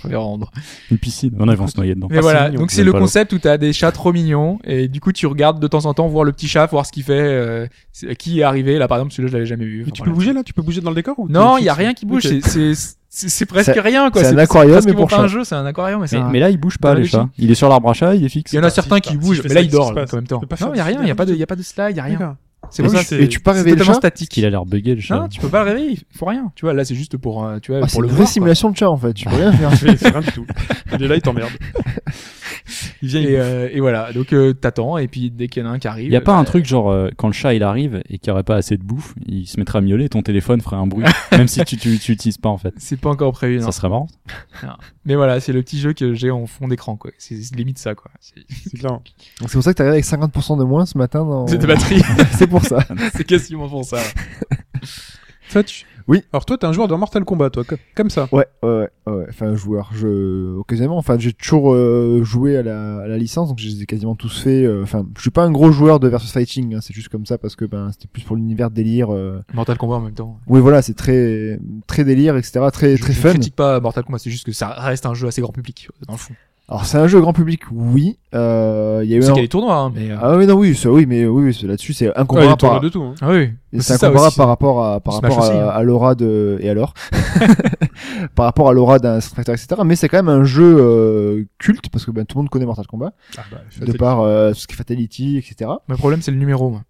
Je vais rendre. une piscine. Non, non, ils vont se noyer dedans. Mais Ah, voilà, mignon. donc Vous c'est le aimez pas concept où t'as des chats trop mignons et du coup tu regardes de temps en temps voir le petit chat, voir ce qu'il fait, euh, c'est- qui est arrivé. Là, par exemple, celui-là, je l'avais jamais vu. Mais Enfin, tu peux voilà. bouger là Tu peux bouger dans le décor ou Non, tu- il y a rien qui bouge. Ok. c'est- C'est c'est- c'est presque C'est- rien quoi. c'est un aquarium, presque mais pour pas chat. un jeu, c'est un aquarium. Mais, c'est Mais, un- mais là, il bouge pas, Dans la les boutique. chats. Il est sur l'arbre à chat, il est fixe. il y en a Si, certains si, qui si, bougent, je fais mais là ça, ils qu'est-ce qui se dorment passe en même temps. Tu peux pas Non, faire il y a de rien, il y a signal pas de, du il y a pas de slide, il y a rien. D'accord. C'est Mais pour oui, ça. c'est- c'est- Et tu peux c'est réveiller le totalement chat statique. Qu'il a l'air bugué, le chat. Non, tu peux pas le réveiller, il faut rien. Tu vois, là c'est juste pour, euh, tu vois, Ah, C'est pour le une vraie voir. quoi. simulation de chat en fait, tu peux rien faire. Mais C'est rien du tout. Il est là, il t'emmerde. Il vient. il- Et, euh, et voilà, donc euh, t'attends et puis dès qu'il y en a un qui arrive. Il y a pas bah, un truc genre euh, quand le chat il arrive et qu'il n'y aurait pas assez de bouffe, il se mettrait à miauler, ton téléphone ferait un bruit, même si tu tu l'utilises pas en fait. euh, C'est pas encore prévu. Non. Ça serait marrant. Mais voilà, c'est le petit jeu que j'ai en fond d'écran quoi. C'est c'est limite ça quoi. C'est C'est clair. Donc, C'est pour ça que t'arrives avec 50% de moins ce matin dans. c'est de batterie, C'est pour ça. c'est quasiment pour ça. Toi, tu. Oui. Alors toi, t'es un joueur de Mortal Kombat, toi, co- comme ça. Ouais, ouais, ouais, ouais. Enfin, joueur, je occasionnellement. Enfin, j'ai toujours euh, joué à la, à la licence, donc je les ai quasiment tous fait. euh, Enfin, je suis pas un gros joueur de versus fighting. hein, c'est juste comme ça parce que ben c'était plus pour l'univers délire. euh. Mortal Kombat en même temps. Oui, voilà, c'est très très délire, etc. Très Je- très je fun. critique pas Mortal Kombat, c'est juste que ça reste un jeu assez grand public, dans le fond. Alors, c'est un jeu grand public, oui. Euh, Il y a eu C'est Ah, un... qu'il y a des tournois, hein, mais. euh, Ah oui, non, oui, ça, oui, mais oui, oui, c'est- là-dessus, c'est Ouais, il y a incomparable. tournoi de tout. hein. Ah oui. Et C'est c'est ça incomparable aussi. par rapport à par Smash rapport à, aussi, hein. à l'aura de et alors par rapport à l'aura d'un Street Fighter etc mais c'est quand même un jeu euh, culte parce que ben, tout le monde connaît Mortal Kombat Ah, bah, de par euh, tout ce qui est Fatality etc Mon problème, c'est le numéro, moi.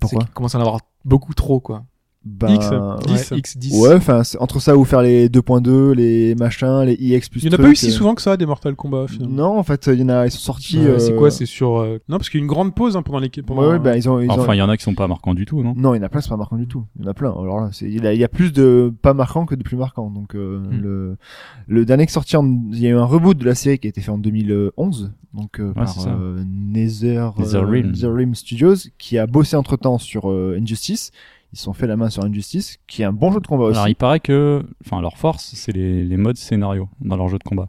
pourquoi C'est qu'il commence à en avoir beaucoup trop, quoi. ben, X, ouais. 10. X, Euh, 10. ouais enfin c'est- entre ça ou faire les 2.2 les machins les IX plus Il n'y en a trucs, pas eu si euh, souvent que ça, des Mortal Kombat, finalement. non en fait il y en a ils sont sortis Euh, C'est euh, quoi C'est sur. euh, Non, parce qu'il y a une grande pause hein, pendant l'équipe. ouais, ouais, ben, ils ont, ils ont- Enfin, il y en a qui sont pas marquants du tout, non Non, il y en a plein, c'est pas marquant du tout. Il y en a plein. Alors là, c'est- il y a, il y a plus de pas marquants que de plus marquants. Donc euh, Hmm. Mm. le, le dernier qui est sorti, en- il y a eu un reboot de la série qui a été fait en 2011, donc euh, par c'est ça. euh, Nether, Nether euh, Realm. Nether Realm Studios, qui a bossé entre temps sur euh, Injustice. Ils se sont fait la main sur Injustice, qui est un bon jeu de combat aussi. Alors, il paraît que, enfin, leur force, c'est les, les modes scénario dans leur jeu de combat.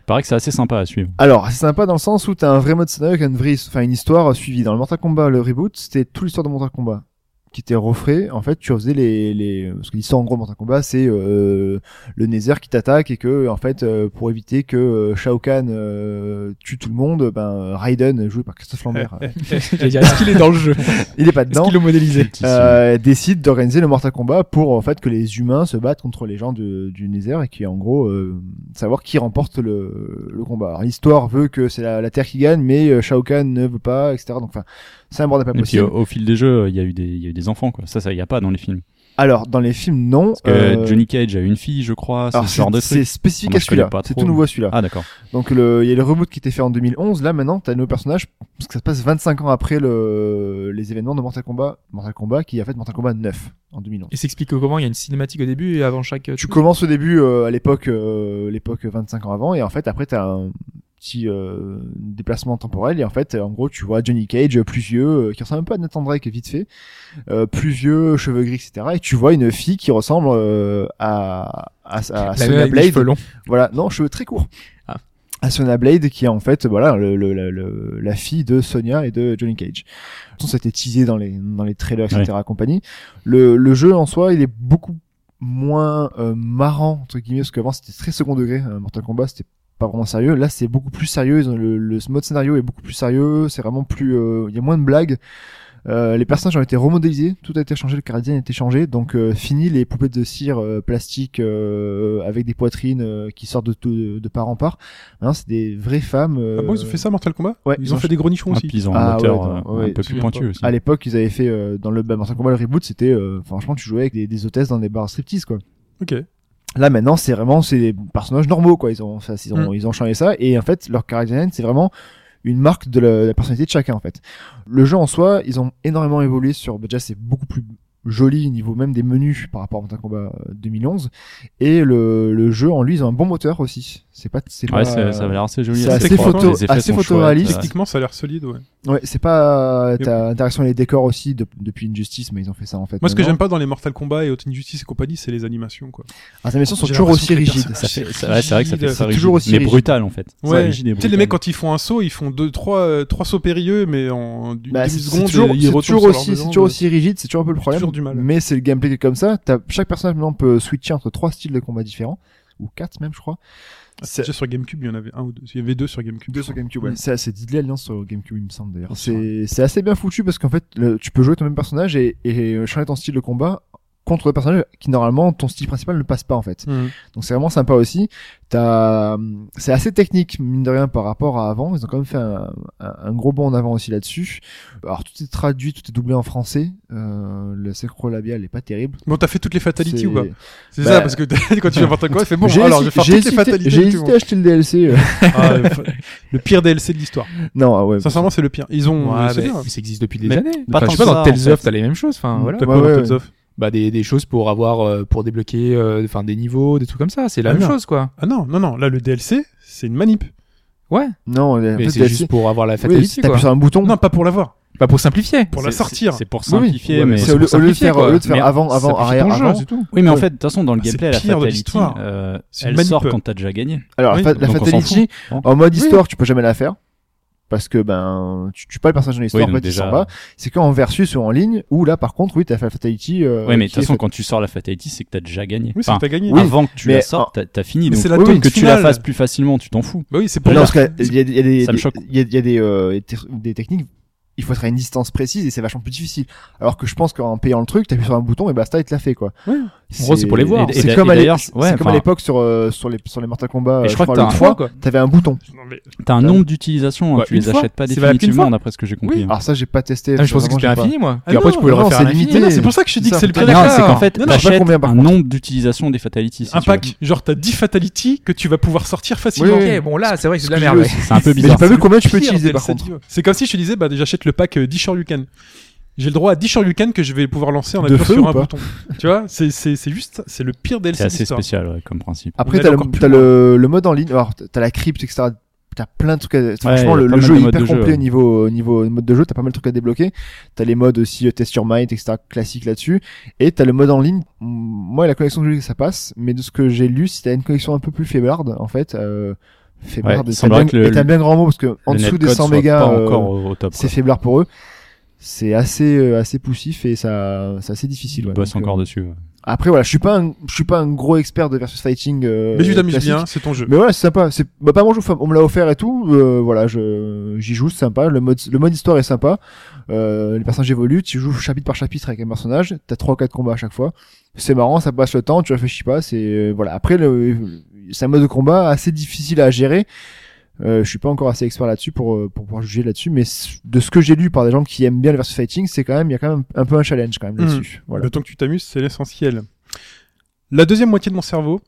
Il paraît que c'est assez sympa à suivre. Alors, c'est sympa dans le sens où t'as un vrai mode scénario avec une vraie, enfin, une histoire euh, suivie. Dans le Mortal Kombat, le reboot, c'était toute l'histoire de Mortal Kombat qui était refait. En fait, tu faisais les, les, parce que l'histoire en gros de Mortal Kombat, c'est euh, le Nether qui t'attaque et que, en fait, euh, pour éviter que euh, Shao Kahn euh, tue tout le monde, ben euh, Raiden, joué par Christophe Lambert, euh, j'allais dire, Est-ce qu'il est dans le jeu il est pas Est-ce dedans. qu'ils l'ont modélisé Petit, Euh, décide d'organiser le Mortal Kombat pour en fait que les humains se battent contre les gens de- du Nether et qui en gros euh, savoir qui remporte le, le combat. Alors, L'histoire veut que c'est la, la Terre qui gagne, mais euh, Shao Kahn ne veut pas, etc. Donc enfin, c'est un bordel pas Et puis, oh. possible. au, au fil des jeux, il y a eu des, il y a eu des enfants, quoi. Ça, ça, il y a pas dans les films. Alors dans les films, non. Parce que euh, Johnny Cage a une fille, je crois, c'est alors, ce genre de c'est c'est truc. spécifique Moi, à je connais celui-là, pas c'est trop, tout mais- nouveau à celui-là. Ah, d'accord. Donc le- il y a le reboot qui était fait en 2011. Là maintenant, t'as le nouveau personnage parce que ça se passe 25 ans après le, les événements de Mortal Kombat, Mortal Kombat qui a fait Mortal Kombat 9 en 2011. Et s'explique comment il y a une cinématique au début et avant chaque. euh, tu truc. commences au début euh, à l'époque euh, l'époque 25 ans avant et en fait après t'as un petit euh, déplacement temporel et en fait en gros tu vois Johnny Cage plus vieux euh, qui ressemble un peu à Nathan Drake vite fait euh, plus vieux cheveux gris etc et tu vois une fille qui ressemble euh, à à, à, à La Sonya avec les cheveux Ah, Blade longs. voilà non cheveux très courts Ah. à Sonya Blade qui est en fait voilà le, le- le- le- la fille de Sonya et de Johnny Cage on s'était teasé dans les dans les trailers etc compagnie le, le jeu en soi il est beaucoup moins euh, marrant entre guillemets parce qu'avant c'était très second degré euh, Mortal Kombat c'était pas vraiment sérieux là c'est beaucoup plus sérieux Ils ont le, le mode scénario est beaucoup plus sérieux c'est vraiment plus euh, il y a moins de blagues euh, les personnages ont été remodélisés, tout a été changé, le caractère a été changé, donc euh, fini les poupées de cire euh, plastique euh, avec des poitrines euh, qui sortent de, tout- de, part en part. Maintenant, c'est des vraies femmes. euh, Ah bon, ils ont fait ça, Mortal Kombat ouais, Ils ils ont ont fait des gros nichons Ah, aussi. puis ils ont Ah, un moteur ouais, attends, euh, ouais, un peu je plus me pointu rappelle. aussi. À l'époque, ils avaient fait euh, dans le bah, Mortal Kombat le reboot, c'était euh, franchement tu jouais avec des, des hôtesses dans des bars striptease quoi. Ok. Là maintenant, c'est vraiment c'est des personnages normaux quoi. Ils ont ça, ils ont Mm. ils ont changé ça et en fait leur caractère c'est vraiment une marque de la, la personnalité de chacun en fait. Le jeu en soi, ils ont énormément évolué sur bah, déjà c'est beaucoup plus joli au niveau même des menus par rapport à Mortal Kombat euh, 2011 et le, le jeu en lui ils ont un bon moteur aussi. C'est pas c'est Ouais, pas, c'est- ça euh, avait l'air assez joli. c'est assez assez propre, photo- les effets assez sont chouettes, photoréaliste. ouais. Techniquement, ça a l'air solide, ouais. Ouais, c'est pas Mais- t'as interaction avec les décors aussi de- depuis Injustice, mais ils ont fait ça en fait. Moi, ce que maintenant. j'aime pas dans les Mortal Kombat et Haute Injustice et compagnie, c'est les animations, quoi. Ah, les missions sont J'ai toujours l'impression aussi que les rigides. personnages- Ça fait- ça- ouais, c'est vrai que ça fait Rigide, ça c'est rigide, toujours aussi mais rigide. brutal en fait. Ça, Ouais. rigide et Tu sais, les brutal. mecs, quand ils font un saut, ils font deux, trois, euh, trois sauts périlleux, mais en une Bah, c'est c'est demi-seconde, toujours, ils c'est retombent toujours sur leurs aussi, deux c'est jambes. toujours aussi rigide, c'est toujours un peu le J'ai problème. toujours du mal. Mais c'est le gameplay qui est comme ça. T'as, chaque personnage maintenant peut switcher entre trois styles de combat différents ou quatre même, je crois. Ah, c'est Déjà sur Gamecube, il y en avait un ou deux. Il y avait deux sur Gamecube. Deux sur GameCube. ouais. C'est assez Diddley Alliance sur GameCube, il me semble d'ailleurs. Ah, C'est C'est, c'est assez bien foutu parce qu'en fait, le- tu peux jouer ton même personnage et, et changer ton style de combat contre le personnage qui normalement ton style principal ne passe pas en fait. Mhm. Donc c'est vraiment sympa aussi. T'as, hum, c'est assez technique mine de rien par rapport à avant. Ils ont quand même fait un, un- un gros bond en avant aussi là-dessus. Alors tout est traduit, tout est doublé en français. Euh, le synchro labial est pas terrible. Bon, t'as fait toutes les fatalities C'est- ou pas C'est Bah- ça, parce que quand tu vas Mortal Kombat, tu fais bon, j'ai alors je vais hésité- faire j'ai toutes les fatalités. hésité, j'ai tout le hésité monde. à acheter le DLC. euh. Ah, euh, fa- le pire DLC de l'histoire. non, ah ouais. Sincèrement, c'est le pire. Ils ont. Ouais, Euh, c'est mais bien. ça existe depuis des Mais années. pas Enfin, je tant sais pas, que dans ça, Tales en fait. of, t'as les mêmes choses. Enfin, voilà. T'as Ouais, quoi ouais, dans Tales ouais. of Bah, des, des choses pour avoir, euh, pour débloquer, euh, enfin, des niveaux, des trucs comme ça. C'est la Ah même non. chose, quoi. Ah non, non, non. Là, le DLC, c'est une manip. Ouais. Non, en fait, Mais le c'est DLC, juste pour avoir la oui, fatalité, t'appuies quoi. sur un bouton. Non, pas pour l'avoir. Bah pour simplifier. pour la C'est- sortir. C'est pour Oui, oui. simplifier, Ouais, mais mais. C'est c'est au lieu, pour au lieu de simplifier, faire, quoi. au lieu de faire Mais avant, avant, Simplifie arrière, ton jeu, avant. c'est tout. Oui, mais en Ouais. fait, de toute façon, dans le C'est gameplay, la pire de fatality, l'histoire. euh, C'est une elle manip. sort quand t'as déjà gagné. Alors, Oui, fa- la donc on s'en fatality, fout. en mode Hein. Oui. histoire, tu peux jamais la faire. Parce que, ben, tu tues pas le personnage en histoire, donc en fait, il s'en va. C'est qu'en versus ou en ligne, où là, par contre, oui, t'as fait la fatality, euh, Oui, mais de qui toute est façon, quand tu sors la fatality, c'est que t'as déjà gagné. Oui, c'est Enfin, que t'as gagné. Ah. oui, Avant que tu mais- la sortes, t'as- t'as fini. Mais Donc, c'est la oui, tome que tu la finale. fasses plus facilement, tu t'en fous. Bah oui, c'est pour Non, la- parce qu'il y a, il y a des, Ça me choque. il y a, il y a des, euh, des ter- des techniques. Il faut être à une distance précise et c'est vachement plus difficile. Alors que je pense qu'en payant le truc, t'appuies sur un bouton et basta, il te l'a fait, quoi. Ouais. En gros, c'est pour les voir. Et- et C'est d'a- comme, et à l'é- d'ailleurs, c'est ouais, comme à enfin- l'époque sur, euh, sur, les, sur les Mortal Kombat. euh, Et je crois que le t'as un- trois, quoi. T'avais un bouton. Non, mais- T'as un nombre d'utilisations, hein, Bah, tu une les fois. achètes pas C'est valable qu'une définitivement, fois. d'après ce que j'ai compris. Alors ça, j'ai pas testé. Ah, je pensais que vraiment, c'était j'ai pas- infini moi. Ah Et après non, tu pouvais le non, refaire à c'est l'infini. Mais non, limité. c'est pour ça que je te dis Ça, que c'est le ça, pire non, Non, c'est d'accord. qu'en fait, Non, non, je sais pas t'achètes combien, par un nombre d'utilisations des fatalities. si un tu veux. pack, genre t'as 10 fatalities que tu vas pouvoir sortir facilement. Oui, oui. Ok, bon là, c'est vrai que c'est de la merde. Excuse-le, ouais. C'est un peu Mais j'ai bizarre. pas vu combien tu Pire peux utiliser, par DLC, contre. tu vois. C'est comme si je te disais, bah, déjà, j'achète le pack euh, 10 Shoryuken. J'ai le droit à 10 Shoryuken que je vais pouvoir lancer en De appuyant feu sur ou un pas bouton. Tu vois, c'est, c'est, c'est juste, c'est le pire DLC C'est assez d'histoire. spécial ouais, comme principe. Après, On t'as allait le, encore plus t'as loin. le, le mode en ligne. Alors, t'as- t'as la crypte, etc. T'as plein de trucs. À... Franchement, y a pas le, le mal jeu de est modes hyper de jeu, complet ouais. au niveau au niveau mode de jeu. T'as pas mal de trucs à débloquer. T'as les modes aussi euh, test your mind, etc. Classique là-dessus. Et t'as le mode en ligne. Mm, Moi, la connexion que j'ai, ça passe. Mais de ce que j'ai lu, si t'as une connexion un peu plus faiblarde, en fait, euh, faiblarde. il c'est un semblerait bien, que le- est un bien grand mot parce que en Le dessous des netcode 100 soit mégas, pas euh, encore au au top. c'est quoi. faiblard pour eux. C'est assez euh, assez poussif et ça c'est assez difficile. Ils ouais. bossent Donc, encore euh, dessus. ouais. Après voilà, je suis pas un, je suis pas un gros expert de versus fighting. euh, Mais tu t'amuses classique. bien, c'est ton jeu. Mais voilà, c'est sympa. C'est bah, pas mon jeu, enfin, on me l'a offert et tout. Euh, voilà, je j'y joue, c'est sympa. Le mode le mode histoire est sympa. Euh, les personnages évoluent, tu joues chapitre par chapitre avec un personnage. T'as trois quatre combats à chaque fois. C'est marrant, ça passe le temps, tu réfléchis pas. C'est euh, voilà. Après, le, c'est un mode de combat assez difficile à gérer. Euh, je suis pas encore assez expert là-dessus pour euh, pour pouvoir juger là-dessus, mais c- de ce que j'ai lu par des gens qui aiment bien le versus fighting, c'est quand même il y a quand même un peu un challenge quand même Mhm. là-dessus. Voilà. Le temps que tu t'amuses, c'est l'essentiel. La deuxième moitié de mon cerveau,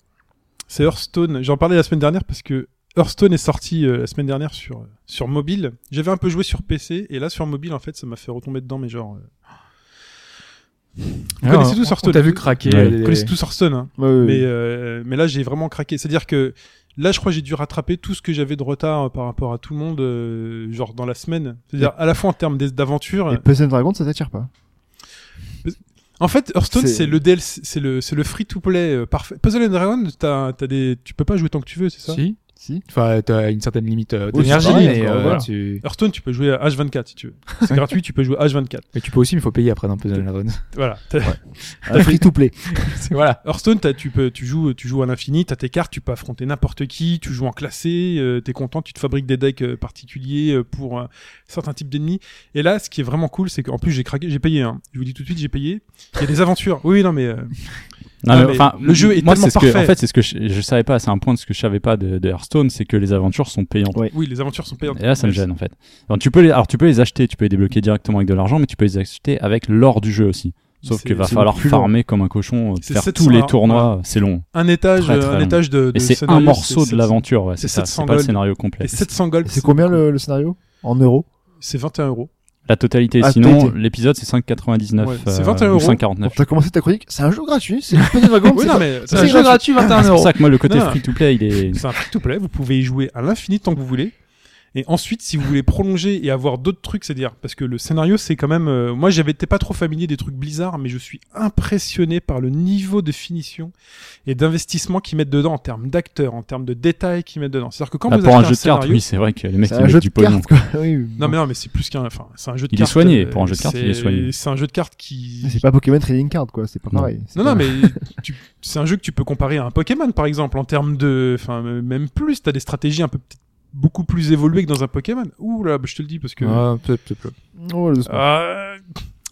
c'est Hearthstone. J'en parlais la semaine dernière parce que Hearthstone est sorti euh, la semaine dernière sur, sur mobile. J'avais un peu joué sur PC et là sur mobile, en fait, ça m'a fait retomber dedans, mais genre. euh, Vous Ah, connaissez on- tous on Hearthstone t'a vu craquer. Ouais. euh, Vous des- connaissez tous Hearthstone, hein Ouais, ouais, mais, ouais. euh, mais là, j'ai vraiment craqué. C'est-à-dire que là, je crois que j'ai dû rattraper tout ce que j'avais de retard euh, par rapport à tout le monde, euh, genre dans la semaine. C'est-à-dire à la fois en termes d'es- d'aventure. euh, Et Puzzle Dragon, ça t'attire pas En fait, Hearthstone, C'est- c'est le DLC, c'est le, c'est le free-to-play euh, parfait. Puzzle and Dragon, t'as, t'as des, tu peux pas jouer tant que tu veux, c'est ça Si. Si. Enfin, t'as une certaine limite euh, Oui, c'est d'énergie, pareil, mais encore, euh, voilà. tu... Hearthstone, tu peux jouer à H24 si tu veux. C'est gratuit, tu peux jouer à H24. mais tu peux aussi, mais faut payer après dans Puzzle and Dragon. Voilà. T'as- Un free to play. C'est- voilà. Hearthstone, t'as- tu peux, tu joues, tu joues à l'infini, t'as tes cartes, tu peux affronter n'importe qui, tu joues en classé, euh, t'es content, tu te fabriques des decks euh, particuliers euh, pour euh, certains types d'ennemis. Et là, ce qui est vraiment cool, c'est qu'en plus j'ai craqué, j'ai payé. Hein. Je vous dis tout de suite, j'ai payé. Il y a des aventures. Oui, non mais euh, Non, Ah, mais mais enfin, le jeu est moi, tellement c'est ce que- parfait. en fait, c'est ce que je, je savais pas. C'est un point de ce que je savais pas de, de Hearthstone, c'est que les aventures sont payantes. Ouais. oui, les aventures sont payantes. Et là, ça me gêne en fait. Alors tu, peux les, alors, tu peux les acheter, tu peux les débloquer directement avec de l'argent, mais tu peux les acheter avec l'or du jeu aussi. Sauf C'est- qu'il va c'est falloir beaucoup plus long. farmer comme un cochon, euh, C'est faire 700, tous les alors, tournois, euh, c'est long. Un étage, Très, euh, très un long. étage de. de Et c'est un scénario, morceau c'est- de l'aventure, ouais, c'est c'est ça. 700 C'est pas le gold. scénario complet. Et 700 gold, C'est combien le, le scénario En euros c'est 21 euros. La totalité. Ah, Sinon, totalité. l'épisode, c'est 5,99. Ouais, c'est euh, 21 ou euros. 5,49. T'as commencé ta chronique C'est un jeu gratuit, c'est Puzzle Dragon. Oui, c'est non, pas- mais C'est c'est gratuit, gratuit. 21 C'est pour ça que moi, le côté Non. free-to-play, il est. c'est un free-to-play, vous pouvez y jouer à l'infini tant que vous voulez. Et ensuite, si vous voulez prolonger et avoir d'autres trucs, c'est-à-dire, parce que le scénario, c'est quand même... euh, moi, j'avais été pas trop familier des trucs Blizzard, mais je suis impressionné par le niveau de finition et d'investissement qu'ils mettent dedans en termes d'acteurs, en termes de détails qu'ils mettent dedans. C'est-à-dire que quand Ah, vous pour achetez un jeu de scénario... cartes, oui, c'est vrai que les mecs, C'est ils un mettent jeu de du pognon. cartes, quoi. Oui, oui. Non mais non mais c'est plus qu'un enfin c'est un jeu de Il est cartes soigné, euh, pour un jeu de cartes, il est c'est- soigné. c'est un jeu de cartes qui Ah, C'est pas Pokémon Trading Card, quoi, c'est pas Non. pareil. Non, non, mais tu- c'est un jeu que tu peux comparer à un Pokémon, par exemple, en termes de, enfin, euh, même plus, t'as des stratégies un peu peut-être beaucoup plus évoluées que dans un Pokémon. Ouh là, bah, je te le dis parce que. Ah, peu- peu- peu. mais. Oh, doucement. Euh,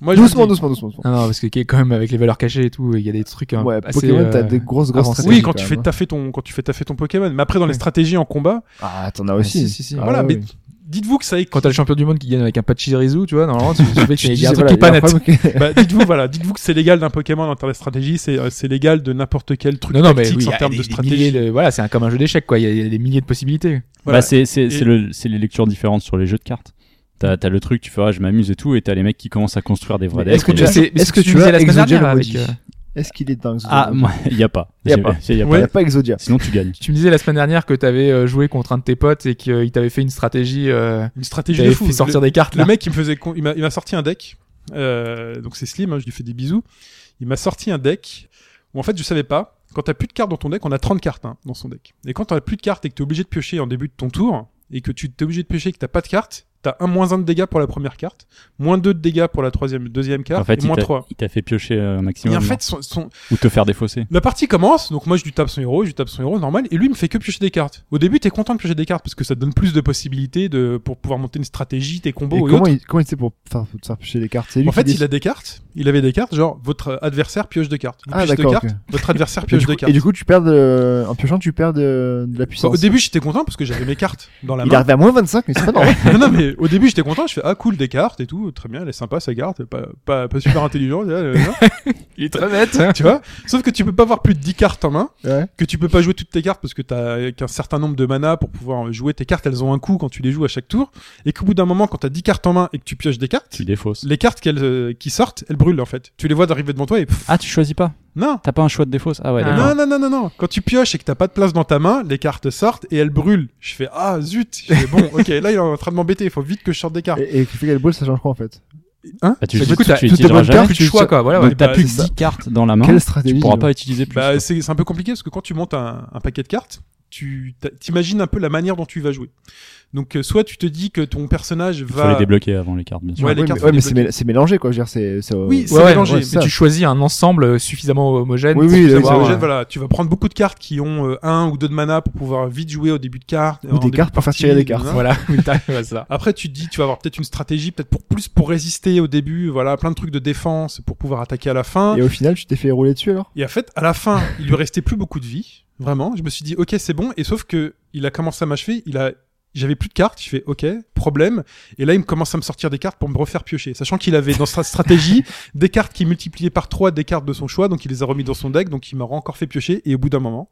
Moi, je vous doucement, le dis. doucement, doucement, doucement. Ah non, parce que quand même avec les valeurs cachées et tout, il y a des trucs. hein, Ouais, assez, Pokémon, t'as euh, des grosses, grosses avancé. stratégies. Oui, quand tu fais même, hein. taffer ton, quand tu fais taffer ton Pokémon. Mais après, dans les Ouais. stratégies en combat, Ah, t'en as aussi. si, si, si. Ah, voilà. ouais, Mais ouais. dites-vous que ça. Quand t'as le champion du monde qui gagne avec un Pachirisu, tu vois, normalement, tu, tu fais Tu qu'il dis, y a un truc voilà, qui est pas il y a net. un problème, ok. bah, dites-vous, voilà, dites-vous que c'est légal d'un Pokémon en termes de stratégie, c'est, euh, c'est légal de n'importe quel truc Non, non, mais tactique oui, il y en a termes des- de des stratégie. milliers de- Voilà, c'est un- comme un jeu d'échecs, quoi. Il y a- il y a des milliers de possibilités. Voilà. Bah, c'est c'est- Et- c'est le- c'est les lectures différentes sur les jeux de cartes. T'as t'as le truc, tu fais, ah, je m'amuse et tout, et t'as les mecs qui commencent à construire des vrais Mais decks. Est-ce que et tu les- sais, Est-ce est-ce que que tu tu disais as la semaine Exogel dernière avec Body euh, Est-ce qu'il est dans Exodia Ah, moi, il n'y a pas. Y a J'ai- pas. j'ai- y a Il n'y Ouais. a pas Exodia. Sinon, tu gagnes. Tu me disais la semaine dernière que t'avais euh, joué contre un de tes potes et qu'il t'avait fait une stratégie. Euh, Une stratégie de t'avais fou. fait sortir des cartes Le Ah. là. mec, il me faisait, con- il m'a il m'a sorti un deck. Euh, donc c'est Slim, hein, je lui fais des bisous. Il m'a sorti un deck où en fait je savais pas. Quand t'as plus de cartes dans ton deck, on a 30 cartes hein, dans son deck. Et quand t'as plus de cartes et que t'es obligé de piocher en début de ton tour et que tu t'es obligé de piocher et que t'as pas de cartes, t'as un moins 1 de dégâts pour la première carte, moins 2 de dégâts pour la troisième, deuxième carte, En fait, et il moins t'a- 3. il t'a fait piocher euh, un Et maximum. en non fait, son- son, Ou te faire défausser. la partie commence, donc moi je lui tape son héros, je lui tape son héros normal, et lui il me fait que piocher des cartes. Au début, t'es content de piocher des cartes parce que ça te donne plus de possibilités de, pour pouvoir monter une stratégie, tes combos. Et Et comment, autres. il, comment il sait pour faire, pour faire piocher les cartes C'est lui En qui fait, décide. il a des cartes, il avait des cartes, genre votre adversaire pioche deux cartes. Vous Ah, piochez deux d'accord, cartes, ok. votre adversaire et, pioche du deux coup, cartes. et du coup, tu perds de- en piochant, tu perds de, de la puissance. Au début, j'étais content parce que j'avais mes cartes dans la il main. arrive à moins 25, mais c'est pas normal. non, non, mais au début, j'étais content, je fais ah cool des cartes et tout, très bien, elle est sympa sa carte, pas, pas, pas super intelligente, euh, non, Il est très bête. tu vois. Sauf que tu peux pas avoir plus de 10 cartes en main. ouais. que tu peux pas jouer toutes tes cartes parce que t'as qu'un certain nombre de mana pour pouvoir jouer tes cartes, elles ont un coût quand tu les joues à chaque tour, et qu'au bout d'un moment, quand t'as 10 cartes en main et que tu pioches des cartes, Tu défausses. les cartes qu'elles, euh, qui sortent, elles brûlent en fait. Tu les vois d'arriver devant toi et pff, Ah, tu choisis pas. non, T'as pas un choix de défausse. Ah ouais, Ah. d'accord. non, non, non, non, non. Quand tu pioches et que t'as pas de place dans ta main, les cartes sortent et elles brûlent. Je fais ah zut, je fais, bon, ok, là il est en train de m'embêter, il faut vite que je sorte des cartes. Et, et qui fait quel ball, ça change quoi en fait Hein Bah, tu Mais tu- du coup, tu t'as- tu toutes les utiliseras bonnes jamais. cartes, plus de tu- choix quoi. Voilà. Donc, ouais. t'as bah, plus c'est que 10 cartes dans la main. Quelle Tu stratégie pourras dis pas donc. utiliser plus. Bah, c'est c'est un peu compliqué parce que quand tu montes un, un paquet de cartes, tu t'a- t'imagines un peu la manière dont tu vas jouer. Donc euh, soit tu te dis que ton personnage Il faut les va débloquer avant les cartes, bien sûr. Ouais, Ouais, les mais- cartes ouais, mais sont c'est mél- c'est mélangé quoi. Je veux dire, c'est. c'est, euh, Oui, c'est Ouais, ouais, mélangé, ouais, mais c'est ça. tu- tu choisis un ensemble euh, suffisamment homogène. Oui, pour oui, savoir, Ça vous ouais. gêne, euh, voilà, tu vas prendre beaucoup de cartes qui ont euh, un ou deux de mana pour pouvoir vite jouer au début de carte. Ou des cartes pour faire tirer des cartes. euh, Voilà, Oui, t'as- ouais, c'est ça. Après, tu te dis, tu vas avoir peut-être une stratégie, peut-être pour plus pour résister au début, voilà, plein de trucs de défense pour pouvoir attaquer à la fin. Et au final, tu t'es fait rouler dessus alors Et en fait, à la fin, il lui restait plus beaucoup de vie, vraiment. Je me suis dit, ok, c'est bon. Et sauf que il a commencé à m'achever, il a, j'avais plus de cartes. Je fais, ok, problème. Et là, il me commence à me sortir des cartes pour me refaire piocher, sachant qu'il avait dans sa stratégie des cartes qui multipliaient par trois des cartes de son choix, donc il les a remis dans son deck, donc il m'a encore fait piocher. Et au bout d'un moment,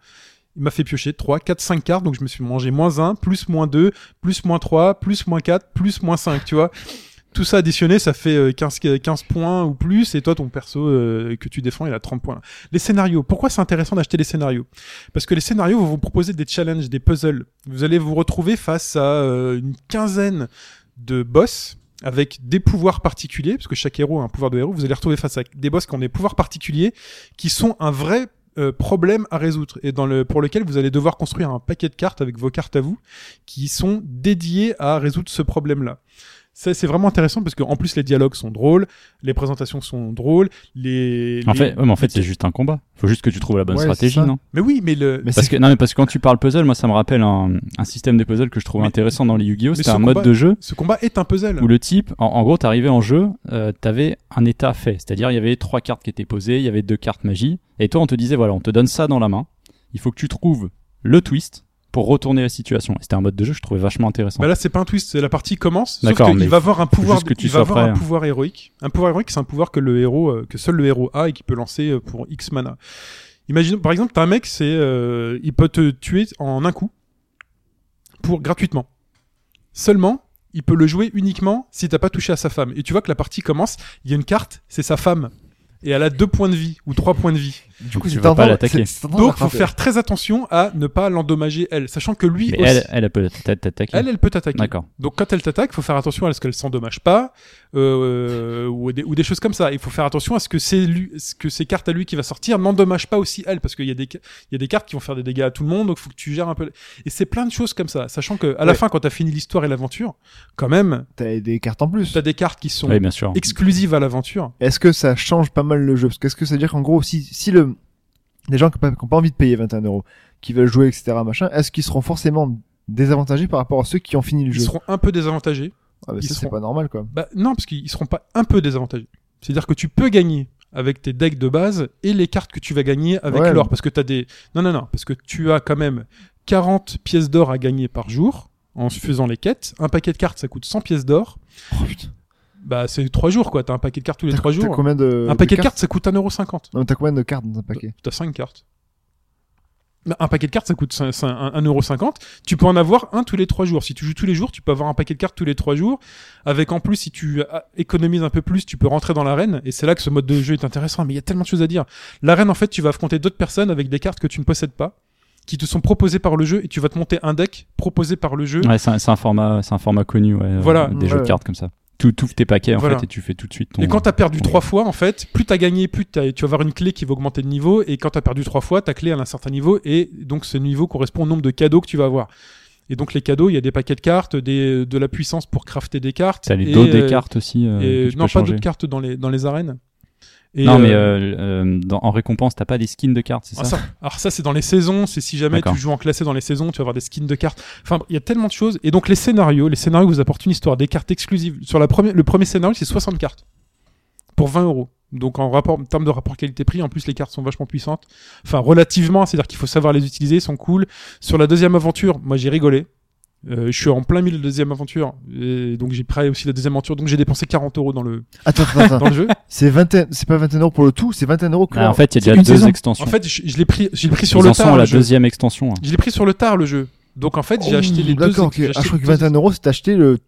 il m'a fait piocher 3, 4, 5 cartes, donc je me suis mangé moins 1, plus moins 2, plus moins 3, plus moins 4, plus moins 5, tu vois. Tout ça additionné, ça fait euh, 15, 15 points ou plus, et toi, ton perso euh, que tu défends, il a 30 points. Les scénarios. Pourquoi c'est intéressant d'acheter les scénarios Parce que les scénarios vont vous proposer des challenges, des puzzles. Vous allez vous retrouver face à euh, une quinzaine de boss avec des pouvoirs particuliers, parce que chaque héros a un pouvoir de héros. Vous allez retrouver face à des boss qui ont des pouvoirs particuliers qui sont un vrai euh, problème à résoudre et dans le pour lequel vous allez devoir construire un paquet de cartes avec vos cartes à vous qui sont dédiées à résoudre ce problème-là. Ça c'est vraiment intéressant parce que en plus les dialogues sont drôles, les présentations sont drôles, les, En les- fait, ouais, mais en fait, c'est juste un combat. Faut juste que tu trouves la bonne Ouais, stratégie, c'est ça. non mais oui, mais le Mais Parce c'est- que non, mais parce que quand tu parles puzzle, moi, ça me rappelle un, un système de puzzle que je trouvais Mais- intéressant dans les Yu-Gi-Oh. mais C'était ce un mode combat- de jeu ce combat est un puzzle. où le type, en, en gros, t'arrivais en jeu, euh, t'avais un état fait. C'est-à-dire, il y avait trois cartes qui étaient posées, il y avait deux cartes magie, et toi, on te disait, voilà, on te donne ça dans la main. Il faut que tu trouves le twist pour retourner la situation. Et C'était un mode de jeu, que je trouvais vachement intéressant. Bah là, c'est pas un twist, c'est la partie commence. Sauf D'accord, qu'il mais va avoir un pouvoir, juste que tu il va sois avoir prêt, un hein. pouvoir héroïque. Un pouvoir héroïque, c'est un pouvoir que le héros, euh, que seul le héros a et qui peut lancer euh, pour X mana. Imagine, par exemple, t'as un mec, c'est, euh, il peut te tuer en un coup, pour gratuitement. Seulement, il peut le jouer uniquement si t'as pas touché à sa femme. Et tu vois que la partie commence, il y a une carte, c'est sa femme. Et elle a deux points de vie ou trois points de vie. Du coup, tu c'est vas pas tentant- l'attaquer. c'est- c'est tentant de la Donc, faut frapper. faire très attention à ne pas l'endommager elle, sachant que lui mais aussi- elle, elle, elle peut t'a- t'attaquer. elle, elle peut t'attaquer. D'accord. Donc quand elle t'attaque, faut faire attention à ce qu'elle s'endommage pas euh, ou, des, ou des choses comme ça. Il faut faire attention à ce que c'est lui, ce que ces cartes à lui qui va sortir n'endommagent pas aussi elle parce qu'il y a des ca- il y a des cartes qui vont faire des dégâts à tout le monde. Donc faut que tu gères un peu. Et c'est plein de choses comme ça, sachant que à la Ouais. fin quand t'as fini l'histoire et l'aventure, quand même T'as des cartes en plus. t'as des cartes qui sont Oui, bien sûr. exclusives à l'aventure. Est-ce que ça change pas mal le jeu Parce qu'est-ce que ça veut dire qu'en gros, si, si le, les gens qui n'ont pas, qui ont pas envie de payer 21 euros, qui veulent jouer, etc., machin, est-ce qu'ils seront forcément désavantagés par rapport à ceux qui ont fini le Ils jeu seront un peu désavantagés. Ah bah ils ça, c'est seront- pas normal, quoi. Bah non parce qu'ils seront pas un peu désavantagés. C'est-à-dire que tu peux gagner avec tes decks de base et les cartes que tu vas gagner avec Ouais, l'or mais- parce que t'as des non non non parce que tu as quand même 40 pièces d'or à gagner par jour en faisant les quêtes. Un paquet de cartes ça coûte 100 pièces d'or. Oh putain. Bah c'est 3 jours quoi, t'as un paquet de cartes tous les 3 T'as jours. combien de. Un paquet de cartes cartes ça coûte 1,50€. Euh, Non, mais t'as combien de cartes dans un paquet T'as 5 cartes. Bah, un paquet de cartes, ça coûte 5 5 un- 1,50€. Tu peux en avoir un tous les 3 jours. Si tu joues tous les jours, tu peux avoir un paquet de cartes tous les 3 jours. Avec en plus, si tu ah, économises un peu plus, tu peux rentrer dans l'arène. Et c'est là que ce mode de jeu est intéressant. Mais il y a tellement de choses à dire. L'arène, en fait, tu vas affronter d'autres personnes avec des cartes que tu ne possèdes pas, qui te sont proposées par le jeu, et tu vas te monter un deck proposé par le jeu. Ouais, c'est un, c'est un format, c'est un format connu. ouais, euh, Voilà. des jeux Ouais. de cartes comme ça. Tu ouvres tes paquets en Voilà. fait et tu fais tout de suite ton. Et quand t'as perdu ton- trois fois, en fait, plus t'as gagné, plus t'as- tu vas avoir une clé qui va augmenter de niveau. Et quand t'as perdu trois fois, ta clé elle a un certain niveau. Et donc, ce niveau correspond au nombre de cadeaux que tu vas avoir. Et donc, les cadeaux, il y a des paquets de cartes, des, de la puissance pour crafter des cartes. T'as les et, dos des euh, cartes aussi. euh, et- que tu non, peux pas changer. d'autres cartes dans les, dans les arènes. Et, non, mais euh, euh, euh, dans- en récompense, t'as pas des skins de cartes, c'est ah, ça ça. Alors ça c'est dans les saisons, c'est si jamais D'accord. tu joues en classé dans les saisons, tu vas avoir des skins de cartes. Enfin, il y a tellement de choses. Et donc les scénarios, les scénarios vous apportent une histoire, des cartes exclusives. Sur la première, le premier scénario c'est 60 cartes pour 20 euros. Donc en rapport, en termes de rapport qualité-prix, en plus les cartes sont vachement puissantes. Enfin relativement, c'est-à-dire qu'il faut savoir les utiliser, elles sont cool. Sur la deuxième aventure, moi j'ai rigolé. Euh, je suis en plein milieu de la deuxième aventure, et donc j'ai pris aussi la deuxième aventure, donc j'ai dépensé 40 euros dans le Attends, attends, attends. dans le jeu. c'est 21, c'est pas 21 euros pour le tout, c'est 21 euros que. Ah, En fait, il y C'est a une déjà deux saison. extensions. En fait, je, je l'ai pris, j'ai pris Ils sur le en sont tard. à la le jeu. deuxième extension. hein. Je l'ai pris sur le tard le jeu. Donc en fait, j'ai Oh, acheté les deux. D'accord, ok. j'ai Ah, je acheté crois que les deux- 21 euros, t'as acheté le.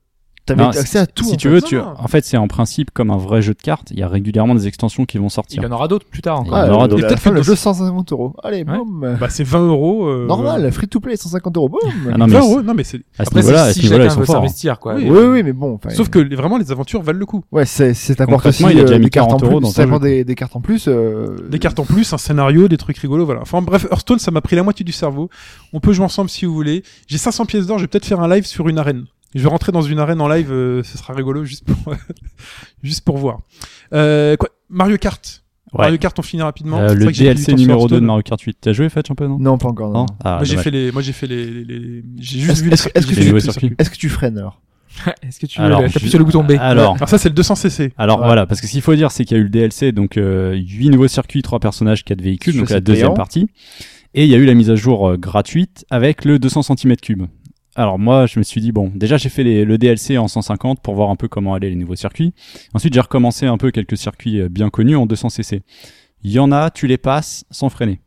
T'avais Non, accès si- à tout. hein. Si en tu fait. veux, tu... Non. en fait, c'est en principe comme un vrai jeu de cartes. Il y a régulièrement des extensions qui vont Il sortir. y en aura d'autres plus tard encore. Ouais. en aura Ah, le- d'autres. la Peut-être fin, que le dans- jeu 150 euros. Ouais. Allez, boum. Bah c'est 20 euros. euh, Normal, free to play, 150 euros, Ah, boum. non, euh, mais 20 c'est- euros. Non mais c'est. à ce Après, niveau-là, à si, ce si niveau-là, ils chacun sont veut forts. hein. s'investir, quoi. Oui. Oui, oui, mais bon. enfin, Sauf que les- vraiment les aventures valent le coup. Ouais, c'est, c'est t'apporte aussi Concrètement, il a euh, déjà mis des cartes en 40 euros plus. dans ça ton apporte jeu. des, des cartes en plus. euh, Des cartes en plus, un scénario, des trucs rigolos, voilà. Enfin bref, Hearthstone, ça m'a pris la moitié du cerveau. On peut jouer ensemble si vous voulez. J'ai 500 pièces d'or, je vais peut-être faire un live sur une arène. Je vais rentrer dans une arène en live, euh, ce sera rigolo juste pour juste pour voir. Euh, quoi Mario Kart. Ouais. Mario Kart, on finit rapidement. Euh, C'est Le vrai que j'ai pris du DLC temps sur numéro 2 de Hearthstone. Mario Kart 8. T'as joué, Fetch, un peu, non Non, pas encore. Non. Non Ah, Moi j'ai dommage. fait les, moi j'ai fait les, les- les- j'ai juste Est-ce- vu les- est-ce que- est-ce que j'ai vu tu- tout Les le nouveaux circuit. Est-ce que tu freines alors Est-ce que tu Alors, t'appuies je- sur le bouton B Alors, Alors ça c'est le 200cc. Alors Ouais. voilà, parce que s'il faut dire, c'est qu'il y a eu le DLC, donc euh, 8 nouveaux circuits, 3 personnages, 4 véhicules, Je donc sais la deuxième payant. partie. Et il y a eu la mise à jour euh, gratuite avec le 200 cm3. Alors moi, je me suis dit, bon, déjà j'ai fait les- le DLC en 150 pour voir un peu comment allaient les nouveaux circuits. Ensuite, j'ai recommencé un peu quelques circuits euh, bien connus en 200cc. Il y en a, tu les passes sans freiner.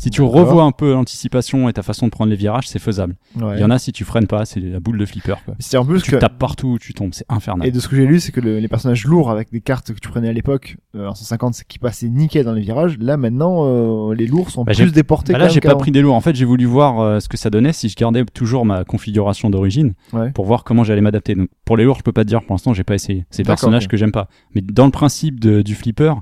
Si tu D'accord. revois un peu l'anticipation et ta façon de prendre les virages, c'est faisable. Il Ouais. y en a, si tu freines pas, c'est la boule de flipper. Quoi. C'est en plus Tu que. tapes partout où tu tombes, c'est infernal. Et de ce que j'ai lu, c'est que le- les personnages lourds avec des cartes que tu prenais à l'époque euh, en 150, c'est qui passaient nickel dans les virages. Là maintenant, euh, les lourds sont Bah, j'ai- plus déportés. Bah quand là, même j'ai pas qu'avant. pris des lourds. En fait, j'ai voulu voir euh, ce que ça donnait si je gardais toujours ma configuration d'origine Ouais. pour voir comment j'allais m'adapter. Donc, pour les lourds, je peux pas te dire pour l'instant, j'ai pas essayé. C'est des D'accord, personnages ok. que j'aime pas. Mais dans le principe de- du flipper,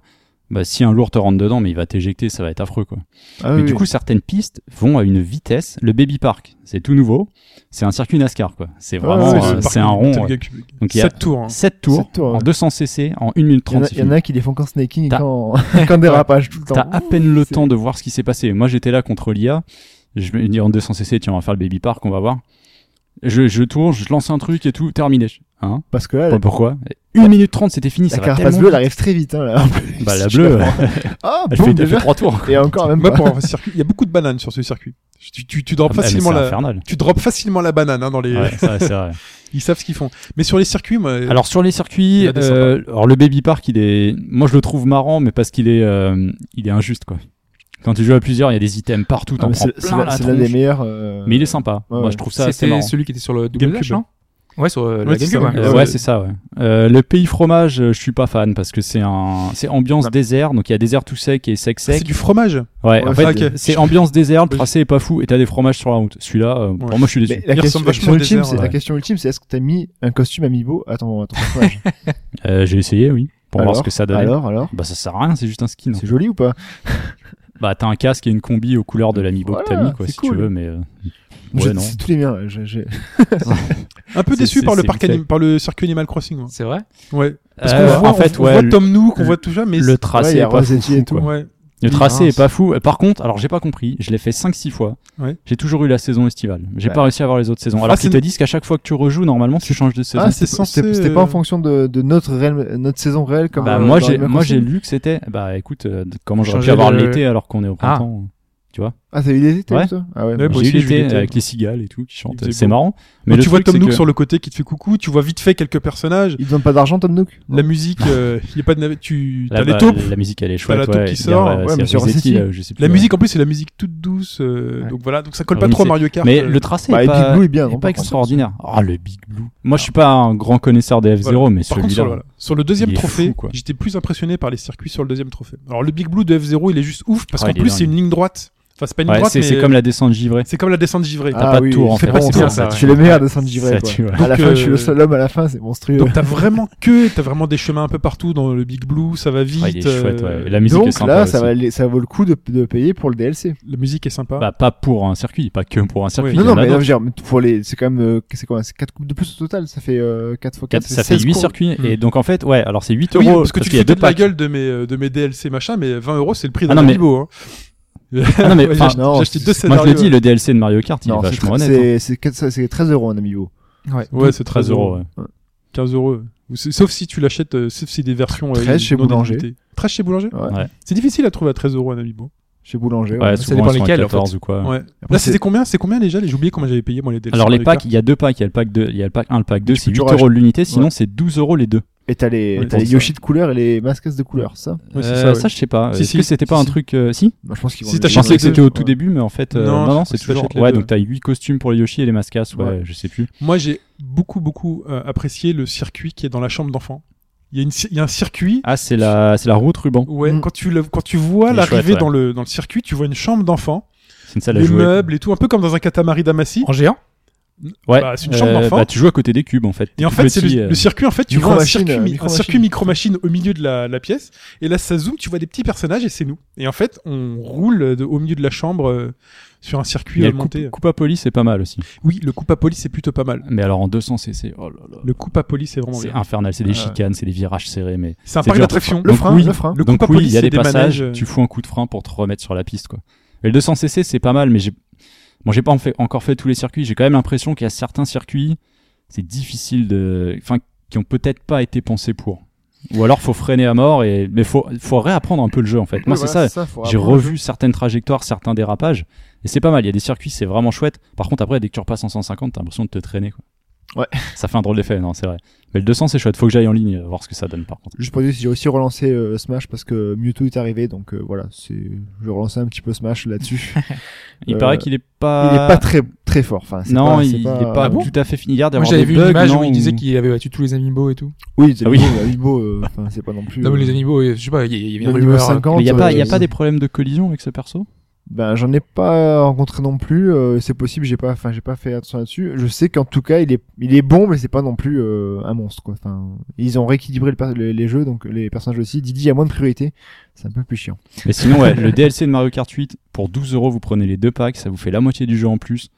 bah, si un lourd te rentre dedans, mais il va t'éjecter, ça va être affreux, quoi. Ah, mais oui, du oui. coup, certaines pistes vont à une vitesse. Le Baby Park, c'est tout nouveau. C'est un circuit NASCAR, quoi. C'est Ouais, vraiment, ouais, euh, Ah, c'est c'est un rond. ouais. Donc, il y a 7 tours. hein. 7 tours, Sept tours, en ouais. 200 cc, en 1 minute Il y en 30. a- il y en a qui les font qu'en snaking et T'as- qu'en qu'en dérapage tout le temps. Ah T'as à peine le c'est- temps de voir ce qui s'est passé. Moi, j'étais là contre l'IA. Je me dis en 200cc, tiens, on va faire le baby park, on va voir. Je, je tourne, je lance un truc et tout, terminé. Hein Parce que là, Pas Pourquoi 1 minute 30, c'était fini. la ça va carapace tellement bleue, elle vite. arrive très vite. Hein, là, en plus. Bah, la Tu la bleue, prends. Ah, elle boum, fait, elle fait déjà. trois tours. Et encore même Moi, pas. Ah, pour un circuit, il y a beaucoup de bananes sur ce circuit. Tu, tu, tu drops Ah, mais facilement c'est la, infernal. tu drops facilement la banane hein, dans les. Ouais, ça, c'est vrai. Ils savent ce qu'ils font. Mais sur les circuits, moi, euh, Alors sur les Il circuits, y a des euh, alors le baby park, il est, moi je le trouve marrant, mais parce qu'il est, euh, il est injuste quoi. Quand tu joues à plusieurs, il y a des items partout, Ah, t'en mais prends C'est c'est plein l'un la c'est l'un des tronche. meilleurs. euh, Mais il est sympa. Ouais, Moi ouais. je trouve ça assez C'était marrant. celui qui était sur le GameCube. WDH, non Ouais, sur euh, Ouais, la c'est GameCube. ça, ouais. Euh, Ouais. ouais, c'est ça. Ouais. Euh, le pays fromage, euh, je suis pas fan parce que c'est un, c'est ambiance Ouais. désert, donc il y a désert tout sec et sec Bah. Ah, c'est sec. du fromage. Ah, Ouais, en Ouais, fait, ok. c'est ambiance désert, le Oui. tracé est pas fou et t'as des fromages sur la route. Celui-là, euh, Ouais. pour moi, je suis déçu. Mais la Il question, ressemble vachement la question au ultime, désert, c'est la ouais. question ultime, c'est est-ce que t'as mis un costume amiibo à ton, à ton personnage Euh, J'ai essayé, oui, pour voir Alors ce que ça donnait. Alors, alors, Bah ça sert à rien, c'est juste un skin. hein. c'est joli ou pas Bah t'as un casque et une combi aux couleurs de l'amiibo que Voilà, t'as mis, quoi, c'est si cool. tu veux, mais euh, Je- ouais non. C'est tous les miens. je- je- Un peu C'est- déçu c'est- par le c'est parc vite anim- par le circuit Animal Crossing. moi. C'est vrai Ouais. Parce Euh, qu'on voit, en fait, on, ouais, voit le, Tom Nook, on le- voit tout ça, mais le c'est- tracé Ouais, il y a est Ah, pas fou, Rosetti et fou, tout. quoi. ouais. Le tracé Mince. est pas fou. Par contre, alors j'ai pas compris, je l'ai fait 5-6 fois. Ouais. J'ai toujours eu la saison estivale. J'ai Ouais. pas réussi à avoir les autres saisons. Ah, Alors c'est- qu'ils te disent qu'à chaque fois que tu rejoues, normalement tu changes de saison. Ah, c'est censé, C'était c'était pas en euh, fonction de, de notre, réel- notre saison réelle comme Bah, euh, moi dans les j'ai mêmes moi j'ai consignes. lu que c'était bah écoute euh, de- comment j'aurais pu Changer avoir le- l'été alors qu'on est au Ah. printemps. Ah, t'as eu des étés, Ouais. toi Ah ouais. Ouais, bah, moi J'ai eu aussi, j'ai eu l'été l'été. avec les cigales et tout qui chantent. faisait C'est beau. marrant. Mais Quand le tu vois truc, Tom c'est Nook que- sur le côté qui te fait coucou, tu vois vite fait quelques personnages. Ils donnent pas d'argent, Tom Nook Bah, La musique, euh, il y a pas de nav- tu Là, t'as les bah, taupes. La musique, elle est T'as chouette. la taupe ouais, qui c'est bien, sort, euh, ouais, c'est mais sur Rossetti, Rossetti. là, je sais plus, La ouais. musique en plus c'est la musique toute douce, euh, Ouais. donc voilà, donc ça colle pas Remixé. trop à Mario Kart. Mais euh, le tracé Bah, est et pas, Big Blue est bien, est non, pas par extraordinaire. Ah, le Big Blue. Moi, je suis pas un grand connaisseur des F0, mais Par contre, sur le, celui-là. voilà. Sur le deuxième il est trophée, fou, quoi. j'étais plus impressionné par les circuits sur le deuxième trophée. Alors le Big Blue de F0, il est juste ouf parce Ah, qu'en il est plus c'est dingue. une ligne droite. Enfin, c'est pas une Ouais, droite, c'est mais c'est comme la descente givrée. c'est comme la descente givrée. T'as Ah pas de oui, tour en il fait fait. pas Bon, si bien, ça, ça, ouais. Je suis le meilleur de Saint-Givré. ça tue, ouais. À la Donc, fin, je suis euh, le seul homme à la fin, c'est monstrueux. Donc t'as vraiment que, t'as vraiment des chemins un peu partout dans le Big Blue, ça va vite. Ouais, il est chouette, euh, ouais. La musique est Donc sympa. là, ça, aussi. va, aller- ça vaut le coup de, de payer pour le DLC. La musique est sympa. Bah, pas pour un circuit, pas que pour un circuit. Oui. il y Non, non, en a mais là, d'autres. je veux dire, mais pour les, c'est quand même, euh, c'est quoi, c'est 4 coupes de plus au total, ça fait 4 fois 4, Quatre- ça fait 8 circuits. Mm. Et donc, en fait, ouais, alors c'est 8 Oui, euros. parce que tu te qu'il y a foutais deux de la packs. gueule de mes, euh, de mes DLC machin, mais 20 euros c'est le prix Ah d'un non, mais- amiibo. hein. Ah, non, mais, Ouais, enfin, j'ai- non, j'ai acheté deux Moi, scénarios. je le dis, le DLC de Mario Kart, il est Non, c'est vachement tre- honnête. hein. c'est, c'est, 4 c'est 13 euros un amiibo. Ouais. Ouais, c'est 13 euros. ouais. 15 euros. Ou c'est- Sauf si tu l'achètes, euh, sauf si des versions. euh, 13 chez non Boulanger. délimitées. 13 chez Boulanger Ouais. Ouais. C'est difficile à trouver à 13 euros un amiibo. Chez Boulanger. Ouais, ouais. souvent, dépend ils sont à lesquels, en 14 ou quoi. Ouais. Après, Là, c'est- c'était combien C'est combien déjà J'ai oublié combien j'avais payé moi les DLC. Alors les Mario Kart. packs, il y a deux packs, il y a le pack 2, il y a le pack 1, le pack 2, Tu c'est peux 8 toujours euros l'unité, sinon Ouais. c'est 12 euros les deux. Et t'as les, Oui, t'as les c'est Yoshi de couleur et les masques de couleur, ça. Ouais, c'est Euh, ça, ouais. je sais pas. Si, Est-ce si, que c'était pas si, un si. truc euh, si Bah, je pense qu'ils vont Si les- t'as Je T'achètes pensais que les c'était deux, au tout ouais. début, mais en fait, euh, Non, non, je non, pense c'est que t'achètes toujours. les Ouais, deux, donc t'as 8 costumes pour les Yoshi et les mascasses, ouais, Ouais. je sais plus. Moi, j'ai beaucoup, beaucoup euh, apprécié le circuit qui est dans la chambre d'enfant. Il y, a une ci- il y a un circuit. Ah, c'est la, c'est la route ruban. Ouais, Mm. quand, tu le- quand tu vois Ah. Il est l'arrivée chouette, ouais. dans, le, dans le circuit, tu vois une chambre d'enfant, C'est une salle à les jouer. meubles et tout, un peu comme dans un catamaran d'Amassi. En géant Ouais. Bah, c'est une chambre Euh, d'enfant. Bah, tu joues à côté des cubes, en fait. Et en Tout fait, c'est petit, le, euh, le circuit. En fait, tu vois un Micro-machine, circuit, euh, mi- un micro-machine. circuit micro-machine au milieu de la, la pièce. Et là, ça zoome, tu vois des petits personnages et c'est nous. Et en fait, on roule de- au milieu de la chambre euh, sur un il circuit y a euh, le coupe, monté. coupe à police, c'est pas mal aussi. Oui, le coupe à police, c'est plutôt pas mal. Mais alors en 200 cc, oh là là. Le coupe à police, c'est vraiment C'est bien. infernal, c'est des Ouais. chicanes, c'est des virages serrés, mais. C'est un c'est parc dur. d'attraction. Le Donc frein, oui. le frein. Le Donc coupe à oui, il police, y a c'est des, des passages, manèges, euh, tu fous un coup de frein pour te remettre sur la piste quoi. Et le 200 cc c'est pas mal mais j'ai bon, j'ai pas en fait- encore fait tous les circuits, j'ai quand même l'impression qu'il y a certains circuits c'est difficile de enfin qui ont peut-être pas été pensés pour. Ou alors faut freiner à mort et mais faut faut réapprendre un peu le jeu en fait. Moi c'est ça, j'ai revu certaines trajectoires, certains dérapages et c'est pas mal, il y a des circuits c'est vraiment chouette. Par contre après dès que tu repasses en 150, t'as l'impression de te traîner quoi. Ouais. Ça fait un drôle d'effet, non, c'est vrai. Mais le 200 c'est chouette, faut que j'aille en ligne euh, voir ce que ça donne par contre. Juste pour dire, j'ai aussi relancé euh, Smash parce que Mewtwo est arrivé, donc euh, voilà, c'est, je relançais un petit peu Smash là-dessus. Il Euh, paraît qu'il est pas Il est pas très, très fort, enfin, c'est Ah. non, pas, c'est il, il est pas Ah bon tout à fait fini. Il y a Moi d'avoir j'avais des vu bugs, une image non, où il disait ou- qu'il avait battu tous les amiibo et tout. Oui, c'est Ah oui. oui. Amiibo, euh, enfin, c'est pas non plus. Non mais les euh, amiibo, euh, je sais pas, il y, il y avait une le niveau rumeur. hein. 50, Mais il n'y a, pas- il y a euh, pas des problèmes de collision avec ce perso Ben, j'en ai pas rencontré non plus. euh, c'est possible, j'ai pas, enfin, j'ai pas fait attention là-dessus. Je sais qu'en tout cas, il est, il est bon, mais c'est pas non plus euh, un monstre, quoi. Enfin, ils ont rééquilibré le per- les, les jeux, donc les personnages aussi. Didi a moins de priorité. C'est un peu plus chiant. Mais sinon, ouais, le DLC de Mario Kart 8, pour 12 euros, vous prenez les deux packs, ça vous fait la moitié du jeu en plus.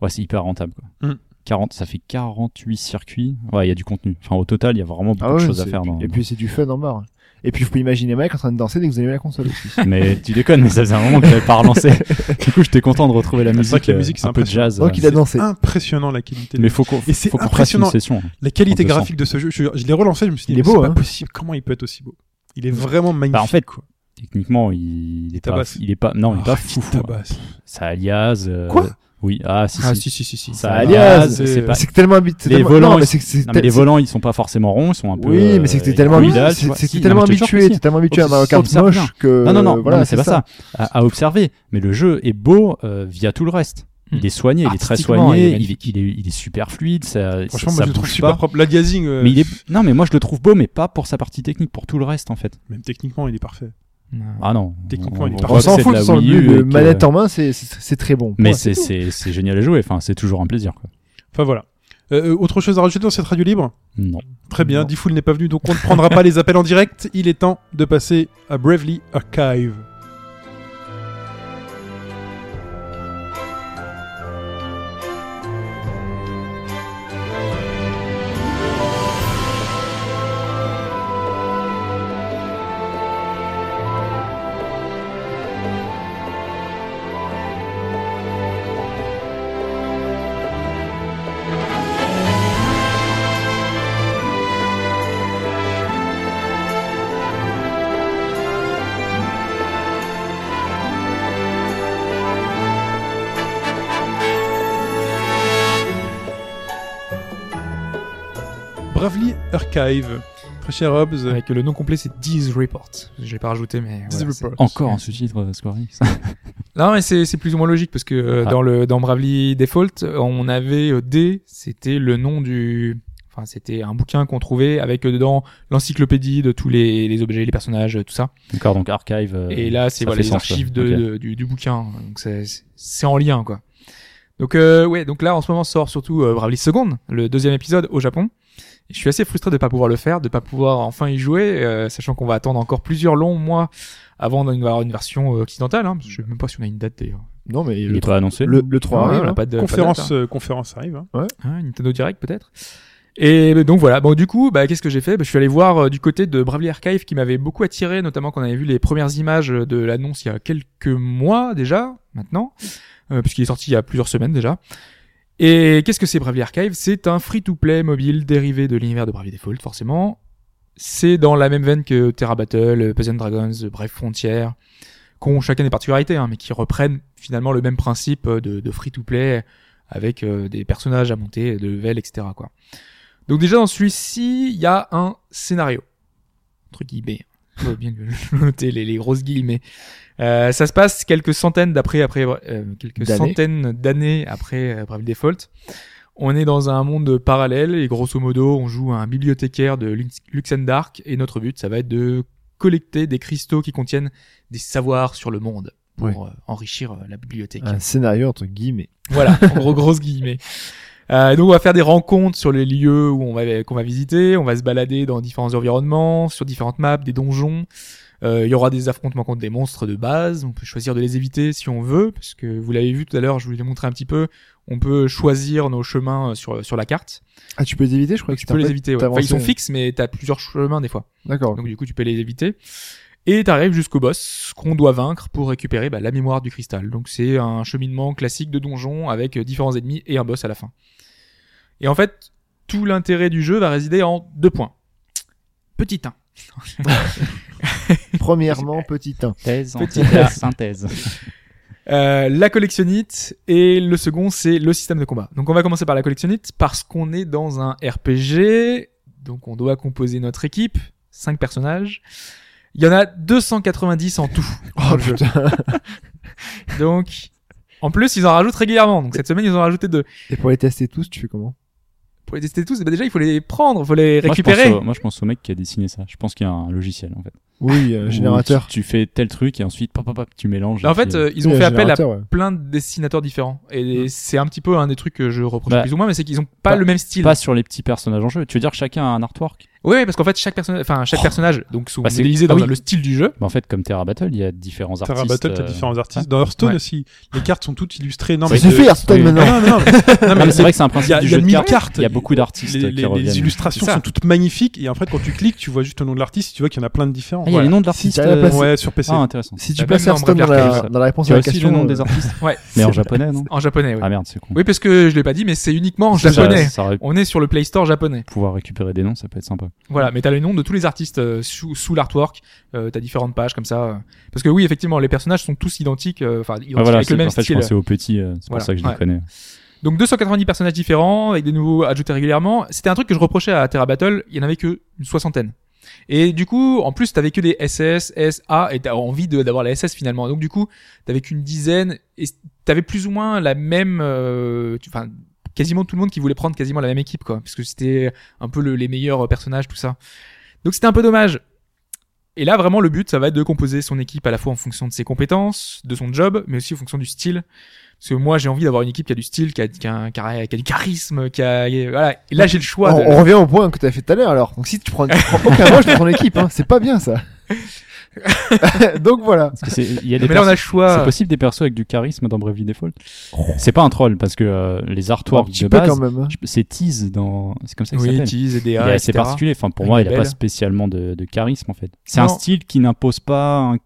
Ouais, c'est hyper rentable. Quoi. Mm. 40, ça fait 48 circuits. Ouais, il y a du contenu. Enfin, au total, il y a vraiment beaucoup de Ah ouais, choses à c'est- faire. dans- Et puis c'est du fun en barre. Et puis vous pouvez imaginer Mike en train de danser dès que vous allumez la console aussi. Mais tu déconnes, mais ça faisait un moment que je l'avais pas relancé. du coup, j'étais content de retrouver la C'est vrai musique, que la euh, musique, c'est un peu de jazz. Donc ouais. il Oh, a dansé. Impressionnant la qualité. Mais faut qu'on Et c'est faut qu'on fasse une impressionnant. session. La qualité En 200. graphique de ce jeu, je, je l'ai relancé, je me suis dit, Il est mais c'est beau, pas hein. possible, comment il peut être aussi beau Il est vraiment magnifique. Bah, en fait, quoi. Techniquement, il est pas, tabasse. il est pas, non, il est Ah, pas qui fou. fou, hein. tabasse. Ça alias. euh, Quoi Oui, ah si, Ah si si. si si si. Ça Ah, alias, alias, c'est euh, pas C'est que tellement habitué. Les volants, mais c'est que c'est Non, mais les c'est- volants, ils sont pas forcément ronds, ils sont un peu. Oui, euh, mais c'est que t'es tellement pyramidales, habitué, tu vois. c'est- Si, c'est non, tellement mais je te jure habitué, que t'es si. tellement habitué à Mario Kart Observe bien. moche que. Non, non, non, voilà, non, mais c'est pas ça. À, à observer. Mais le jeu est beau euh, via tout le reste. Il Hmm. est soigné, il est très Artistiquement, il est soigné, il, magnifique. il est, il est super fluide, ça, Franchement, ça, moi ça je le trouve bouge super pas. propre. L'aliasing, euh, Mais il est... Non, mais moi je le trouve beau, mais pas pour sa partie technique, pour tout le reste en fait. même techniquement, il est parfait. Ah non. Techniquement, il est voit parfait. On que s'en c'est de fout, la sans le Wii U but, et le que- manette en main, c'est c'est- c'est très bon. Mais Point, c'est- tout. c'est c'est génial à jouer, enfin, c'est toujours un plaisir. Quoi. Enfin voilà. Euh, euh, autre chose à rajouter dans cette radio libre Non. Très bien, Non. Difool n'est pas venu, donc on ne prendra pas les appels en direct. Il est temps de passer à Bravely Archive. Archive. Très cher Hobbs. Ah, Avec le nom complet, c'est Diz Report. Je l'ai pas rajouté, mais. This voilà, c'est- report. Encore un sous-titre euh, Square Enix. Non, mais c'est c'est plus ou moins logique parce que euh, Ah. dans le dans Bravely Default, euh, on avait euh, D, c'était le nom du enfin c'était un bouquin qu'on trouvait avec euh, dedans l'encyclopédie de tous les, les objets, les personnages, euh, tout ça. D'accord, donc Archive. euh, Et là, c'est ça voilà, fait les sens, archives de, ouais. Ok. de- du, du bouquin. Donc c'est- c'est c'est en lien quoi. Donc euh, ouais, donc là en ce moment sort surtout euh, Bravely Second, le deuxième épisode au Japon. Et je suis assez frustré de pas pouvoir le faire, de pas pouvoir enfin y jouer, euh, sachant qu'on va attendre encore plusieurs longs mois avant d'avoir une version euh, occidentale. Hein, parce que je sais même pas si on a une date d'ailleurs. Non, mais Il est le, pas annoncé. le, le 3 Ah Ouais, arrive, on a hein. pas de- pas de conférence, date, hein. euh, conférence arrive. hein. Ouais, Nintendo Direct peut-être. Et euh, donc voilà, bon du coup, bah, qu'est-ce que j'ai fait Bah, Je suis allé voir euh, du côté de Bravely Archive qui m'avait beaucoup attiré, notamment quand on avait vu les premières images de l'annonce il y a quelques mois déjà, maintenant, euh, puisqu'il est sorti il y a plusieurs semaines déjà. Et qu'est-ce que c'est Bravely Archive C'est un free-to-play mobile dérivé de l'univers de Bravely Default, forcément. C'est dans la même veine que Terra Battle, euh, Puzzle and Dragons, euh, Brave Frontier, qui ont chacun des particularités, hein, mais qui reprennent finalement le même principe euh, de, de free-to-play avec euh, des personnages à monter, de level, etc. Quoi. Donc déjà dans celui-ci, il y a un scénario. Entre guillemets. Faut bien le noter les, les grosses guillemets. Euh, ça se passe quelques centaines d'après, après, euh, quelques D'années. centaines d'années après euh, Bravely Default. On est dans un monde parallèle et grosso modo, on joue un bibliothécaire de Lux- Luxembourg et notre but, ça va être de collecter des cristaux qui contiennent des savoirs sur le monde pour Ouais. Ah, euh, enrichir euh, la bibliothèque. Un scénario entre guillemets. Voilà, en gros, grosses guillemets. Euh, donc on va faire des rencontres sur les lieux où on va qu'on va visiter, on va se balader dans différents environnements, sur différentes maps, des donjons. Euh, Il y aura des affrontements contre des monstres de base. On peut choisir de les éviter si on veut, parce que vous l'avez vu tout à l'heure, je vous l'ai montré un petit peu. On peut choisir nos chemins euh, sur sur la carte. Ah, tu peux les éviter, je crois que Tu c'était peux en les fait, éviter. ouais. Enfin, t'avançais. ils sont fixes, mais t'as plusieurs chemins des fois. D'accord. Donc du coup, tu peux les éviter. Et t'arrives jusqu'au boss qu'on doit vaincre pour récupérer bah, la mémoire du cristal. Donc c'est un cheminement classique de donjon avec euh, différents ennemis et un boss à la fin. Et en fait, tout l'intérêt du jeu va résider en deux points. Petit 1. Premièrement, petit 1. Thèse, Petit antithèse, synthèse. Euh, la collectionnite et le second c'est le système de combat. Donc on va commencer par la collectionnite parce qu'on est dans un RPG, donc on doit composer notre équipe, cinq personnages. Il y en a 290 en tout. Oh, dans le jeu. donc en plus ils en rajoutent régulièrement. Donc cette semaine ils en ont rajouté deux. Et pour les tester tous, tu fais comment Pour les tester tous, bah déjà il faut les prendre, faut les Moi, je pense récupérer. au- Moi, je pense au mec qui a dessiné ça. Je pense qu'il y a un logiciel en fait. Oui, euh, Où générateur. Oh, Tu, tu fais tel truc et ensuite, pop, pop, pop, tu mélanges. en et fait puis, euh, ils ont Oui, fait appel à générateur, ouais. plein de dessinateurs différents et c'est un petit peu un des trucs que je reproche Bah, plus ou moins, mais c'est qu'ils ont pas pas- le même style. pas sur les petits personnages en jeu. Tu veux dire que chacun a un artwork Oui, oui, parce qu'en fait chaque personnage, enfin chaque Oh. personnage, donc sont Bah, c'est- modélisés dans ah oui. le style du jeu. Bah, En fait, comme Terra Battle, il y a différents Terra artistes. Battle, t'as euh, différents artistes. Dans Hearthstone Ouais. aussi, les cartes sont toutes illustrées. Non, Ça Ça mais suffit, de- Hearthstone, oui. Non, maintenant. non, non, mais- non, Non, mais mais c'est vrai que c'est un principe Il y a, du il y a jeu de mille cartes. cartes. Il y a beaucoup d'artistes Les, qui les- les reviennent. illustrations C'est ça. sont toutes magnifiques et après quand tu cliques, tu vois juste le nom de l'artiste, tu vois qu'il y en a plein de différents. Ah, il y a les noms de Si l'artiste. t'as la euh, place- Ouais, sur PC. Ah, intéressant. Si Bah, tu places même Hearthstone dans dans Brave la, Archive, dans la réponse Il y à a la aussi question. le nom euh, des artistes. Ouais. Mais en japonais, non En japonais, oui. Ah merde, c'est con. Oui, parce que je l'ai pas dit, mais c'est uniquement en Ça- japonais. Ça aurait pu On est sur le Play Store japonais. pouvoir récupérer des noms, ça peut être sympa. Voilà, mais t'as les noms de tous les artistes euh, sous, sous l'artwork. Euh, t'as différentes pages comme ça. euh. Parce que oui, effectivement, les personnages sont tous identiques, euh, enfin identiques Ouais, voilà, avec le c'est- même en fait, je style. pensais aux petits, euh, c'est pour Voilà, ça que je les ouais. connais. Donc 290 personnages différents avec des nouveaux ajoutés régulièrement. C'était un truc que je reprochais à Terra Battle. Il y en avait que une soixantaine. Et du coup, en plus, t'avais que des SS, SA, et t'as envie de- d'avoir la SS finalement. Donc du coup, t'avais qu'une dizaine, et t'avais plus ou moins la même, euh, tu- enfin, quasiment tout le monde qui voulait prendre quasiment la même équipe, quoi, parce que c'était un peu le- les meilleurs euh, personnages, tout ça. Donc c'était un peu dommage. Et là, vraiment, le but, ça va être de composer son équipe à la fois en fonction de ses compétences, de son job, mais aussi en fonction du style. Parce que moi, j'ai envie d'avoir une équipe qui a du style, qui a, qui a, un- qui a- qui a du charisme, qui a, voilà. Et là, j'ai le choix. on, de- on revient au point que t'as fait tout à l'heure alors. Donc si tu prends, tu prends aucun manche de ton équipe, hein, c'est pas bien ça. Donc voilà. Parce que c'est- il y a des Mais là, on a le C'est choix. possible des persos avec du charisme dans Bravely Default C'est pas un troll parce que euh, les Un artworks petit de peu base, quand même. hein. je- c'est tease dans. C'est comme ça que ça Oui, s'appelle. tease, et Ah, Il DA, est assez etc.. particulier. Enfin, pour Avec moi, des il n'a pas belles. spécialement de, de charisme en fait. C'est un Non. style qui n'impose pas un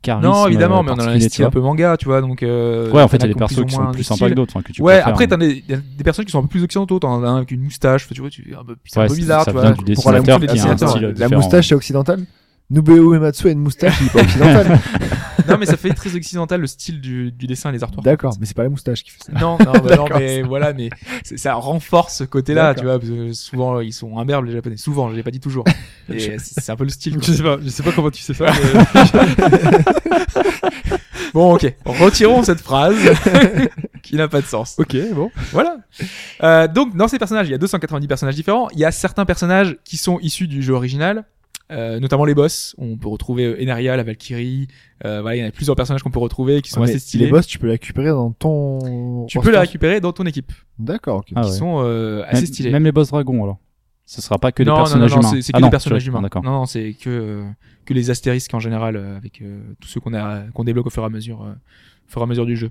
charisme. Non, évidemment, mais on a un euh, particulier, tu style un vois. peu manga, tu vois, donc. euh, Ouais, en fait, t'en il y a des qui ont persos ou qui moins sont un plus style. sympas que d'autres. hein, que tu Ouais, préfères, après, mais- t'as des, y a des personnes qui sont un peu plus occidentaux. T'en as un avec une moustache, tu vois, tu c'est un peu, c'est un Ouais, peu c'est- bizarre, ça tu vient vois. du Pour la moitié dessinateur qui a un des dessinateurs. style la différent. moustache c'est occidental. Nubeo Uematsu a une moustache, il est pas occidental. non, mais ça fait très occidental le style du, du dessin et les artworks. D'accord, mais c'est pas la moustache qui fait ça. Non, non, bah non, D'accord, mais voilà, mais c'est- ça renforce ce côté-là, D'accord. tu vois, parce que souvent ils sont imberbes les japonais. Souvent, je l'ai pas dit toujours. Et c'est c'est un peu le style. quoi. Je sais pas, je sais pas comment tu sais ça. mais- Bon, ok, retirons cette phrase qui n'a pas de sens. ok, bon. Voilà. Euh, donc dans ces personnages, il y a 290 personnages différents. Il y a certains personnages qui sont issus du jeu original, euh, notamment les boss. On peut retrouver euh, Enaria, la Valkyrie. Euh, voilà, il y en a plusieurs personnages qu'on peut retrouver qui sont Ouais, mais assez stylés. Les boss, tu peux les récupérer dans ton. tu peux les roster. récupérer dans ton équipe, D'accord, ok. Ah qui ouais. sont euh, assez même, stylés. même les boss dragons alors. Ce sera pas que non, des non, personnages non, non, humains. c'est- c'est que Ah des non, personnages je- humains. D'accord. Non, non, c'est que euh, que les astérisques en général euh, avec euh, tous ceux qu'on a qu'on débloque au fur et à mesure euh, au fur et à mesure du jeu.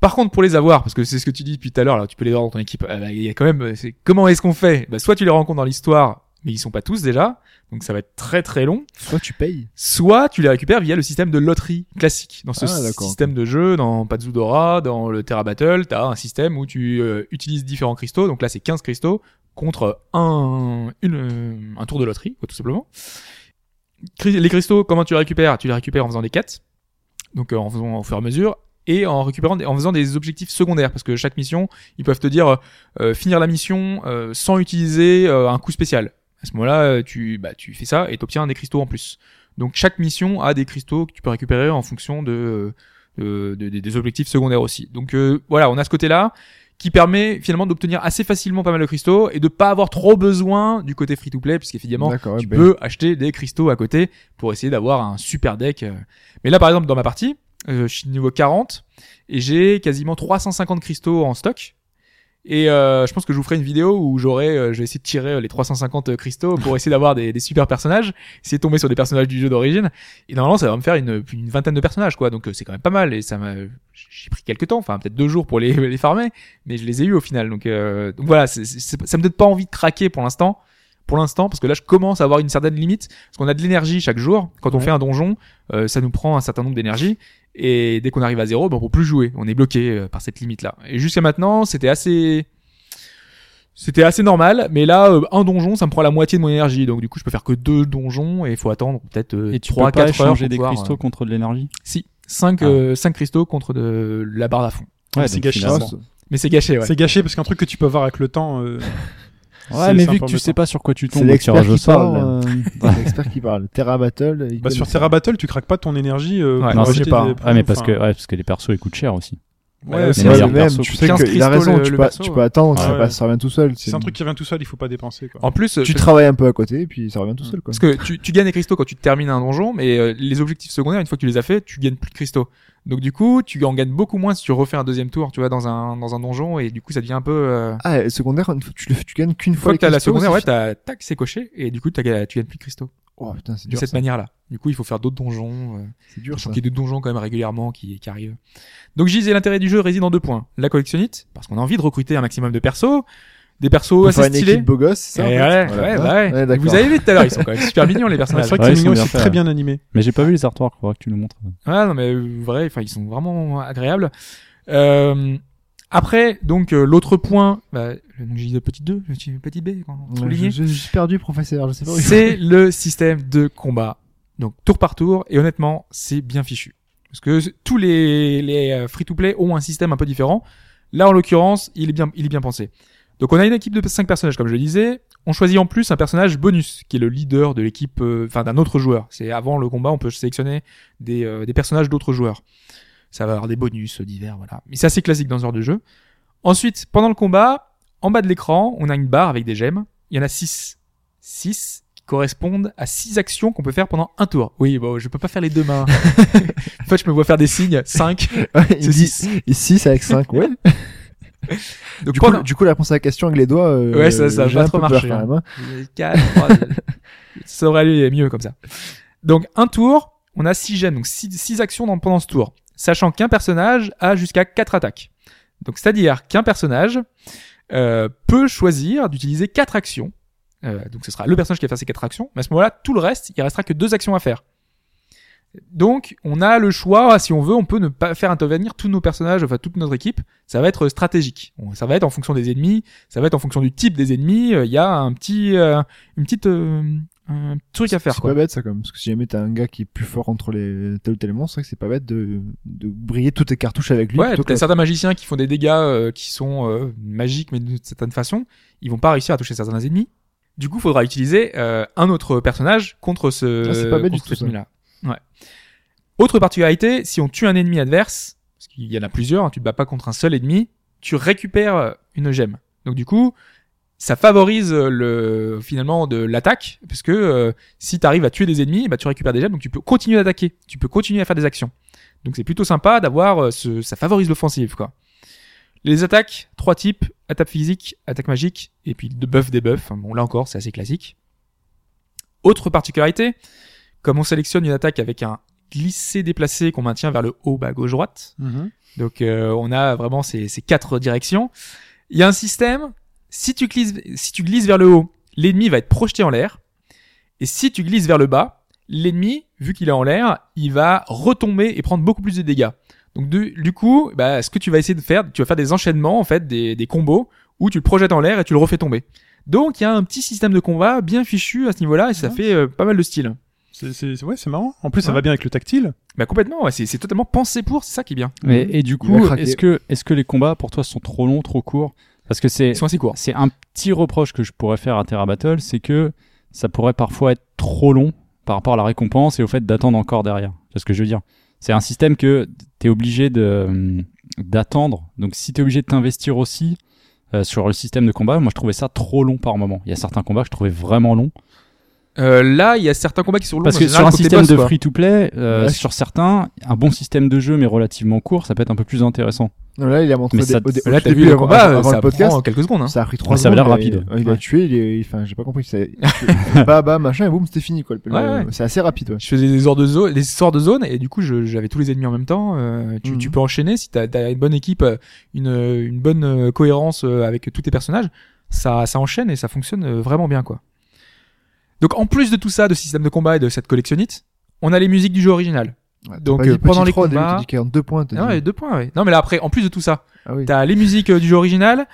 Par contre, pour les avoir, parce que c'est ce que tu dis depuis tout à l'heure, là, tu peux les avoir dans ton équipe. euh, bah, Il y a quand même, euh, c'est comment est-ce qu'on fait bah, Soit tu les rencontres dans l'histoire, mais ils sont pas tous déjà, donc ça va être très très long. Soit tu payes. Soit tu les récupères via le système de loterie classique. Dans ce Ah, d'accord. système de jeu, dans Pazudora, dans le Terra Battle, t'as un système où tu euh, utilises différents cristaux. Donc là, c'est 15 cristaux contre un, une, euh, un tour de loterie, quoi, tout simplement. Cri- Les cristaux, comment tu les récupères Tu les récupères en faisant des quêtes, donc euh, en faisant au fur et à mesure, et en récupérant, des- en faisant des objectifs secondaires, parce que chaque mission, ils peuvent te dire euh, euh, finir la mission euh, sans utiliser euh, un coup spécial. À ce moment-là, euh, tu, bah, tu fais ça et t'obtiens des cristaux en plus. Donc chaque mission a des cristaux que tu peux récupérer en fonction de, euh, de- de- des objectifs secondaires aussi. Donc euh, voilà, on a ce côté-là qui permet finalement d'obtenir assez facilement pas mal de cristaux et de pas avoir trop besoin du côté free-to-play, puisqu'effectivement D'accord, ouais, tu ben, peux acheter des cristaux à côté pour essayer d'avoir un super deck. euh. Mais là, par exemple, dans ma partie, euh, je suis niveau 40 et j'ai quasiment 350 cristaux en stock. Et euh, je pense que je vous ferai une vidéo où j'aurai, euh, je vais essayer de tirer euh, les 350 cristaux pour essayer d'avoir des, des super personnages, essayer de tomber sur des personnages du jeu d'origine. Et normalement, ça va me faire une, une vingtaine de personnages, quoi. Donc euh, c'est quand même pas mal. Et ça m'a, j'ai pris quelques temps, enfin peut-être deux jours pour les, les farmer, mais je les ai eu au final. Donc, euh, donc voilà, c'est- c'est- ça me donne pas envie de craquer pour l'instant pour l'instant parce que là je commence à avoir une certaine limite parce qu'on a de l'énergie chaque jour quand on fait un donjon euh, ça nous prend un certain nombre d'énergie et dès qu'on arrive à zéro ben, on peut plus jouer on est bloqué euh, par cette limite là et jusqu'à maintenant c'était assez c'était assez normal mais là euh, un donjon ça me prend la moitié de mon énergie donc du coup je peux faire que deux donjons et il faut attendre peut-être euh, Et tu trois peux pas 4 heures échanger pour des pouvoir, cristaux euh, contre de l'énergie si 5 Ah. cristaux contre de la barre à fond Ouais, c'est donc gâché, finalement- ça. mais c'est gâché ouais C'est gâché parce qu'un truc que tu peux avoir avec le temps. euh, c'est- Ouais, mais c'est un vu peu que tu sais embêtant. pas sur quoi tu C'est tombes, tu l'expert rages au qui sort. parle. euh, C'est l'expert qui parle. Terra Battle. il Bah, connaît sur ça. Terra Battle, tu craques pas ton énergie. euh, Ouais, pour non, acheter je sais pas. des Ah, Ah, prix, mais parce que, enfin, ouais, parce que les persos ils coûtent cher aussi. ouais, Ouais, c'est mais meilleur c'est même, perso. tu sais 15 qu'il a cristaux, raison, le- tu le peux, perso, tu ouais. peux attendre, Ah ça, ouais. passe- ça revient tout seul. c'est un truc qui vient tout seul, il faut pas dépenser. Quoi. en plus Tu je- travailles un peu à côté, puis ça revient tout seul, quoi. Parce que tu, tu gagnes des cristaux quand tu termines un donjon, mais euh, les objectifs secondaires, une fois que tu les as fait, tu gagnes plus de cristaux. Donc du coup, tu en gagnes beaucoup moins si tu refais un deuxième tour, tu vois, dans un dans un donjon, et du coup, ça devient un peu. euh, Ah, et secondaire, une fois- tu, le, tu gagnes qu'une Une fois fois. que t'as les la cristaux, secondaire, c'est ouais, fi- t'as tac, c'est coché, et du coup, t'as ga- tu gagnes plus de cristaux Oh putain, c'est de dur. cette ça. manière-là. Du coup, il faut faire d'autres donjons. euh, C'est dur, je ça. trouve qu'il y a des donjons quand même régulièrement qui, qui arrivent. Donc je disais, l'intérêt du jeu réside en deux points la collectionnite, parce qu'on a envie de recruter un maximum de persos, des persos Faut assez faire une stylés. équipe beau gosse, c'est Eh ça en ouais, fait ouais, Voilà. bah ouais. Ouais, d'accord. Vous avez vu tout à l'heure, ils sont quand même super mignons les Ouais, personnages. c'est vrai que Ouais, c'est ils sont mignon, bien c'est faits, très ouais. bien animé. Mais j'ai pas vu les artworks, faudra que tu nous montres. Ah non mais euh, vrai, enfin ils sont vraiment agréables. Euh, après donc euh, l'autre point, bah, donc j'ai dit petit 2, j'ai dit petit B, quand on Ouais, soulignait, je- je- J'ai perdu, professeur, je sais pas où il est. c'est le système de combat. Donc tour par tour et honnêtement c'est bien fichu parce que c- tous les les free to play ont un système un peu différent. Là en l'occurrence il est bien il est bien pensé. Donc on a une équipe de cinq personnages comme je le disais. On choisit en plus un personnage bonus qui est le leader de l'équipe, euh, enfin d'un autre joueur. C'est avant le combat on peut sélectionner des, euh, des personnages d'autres joueurs. Ça va avoir des bonus euh, divers, voilà. Mais c'est assez classique dans ce genre de jeu. Ensuite, pendant le combat, en bas de l'écran, on a une barre avec des gemmes. Il y en a 6. 6 qui correspondent à 6 actions qu'on peut faire pendant un tour. Oui, bon, je peux pas faire les deux mains. en fait, je me vois faire des signes. 5, Ouais, c'est Il dit 6. 6 avec 5, ouais. Donc Du coup, pendant... du coup, la réponse à la question avec les doigts, euh, Ouais, ça, ça a j'ai pas un trop peu peur, marché, quand hein. même, hein. 4, 3, ça aurait allé mieux comme ça. Donc un tour, on a 6 gemmes, donc 6 actions dans- pendant ce tour, sachant qu'un personnage a jusqu'à 4 attaques. Donc c'est-à-dire qu'un personnage euh, peut choisir d'utiliser 4 actions. Euh, donc ce sera le personnage qui va faire ses 4 actions, mais à ce moment-là, tout le reste, il restera que 2 actions à faire. Donc on a le choix, ah, si on veut, on peut ne pas faire intervenir tous nos personnages, enfin toute notre équipe, ça va être stratégique. On- Ça va être en fonction des ennemis, ça va être en fonction du type des ennemis. Euh, Il y a un petit, euh, une petite, euh, un petit truc à faire, C'est quoi. pas bête ça quand même, parce que si jamais t'as un gars qui est plus fort entre les tel ou tel monstre, c'est vrai que c'est pas bête de, de briller toutes tes cartouches avec lui. Ouais, plutôt que- t'as certains magiciens qui font des dégâts euh, qui sont euh, magiques, mais d'une certaine façon, ils vont pas réussir à toucher certains ennemis. Du coup, faudra utiliser euh, un autre personnage contre ce, Ah, c'est pas bête du contre tout, cet ça. ennemi-là. Ouais. Autre particularité, si on tue un ennemi adverse, parce qu'il y en a plusieurs, hein, tu te bats pas contre un seul ennemi, tu récupères euh, une gemme. Donc du coup, ça favorise euh, le finalement de l'attaque, parce que euh, si tu arrives à tuer des ennemis, bah, tu récupères des gemmes, donc tu peux continuer d'attaquer, tu peux continuer à faire des actions. Donc c'est plutôt sympa d'avoir euh, ce, ça favorise l'offensive quoi. Les attaques, trois types, attaque physique, attaque magique, et puis de buff des buffs. Bon là encore c'est assez classique. Autre particularité, comme on sélectionne une attaque avec un glissé déplacé qu'on maintient vers le haut, bas, gauche, droite, donc euh, on a vraiment ces, ces quatre directions. Il y a un système, si tu glisses, si tu glisses vers le haut, l'ennemi va être projeté en l'air. Et si tu glisses vers le bas, l'ennemi, vu qu'il est en l'air, il va retomber et prendre beaucoup plus de dégâts. Donc du, du coup, bah, ce que tu vas essayer de faire, tu vas faire des enchaînements, en fait, des, des combos, où tu le projettes en l'air et tu le refais tomber. Donc il y a un petit système de combat bien fichu à ce niveau-là, et ça Ouais. fait euh, pas mal de style. C'est, c'est, c'est- ouais, c'est marrant. En plus, ça Ouais. va bien avec le tactile. Bah complètement, ouais, c'est c'est totalement pensé pour, c'est ça qui est bien. Mais- Et, du va coup, craquer. est-ce que, est-ce que les combats pour toi sont trop longs, trop courts Parce que c'est, Ils sont assez courts. c'est un petit reproche que je pourrais faire à Terra Battle, c'est que ça pourrait parfois être trop long par rapport à la récompense et au fait d'attendre encore derrière. C'est ce que je veux dire. C'est un système que t'es obligé de hum, d'attendre. Donc si t'es obligé de t'investir aussi euh, sur le système de combat, moi je trouvais ça trop long par moment. Il y a certains combats que je trouvais vraiment longs. Euh, là, il y a certains combats qui sont longs. Parce en que général, sur un quand t'es système boss, de quoi. free-to-play, euh, Ouais. sur certains, un bon système de jeu mais relativement court, ça peut être un peu plus intéressant. Non, là, il a montré Mais au dé- ça- au dé- au Là, tout t'as début, vu le avant- combat, euh, avant, ça le podcast. prend quelques secondes. Hein. Ça a pris 3 ça avait l'air il- rapide. Il, a Ouais. tué, il est, enfin, j'ai pas compris. c'est- bah, bah, machin, et boum, c'était fini, quoi. le- Ouais, ouais. C'est assez rapide, ouais. Je faisais des sorts de zone, des sorts de zone, et du coup, je- j'avais tous les ennemis en même temps. euh, tu, Mhm. tu peux enchaîner si t'as as une bonne équipe, euh, une, euh, une bonne euh, cohérence euh, avec tous tes personnages. Ça, ça enchaîne et ça fonctionne euh, vraiment bien, quoi. Donc, en plus de tout ça, de ce système de combat et de cette collectionnite, on a les musiques du jeu original. Ouais, t'as Donc, pas dit euh, pendant petit les trois au début, combats- t'as dit 42 points, t'as Ah dit. ouais, deux points. Ouais. Non, mais là après, en plus de tout ça, Ah oui. T'as les musiques euh, du jeu original,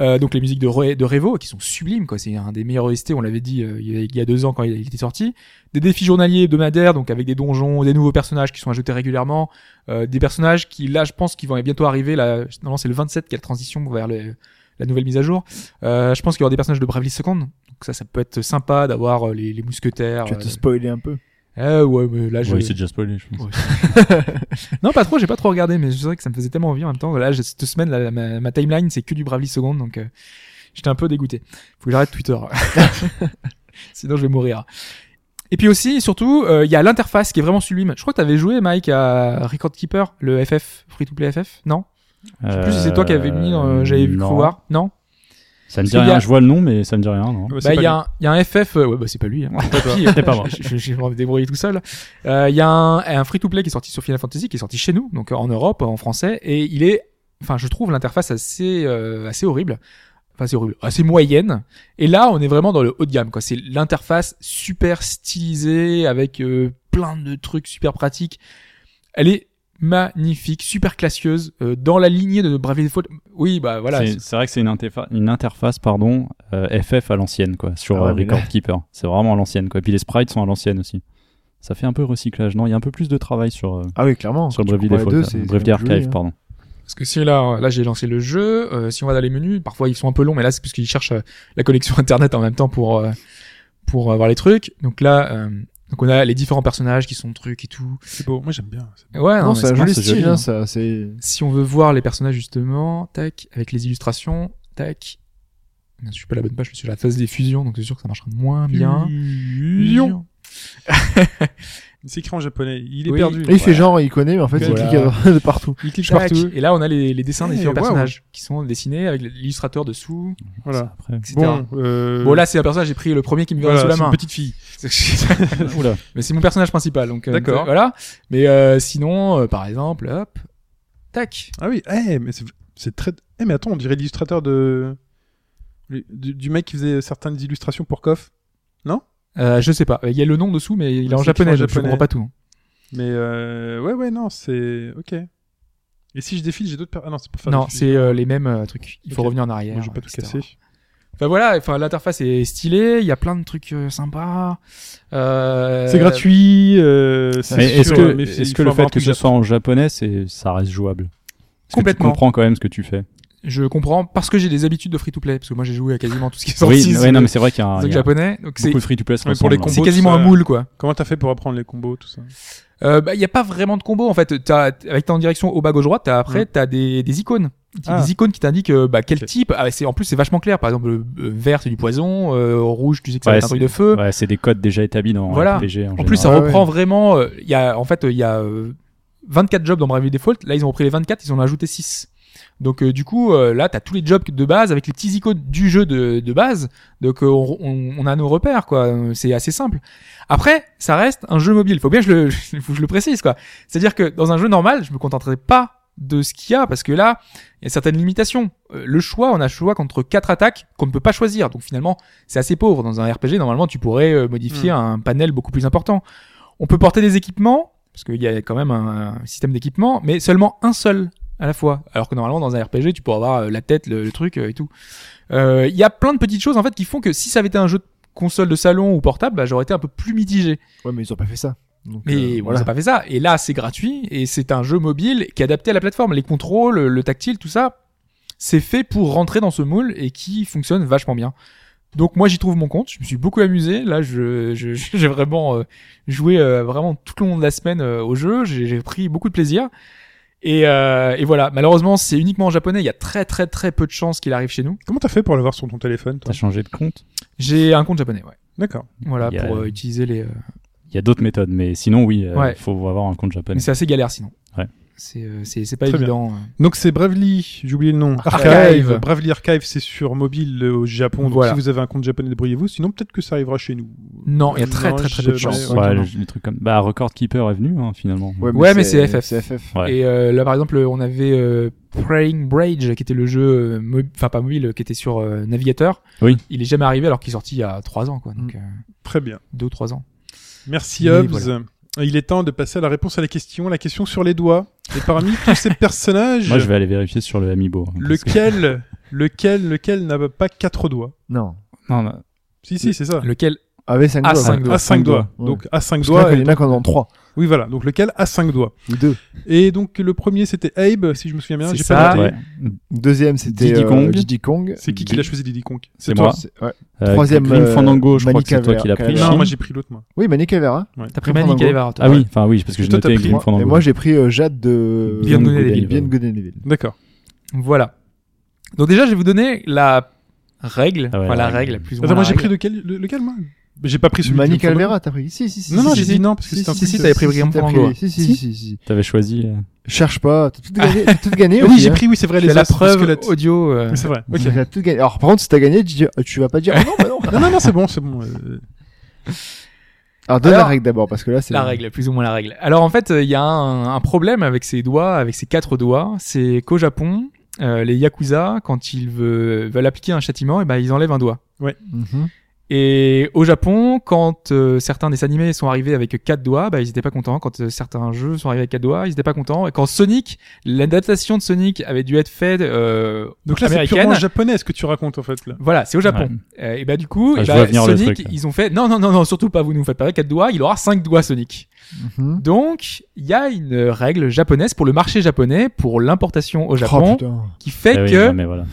euh, donc les musiques de, Re- de Revo qui sont sublimes, quoi. C'est un des meilleurs OST, on l'avait dit euh, il y a- il y a deux ans quand il il était sorti. Des défis journaliers hebdomadaires, donc avec des donjons, des nouveaux personnages qui sont ajoutés régulièrement, euh, des personnages qui, là, je pense qu'ils vont bientôt arriver. Là, non, c'est le 27 qui a la transition vers le- la nouvelle mise à jour. Euh, je pense qu'il y aura des personnages de Bravely Second, donc ça, ça peut être sympa d'avoir euh, les, les mousquetaires. Tu vas te euh, spoiler un peu. euh, ouais, mais là, je... Oui, c'est déjà spoilé, je pense. Ouais. Non, pas trop, j'ai pas trop regardé, mais c'est vrai que ça me faisait tellement envie en même temps. Là, j'ai- cette semaine, là, ma, ma timeline, c'est que du Bravely Second, donc euh, j'étais un peu dégoûté. Faut que j'arrête Twitter. Sinon, je vais mourir. Et puis aussi, surtout, euh, il y a l'interface qui est vraiment sublime. Je crois que t'avais joué, Mike, à Record Keeper, le FF, Free to Play FF, non Je sais plus si c'est toi qui avais mis, euh, j'avais vu non. voir. Non Ça me Parce dit qu'il y rien, a- je vois le nom, mais ça me dit rien, non. Ouais, c'est Bah, pas il y, a lui. un- il y a un FF, euh, ouais, bah, c'est pas lui, hein. Tant pis, C'était pas moi. je- je- J'ai envie de débrouiller tout seul. Euh, Il y a un, un free-to-play qui est sorti sur Final Fantasy, qui est sorti chez nous, donc euh, en Europe, en français, et il est, enfin, je trouve l'interface assez, euh, assez horrible. Enfin, c'est horrible, assez moyenne. Et là, on est vraiment dans le haut de gamme, quoi. C'est l'interface super stylisée, avec euh, plein de trucs super pratiques. Elle est magnifique, super classieuse, euh, dans la lignée de Bravely Default. Oui, bah voilà. C'est- c'est vrai que c'est une, interfa- une interface pardon, euh, FF à l'ancienne, quoi, sur Ah ouais, euh, mais Record Keeper. C'est vraiment à l'ancienne, quoi. Et puis les sprites sont à l'ancienne aussi. Ça fait un peu recyclage, non Il y a un peu plus de travail sur, euh, Ah oui, clairement. sur quand tu Bravely compares les Default, deux, là. c'est- c'est Bravely même plus Archive, joli, hein. pardon. Parce que si là, là j'ai lancé le jeu, euh, si on va dans les menus, parfois ils sont un peu longs, mais là c'est parce qu'ils cherchent euh, la connexion internet en même temps pour euh, pour avoir les trucs. Donc là, euh, donc on a les différents personnages qui sont trucs et tout. C'est beau. Moi, j'aime bien. C'est Et Ouais, non, Non, mais c'est c'est- un non, joli c'est joli, style, hein. hein, ça, c'est. si on veut voir les personnages justement, tac, avec les illustrations, tac. Je suis pas à la bonne page, je suis sur la phase des fusions, donc c'est sûr que ça marchera moins bien. Fusion. C'est écrit en japonais. Il est Oui. perdu. Et il fait genre, il connaît, mais en fait, il Voilà. clique à- de partout. Il clique Tac. partout. Et là, on a les, les dessins des Eh, différents waouh. personnages qui sont dessinés avec l'illustrateur dessous, Ça, Voilà. après. etc. Bon, Bon, euh... là, c'est un personnage, j'ai pris le premier qui me vient voilà, sous la c'est une main. petite fille. Oula. Mais c'est mon personnage principal, donc euh, D'accord. voilà. Mais euh, sinon, euh, par exemple, hop, tac. Ah oui. Eh, mais c'est- c'est très. Eh, mais attends, on dirait l'illustrateur de du, du mec qui faisait certaines illustrations pour Koff. Euh, je sais pas. Il y a le nom dessous, mais il est Ouais, en Ah, c'est japonais, écrit en donc je japonais. comprends pas tout. Mais euh... ouais, ouais, non, c'est ok. Et si je défile, j'ai d'autres. per- Ah non, c'est pas faire. non, défiler. c'est euh, les mêmes euh, trucs. Il faut Ok. revenir en arrière. Moi, je vais pas tout etc. casser. Enfin voilà, enfin l'interface est stylée, il y a plein de trucs euh, sympas. Euh, C'est gratuit. euh, c'est Mais est-ce sûr, que, mais est-ce il faut que le avoir fait un que truc ce d'apprendre. soit en japonais, c'est- ça reste jouable Est-ce Que Complètement. tu comprends quand même ce que tu fais. Je comprends parce que j'ai des habitudes de free to play parce que moi j'ai joué à quasiment tout ce qui est sorti. oui, c'est- ouais, non, mais c'est vrai qu'il y a, un, c'est il y a japonais, donc c'est beaucoup de free to play. hein. Ouais, pour les c'est combos, quasiment tout un ça. moule quoi. Comment t'as fait pour apprendre les combos, tout ça Euh, bah, il y a pas vraiment de combo en fait. T'as, avec ta direction au bas gauche droite, t'as après t'as des, des icônes, Ah. des icônes qui t'indiquent euh, bah, quel Ok. type. Ah, c'est en plus c'est vachement clair. Par exemple, euh, vert c'est du poison, euh, rouge tu sais que ça Ouais, va être un truc de feu. Ouais, c'est des codes déjà établis dans Voilà. RPG. En, En plus, ça Ouais, reprend vraiment. euh, Il y a, en fait, euh, il y a euh, 24 jobs dans Bravely Default. Là, ils ont repris les 24, ils en ont ajouté 6. Donc, euh, du coup, euh, là, t'as tous les jobs de base avec les petits icônes du jeu de, de base. Donc, euh, on, on- on a nos repères, quoi. Euh, C'est assez simple. Après, ça reste un jeu mobile. Faut bien que je le, faut que je le précise, quoi. C'est-à-dire que dans un jeu normal, je me contenterai pas de ce qu'il y a parce que là, il y a certaines limitations. Euh, le choix, on a le choix contre quatre attaques qu'on ne peut pas choisir. Donc finalement, c'est assez pauvre. Dans un RPG, normalement, tu pourrais euh, modifier un panel beaucoup plus important. On peut porter des équipements, parce qu'il y a quand même un, un système d'équipement, mais seulement un seul à la fois. Alors que normalement, dans un RPG, tu pourras avoir euh, la tête, le, le truc euh, et tout. Euh, Il y a plein de petites choses en fait qui font que si ça avait été un jeu de console de salon ou portable, bah, j'aurais été un peu plus mitigé. Ouais, mais ils ont pas fait ça. Donc, Mais euh, on n'a pas fait ça. Et là, c'est gratuit et c'est un jeu mobile qui est adapté à la plateforme. Les contrôles, euh, le tactile, tout ça, c'est fait pour rentrer dans ce moule et qui fonctionne vachement bien. Donc moi, j'y trouve mon compte. Je me suis beaucoup amusé. Là, je je- j'ai vraiment euh, joué euh, vraiment tout le long de la semaine euh, au jeu. J'ai j'ai pris beaucoup de plaisir. Et, euh, et voilà. Malheureusement, c'est uniquement en japonais. Il y a très très très peu de chances qu'il arrive chez nous. Comment t'as fait pour l'avoir sur ton téléphone, toi T'as changé de compte. J'ai un compte japonais, ouais. D'accord. Voilà Il y a- pour euh, utiliser les. euh, Il y a d'autres méthodes, mais sinon, oui, euh, Ouais. faut avoir un compte Mais japonais. c'est assez galère sinon. Ouais. C'est euh, c'est c'est pas Très bien. évident. euh. Donc c'est Bravely, j'ai oublié le nom. Archive. Bravely Archive, c'est sur mobile euh, au Japon. Donc Voilà. si vous avez un compte japonais, débrouillez-vous. Sinon, peut-être que ça arrivera chez nous. Mm. Non, il y a très, très, très peu de jamais. chances. Ouais, Ouais, le, le truc comme. Bah, Record Keeper est venu, hein, finalement. Ouais, mais c'est FF. C'est FF. Ouais. Et euh, là, par exemple, on avait euh, Praying Brage, qui était le jeu, euh, mobi- enfin pas mobile, qui était sur euh, navigateur. Oui. Il est jamais arrivé alors qu'il est sorti il y a 3 ans, quoi. Mm. Donc, euh, Très bien. deux ou 3 ans. Merci Mais Hobbs. voilà. Il est temps de passer à la réponse à la question, la question sur les doigts. Et parmi tous ces personnages, Moi, je vais aller vérifier sur le Amiibo. hein, parce que- lequel, lequel, lequel n'a pas quatre doigts Non. Non, non. Si, si, c'est ça. Lequel Avec 5 Ah, doigts. cinq ouais. doigts. À cinq doigts. doigts. Donc à cinq Parce que là, doigts. il y en a qui en ont 3 Oui, voilà. Donc lequel à cinq doigts. ou 2. Et donc le premier c'était Abe, si je me souviens bien. C'est J'ai ça. pas Ah, noté. ouais. Deuxième, c'était Diddy euh, Kong. Diddy Kong. C'est qui qui l'a choisi Diddy Kong C'est toi. moi. C'est- ouais. Euh, Troisième, Grim euh, Fandango, je crois que Manica c'est toi qui l'as Vera. pris. Non, Chine. moi j'ai pris l'autre moi. Oui, Manny Cavera. T'as pris Grim Manny Fandango. Cavera, toi. Ah oui, enfin oui, parce que Et j'ai toi, t'as noté pris- Grim Fandango. Et moi, j'ai pris euh, Jade de Viviane Goodenough. Viviane Goodenough. D'accord. Voilà. Donc, déjà, je vais vous donner la règle. Ah ouais, enfin, la la règle. règle, plus ou moins. Attends, moi la j'ai règle. pris lequel, le- lequel moi J'ai pas pris celui Manny de Grim Fandango. Calvera, t'as pris Si, si, si. Non, si, non, si, j'ai si. dit non parce que Si, c'était un si, truc si, de- t'avais pris Grim t'as Fandango. Si, si, Si. si, si, si. T'avais choisi. euh, Cherche pas, t'as tout gagné. T'as tout gagné Ah oui, aussi, j'ai hein. pris, oui, c'est vrai, Je fais les la os, le preuve squelette. audio. euh, C'est vrai. Ok. T'as tout gagné. Alors, par contre, si t'as gagné, tu dis- tu vas pas dire. Ah non, bah non. Non, non, non, c'est bon, c'est bon. euh, Alors, donne la Alors, règle d'abord, parce que là, c'est. La règle, plus ou moins la règle. Alors en fait, euh, il y a un, un problème avec ses doigts, avec ses quatre doigts, c'est qu'au Japon, euh, les yakuza, quand ils veulent, veulent appliquer un châtiment, eh ben, ils enlèvent un doigt. Mhm. Et au Japon, quand euh, certains des animés sont arrivés avec quatre doigts, bah, ils étaient pas contents. Quand euh, certains jeux sont arrivés avec quatre doigts, ils étaient pas contents. Et quand Sonic, l'adaptation de Sonic avait dû être faite euh, Donc là, c'est américaine, purement japonais ce que tu racontes en fait là. voilà, c'est au Japon. Euh, et bah du coup, Ah, eh je ben, vois venir le Sonic, truc, là. ils ont fait non non non non surtout pas vous nous faites pas quatre doigts, il aura cinq doigts Sonic. Mhm. Donc, il y a une règle japonaise pour le marché japonais, pour l'importation au Oh Japon, putain. qui fait ah oui, que non, mais voilà.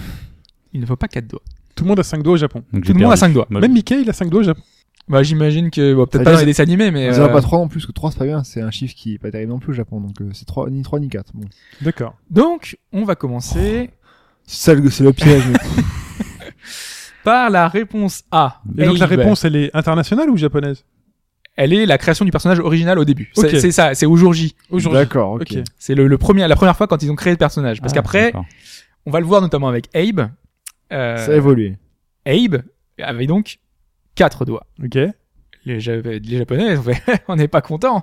il ne faut pas quatre doigts. Tout le monde a 5 doigts au Japon. Donc, j'ai Tout le monde a perdu. cinq doigts. Moi, Même Mickey, il a 5 doigts au Japon. Bah, j'imagine que bon, peut-être Ça pas dit- dans les dessins animés, mais Ils en ont euh, pas 3 non plus, parce que 3 c'est pas bien, c'est un chiffre qui est pas terrible non plus au Japon, donc euh, c'est 3, ni 3 ni 4. Bon. D'accord. donc on va commencer C'est le, c'est le piège. mais- par la réponse A. Et donc la Abe. réponse, elle est internationale ou japonaise elle est la création du personnage original au début. C'est- Ok. C'est ça, c'est au jour J. D'accord, ok. Ok. C'est le, le premier, la première fois quand ils ont créé le personnage, parce Ah, qu'après, d'accord. on va le voir notamment avec Abe. Euh, Ça a évolué. Abe avait donc quatre doigts. Ok. les, Ja- les Japonais, ils ont fait, on n'est pas content.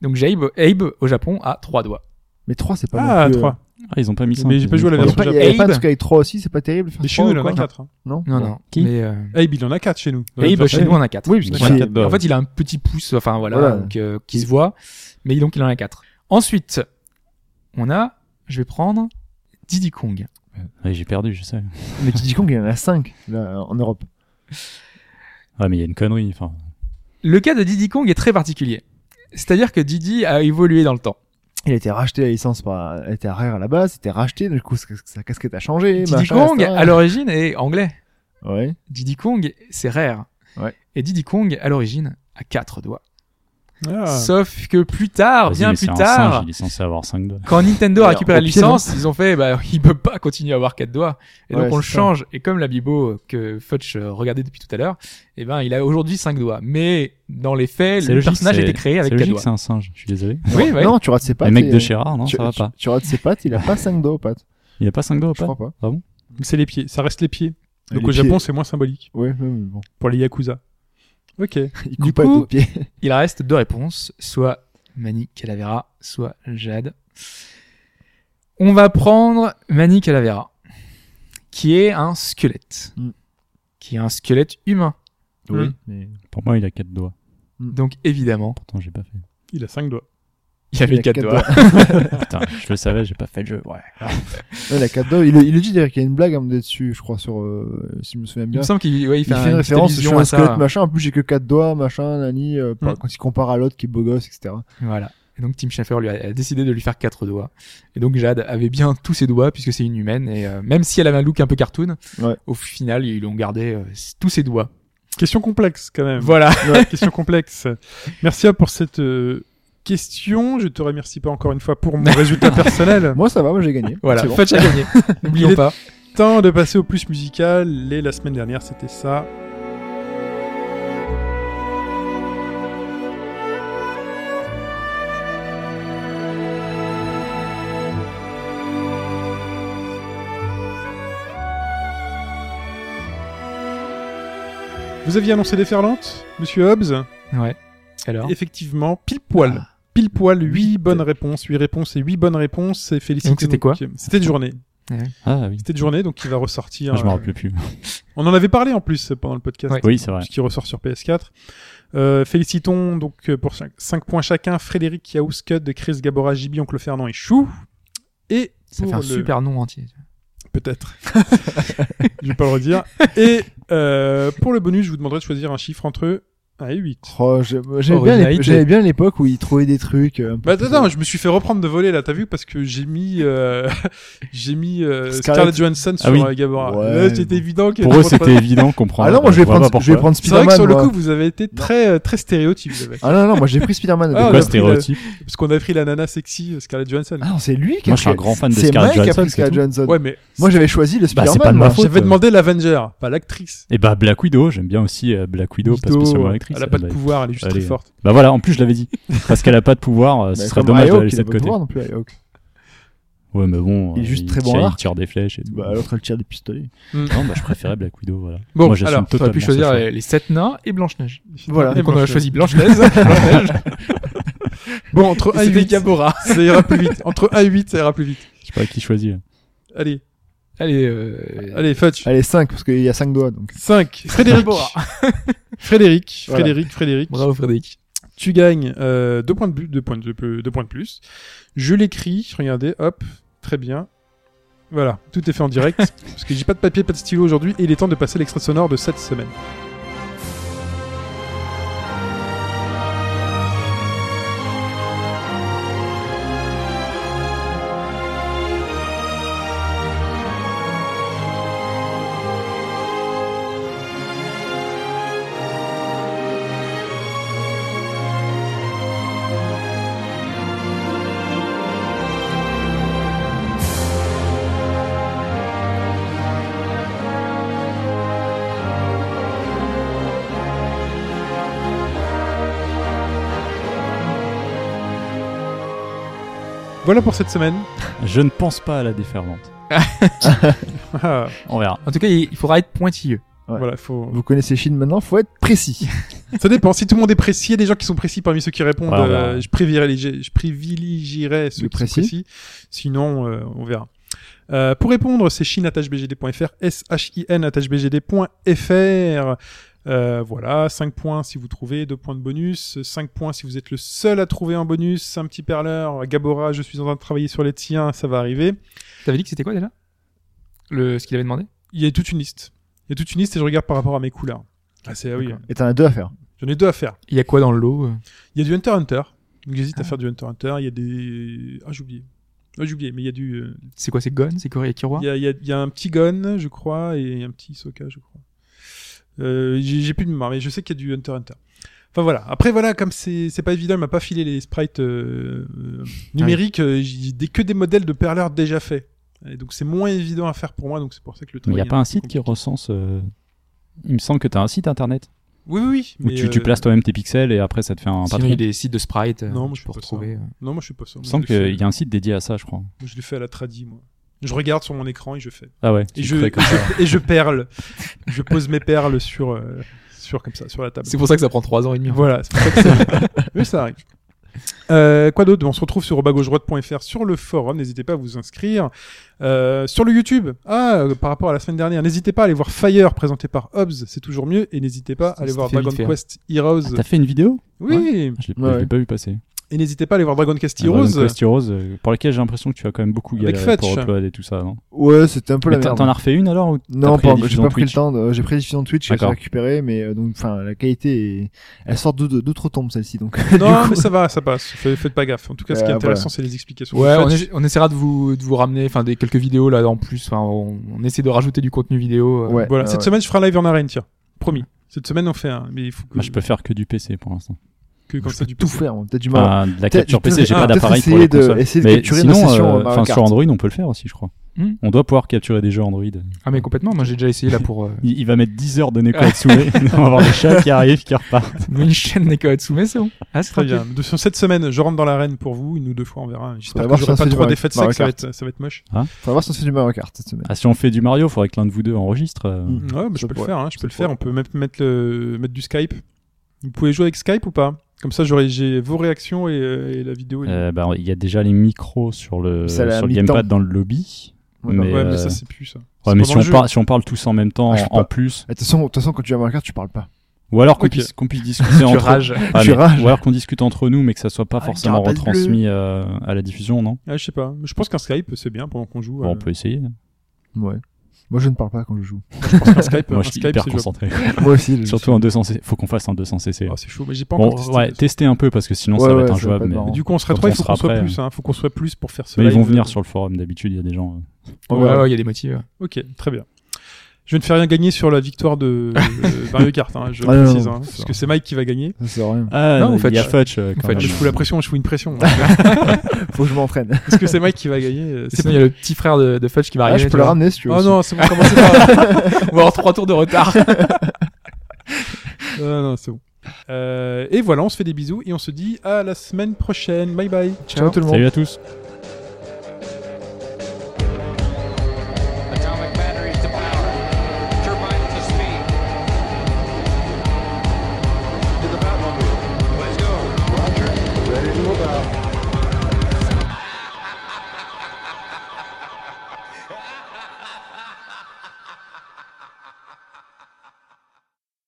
Donc Jabe, Abe au Japon a trois doigts. Mais 3 c'est pas Ah, non plus. euh, 3. Ah, ils ont pas mis ça. Mais j'ai ils pas ont joué à la mis Il version trois. pas, y a- y a Abe. pas de Sky 3 aussi, c'est pas terrible. Faire Mais chez trois nous, ou il en a quoi, 4. Non, Non, Bon. non. Qui mais, euh, Abe, il en a 4 chez nous. Eh, Dans la Abe bah, version- chez nous on a quatre. Oui, parce D'accord. qu'il Quatre doigts. En fait, il a un petit pouce, enfin voilà, Voilà. donc, euh, qui se voit, mais donc il en a quatre. Ensuite, on a, je vais prendre Diddy Kong. Ouais, j'ai perdu, je sais. Mais tu dis con qu'il y en a 5 là, en Europe. Ouais, mais il y a une connerie. Enfin, Le cas de Diddy Kong est très particulier. C'est-à-dire que Diddy a évolué dans le temps. Il a été racheté à licence par. Elle était rare à la base, c'était racheté, du coup sa, sa casquette a changé. Diddy machin, Kong, etc. à l'origine, est anglais. Ouais. Diddy Kong, c'est rare. Ouais. Et Diddy Kong, à l'origine, a quatre doigts. Ah. Sauf que plus tard, vas-y, bien mais c'est plus un tard, singe, il est censé avoir 5 doigts. quand Nintendo a Alors, récupéré au la pied, non. licence, ils ont fait, bah, il peut pas continuer à avoir quatre doigts. Et Ouais, donc, on le c'est ça. change. Et comme la Bibo euh, que Fudge euh, regardait depuis tout à l'heure, eh ben, il a aujourd'hui cinq doigts. Mais, dans les faits, C'est le logique, personnage a c'est- été créé avec C'est quatre logique, doigts. c'est un singe. Je suis désolé. Oui, oui. Non, tu rates ses pattes. Le mec et- de Gérard, non, tu, ça va tu- pas. tu rates ses pattes, il a pas 5 doigts aux pattes. Il a pas 5 doigts ou Je pas crois pas. C'est les pieds, ça reste les pieds. Et Donc Ah, les au Japon, pieds- c'est moins symbolique Ouais, ouais, mais bon. pour les yakuza. Ok. Il Du coupe pas coup- de pieds. Il reste deux réponses, soit Manny Calavera, soit Jade. On va prendre Manny Calavera, qui est un squelette, Mm. qui est un squelette humain. Oui. mais- Pour moi, il a 4 doigts. Donc évidemment, Pourtant, j'ai pas fait. Il a cinq doigts. il avait quatre doigts. Putain, je le savais, j'ai pas fait le jeu. Ouais. Ouais, il a quatre doigts. Il, le- il le dit d'ailleurs qu'il y a une blague à me dessus, je crois, sur. euh, si je me souviens Il bien. me semble qu'il ouais, il fait, Il fait une une petite référence, je suis allusion un à squelette, ça. machin. En plus, j'ai que quatre doigts, machin, nani, euh, par- Mm. quand il compare à l'autre qui est beau gosse, etc. Voilà. Et donc Tim Schafer lui a a décidé de lui faire quatre doigts. Et donc Jade avait bien tous ses doigts puisque c'est une humaine et euh, même si elle avait un look un peu cartoon, Ouais. au final ils l'ont gardé euh, tous ses doigts. Question complexe quand même. Voilà. Ouais, question complexe. Merci à pour cette euh, question. Je te remercie pas encore une fois pour mon résultat personnel. Moi, ça va, moi, j'ai gagné. Voilà. C'est bon. Fudge a gagné. N'oublions est- pas. Temps de passer au plus musical. Et la semaine dernière, c'était ça. Vous aviez annoncé déferlante, monsieur Hobbs Ouais. Alors. Effectivement, pile poil. Pile poil, 8 bonnes réponses. 8 réponses et 8 bonnes réponses. Et félicitations. c'était quoi C'était de journée. Ah oui. C'était de journée, donc il va ressortir. Moi, Ah, je m'en euh, rappelle plus. On en avait parlé en plus pendant le podcast, Ouais. Oui, c'est vrai. puisqu'il ressort sur PS4. Euh, félicitons donc euh, pour 5 points chacun Frédéric Yaouscud, Chris Gabora, Jibi, Oncle Fernand et Chou. Et Ça fait pour un le- super nom entier. Peut-être. je vais pas le redire. Et euh, pour le bonus, je vous demanderai de choisir un chiffre entre 1 et 8. Oh, j'ai- j'aimais bien l'ép- Originalité. j'aimais bien l'époque où il trouvait des trucs. euh, un peu Bah plus- attends, attends, je me suis fait reprendre de voler là, t'as vu parce que j'ai mis euh, j'ai mis euh, Scarlett Scarlett. Johansson sur Ah oui. euh, Gabora. Ouais, Là, c'était bon. évident que Pour eux, c'était évident qu'on prend. Ah non, moi, je vais vois pas prendre, je vais pourquoi. prendre C'est vrai que Spider-Man. sur le moi. coup, vous avez été très euh, très stéréotype, Isabelle. Ah non, non, moi, j'ai pris Ah, Spider-Man. au on a Quoi, départ. pris la- stéréotype Parce qu'on a pris la nana sexy euh, Scarlett Johansson. Ah non, c'est lui qui a Moi, je suis pris. un grand fan de c'est Scarlett Mike qui a pris Johansson, c'est Scarlett Johansson. Ouais, mais Moi, j'avais choisi le Bah, Spider-Man. c'est pas de ma moi. faute. j'avais demandé l'Avenger, pas l'actrice. Et bah, Black Widow, j'aime bien aussi euh, Black Widow, pas Widow, spécialement euh, l'actrice. Elle a pas de Bah, pouvoir, elle est juste elle très est- forte. Bah voilà, en plus, je l'avais dit. Parce qu'elle a pas de pouvoir, euh, ce Bah, serait comme dommage de Hawk, la il laisser a de pas de côté. pouvoir non plus, Hawk. Ouais, mais bon. Il est euh, juste très bon tire- à Il l'arc. tire des flèches et tout. Bah, l'autre, elle tire des pistolets. Non, bah, je préférais Black Widow, voilà. Bon, Moi, j'assume alors, On aurait totalement pu ce choisir choix. les, les sept nains et Blanche-Neige. Voilà. Et Et on aurait Blanche-Neige. choisi Blanche-Neige. Blanche-Neige, Bon, entre 1 et et c'était 8, Gabora. ça ira plus vite. Entre 1 et 8, ça ira plus vite. Je sais pas qui choisit. Allez, Allez, euh, allez, Fudge. Allez, 5, parce qu'il y a 5 doigts, donc. 5. Frédéric. Gabora. Frédéric, Voilà. Frédéric, Frédéric. Bravo Frédéric. Tu gagnes euh, deux points de plus, deux points de, plus- deux points de plus. Je l'écris, regardez, hop, très bien. Voilà, tout est fait en direct, parce que j'ai pas de papier, pas de stylo aujourd'hui, et il est temps de passer l'extrait sonore de cette semaine. Voilà pour cette semaine. Je ne pense pas à la déferlante. Ah, On verra. En tout cas, il il faudra être pointilleux. Ouais. Voilà, faut... Vous connaissez Chine maintenant, faut être précis. Ça dépend, si tout le monde est précis, il y a des gens qui sont précis parmi ceux qui répondent, Ouais, on verra. euh, je, privilégierai, je privilégierai ceux Les qui sont précis. précis, sinon euh, on verra. Euh, pour répondre, c'est shin.bgd.fr, s-h-i-n.bgd.fr. Euh, voilà, 5 points si vous trouvez, 2 points de bonus, 5 points si vous êtes le seul à trouver un bonus, un petit perleur, Gabora, je suis en train de travailler sur les tiens, ça va arriver. T'avais dit que c'était quoi déjà le, ce qu'il avait demandé Il y a toute une liste. Il y a toute une liste et je regarde par rapport à mes coups là. Ah, c'est, ah oui. Et t'en as deux à faire. J'en ai deux à faire. Il y a quoi dans le lot euh Il y a du Hunter x Hunter. Donc j'hésite à faire du Hunter x Hunter. Il y a des. Ah, j'ai oublié. Ah, j'ai oublié, mais il y a du. euh, C'est quoi C'est Gon C'est Corée Kiroir Il y a, il y a- il y a un petit Gon, je crois, et un petit Soka, je crois. Euh, j'ai j'ai plus de mémoire, mais je sais qu'il y a du Hunter x Hunter. Enfin voilà. Après voilà, comme c'est c'est pas évident, il m'a pas filé les sprites euh, euh, numériques. euh, j'ai des- que des modèles de perleurs déjà faits. Et donc c'est moins évident à faire pour moi. Donc c'est pour ça que le Mais il travail n'y a est pas un peu site qui recense. euh, Il me semble que tu as un site internet Oui, oui, oui. où mais, tu, tu euh, places toi-même tes pixels et après ça te fait Sinon, il un y patron. a des sites de sprite. euh, Non, moi, que je tu peux fais pas ça. retrouver. euh. Non, moi je suis pas sûr. Il me semble qu'il y a un site dédié à ça, je crois. Je l'ai fait à la tradi, moi. Je regarde sur mon écran et je fais. Ah ouais. Et tu je, crées comme ça. et je perle. je pose mes perles sur, euh, sur, comme ça, sur la table. C'est hein. pour ça que ça prend 3 ans et demi. en fait. Voilà, c'est pour ça que ça- Mais ça arrive. Euh, quoi d'autre On se retrouve sur robagauche-droite.fr sur le forum. N'hésitez pas à vous inscrire. Euh, sur le YouTube, ah, euh, par rapport à la semaine dernière, n'hésitez pas à aller voir Fire présenté par Hobbs, c'est toujours mieux. Et n'hésitez pas à aller Ça voir fait vite Dragon faire. Quest Heroes. Ah, T'as fait une vidéo oui, Je l'ai Ouais. je l'ai pas vu passer. et n'hésitez pas à aller voir Dragon Quest Ah, Dragon Heroes. Quest Heroes, euh, pour laquelle j'ai l'impression que tu as quand même beaucoup Avec galéré pour Fetch. upload et tout ça. Non Ouais, c'était un peu la Mais t'en merde. t'en as refait une alors ou t'as Non, pris pas, la j'ai diffusion pas pris le Twitch temps. de- J'ai pris la diffusion de Twitch, j'ai D'accord. récupéré, mais euh, donc, enfin, la qualité, est- elle sort de de- d'autres tombes celle-ci, donc. Non, mais ça va, ça passe. Faites, faites pas gaffe. En tout cas, ce qui est Euh, intéressant, voilà. c'est les explications. Ouais, Faites- on, essa- on essaiera de vous, de vous ramener enfin des quelques vidéos là en plus. Enfin, on, on essaie de rajouter du contenu vidéo. euh. Ouais. Voilà, ouais, cette Ah ouais. semaine, je ferai un live en arène, tiens. Promis. Cette semaine, on fait un. Mais il faut que, Moi, Bah, je peux faire que du PC pour l'instant. que comme Je ça, peux du tout PC. faire, on a peut-être du mal. Enfin, de la Peut-être- capture peut-être- PC, j'ai ah, pas peut-être d'appareil pour essayer les de- consoles. essayer de Mais capturer sinon, ma session, euh, euh, Mario enfin, sur Kart. Android, on peut le faire aussi, je crois. Hmm. On doit pouvoir capturer des jeux Android. Il, Ah mais complètement. Moi j'ai déjà essayé là pour euh, il va mettre 10 heures de Neko Hatsune. on va avoir des chats qui arrivent, qui repartent. une chaîne Neko Hatsume, c'est bon. Ah c'est Très bien. De- sur cette semaine, je rentre dans l'arène pour vous. Une ou deux fois, on verra. J'espère Faudra que voir j'aurai si on pas fait trois du défaites Mario secs. Ça va, Kart. être, ça va être moche. Faut voir si on se fait du Mario Kart cette semaine. Ah, si on fait du Mario, il faudrait que l'un de vous deux enregistre. euh, Mm. Ouais, bah, je Ça peux le pourrait. faire. hein, je Ça peux le pourrait. faire. On peut même mettre, le, mettre du Skype. Vous pouvez jouer avec Skype ou pas Comme ça, j'aurai j'ai vos réactions et, euh, et la vidéo. et- euh, bah, il y a déjà les micros sur le, C'est à la sur le mi-temps. gamepad dans le lobby. Ouais, mais, ouais, mais euh, ça, c'est plus ça. ouais, C'est mais pendant si le on, jeu. parle, si on parle tous en même temps, Ah, je peux en pas. plus, De toute façon, de toute façon, quand tu vas à Mario Kart, tu parles pas. ou alors qu'on Ok. puisse, qu'on puisse discuter Tu entre rages. Ah, Tu mais- rages. Ou alors qu'on discute entre nous, mais que ça soit pas Ah, forcément carapace retransmis euh, à la diffusion, non Ah, je sais pas. Je pense qu'un Skype, c'est bien pendant qu'on joue. Bon, euh, On peut essayer. Ouais. Moi, je ne parle pas quand je joue. je pense qu'un Skype, Moi, un je suis Skype, hyper c'est jouable. concentré. Moi aussi. je- Surtout en 200cc. Faut qu'on fasse un 200cc. Ah, c'est chaud. Mais j'ai pas bon, encore testé. ouais, tester un peu parce que sinon Ouais, ça va ouais, être ça va pas injouable. être Mais, marrant. Du coup, on sera Quand trois, on il faut sera qu'on soit prêt, plus. Hein. faut qu'on soit plus pour faire ce mais ils live. vont venir sur le forum. D'habitude, il y a des gens. euh. Ouais, Ouais. ouais, il y a des motifs. ouais. Ok, très bien. Je ne fais rien gagner sur la victoire de euh, Mario Kart, hein, je Ah, non, précise, non, hein, c'est parce ça. que c'est Mike qui va gagner. Ça sert à rien. Ah, Non, vous faites il y a ch- Fudge. euh, quand faites même. Je fous la pression, je fous une pression. Faut que je m'entraîne. Est-ce que c'est Mike qui va gagner euh, Sinon il y a le petit frère de, de Fudge qui va Ah, arriver. je tu peux le vois. ramener si tu veux. Oh aussi. non, c'est bon, commencez par... on va avoir 3 tours de retard. Ah non, non, c'est bon. Euh, et voilà, on se fait des bisous et on se dit à la semaine prochaine. Bye bye. Ciao tout le monde. Salut à tous.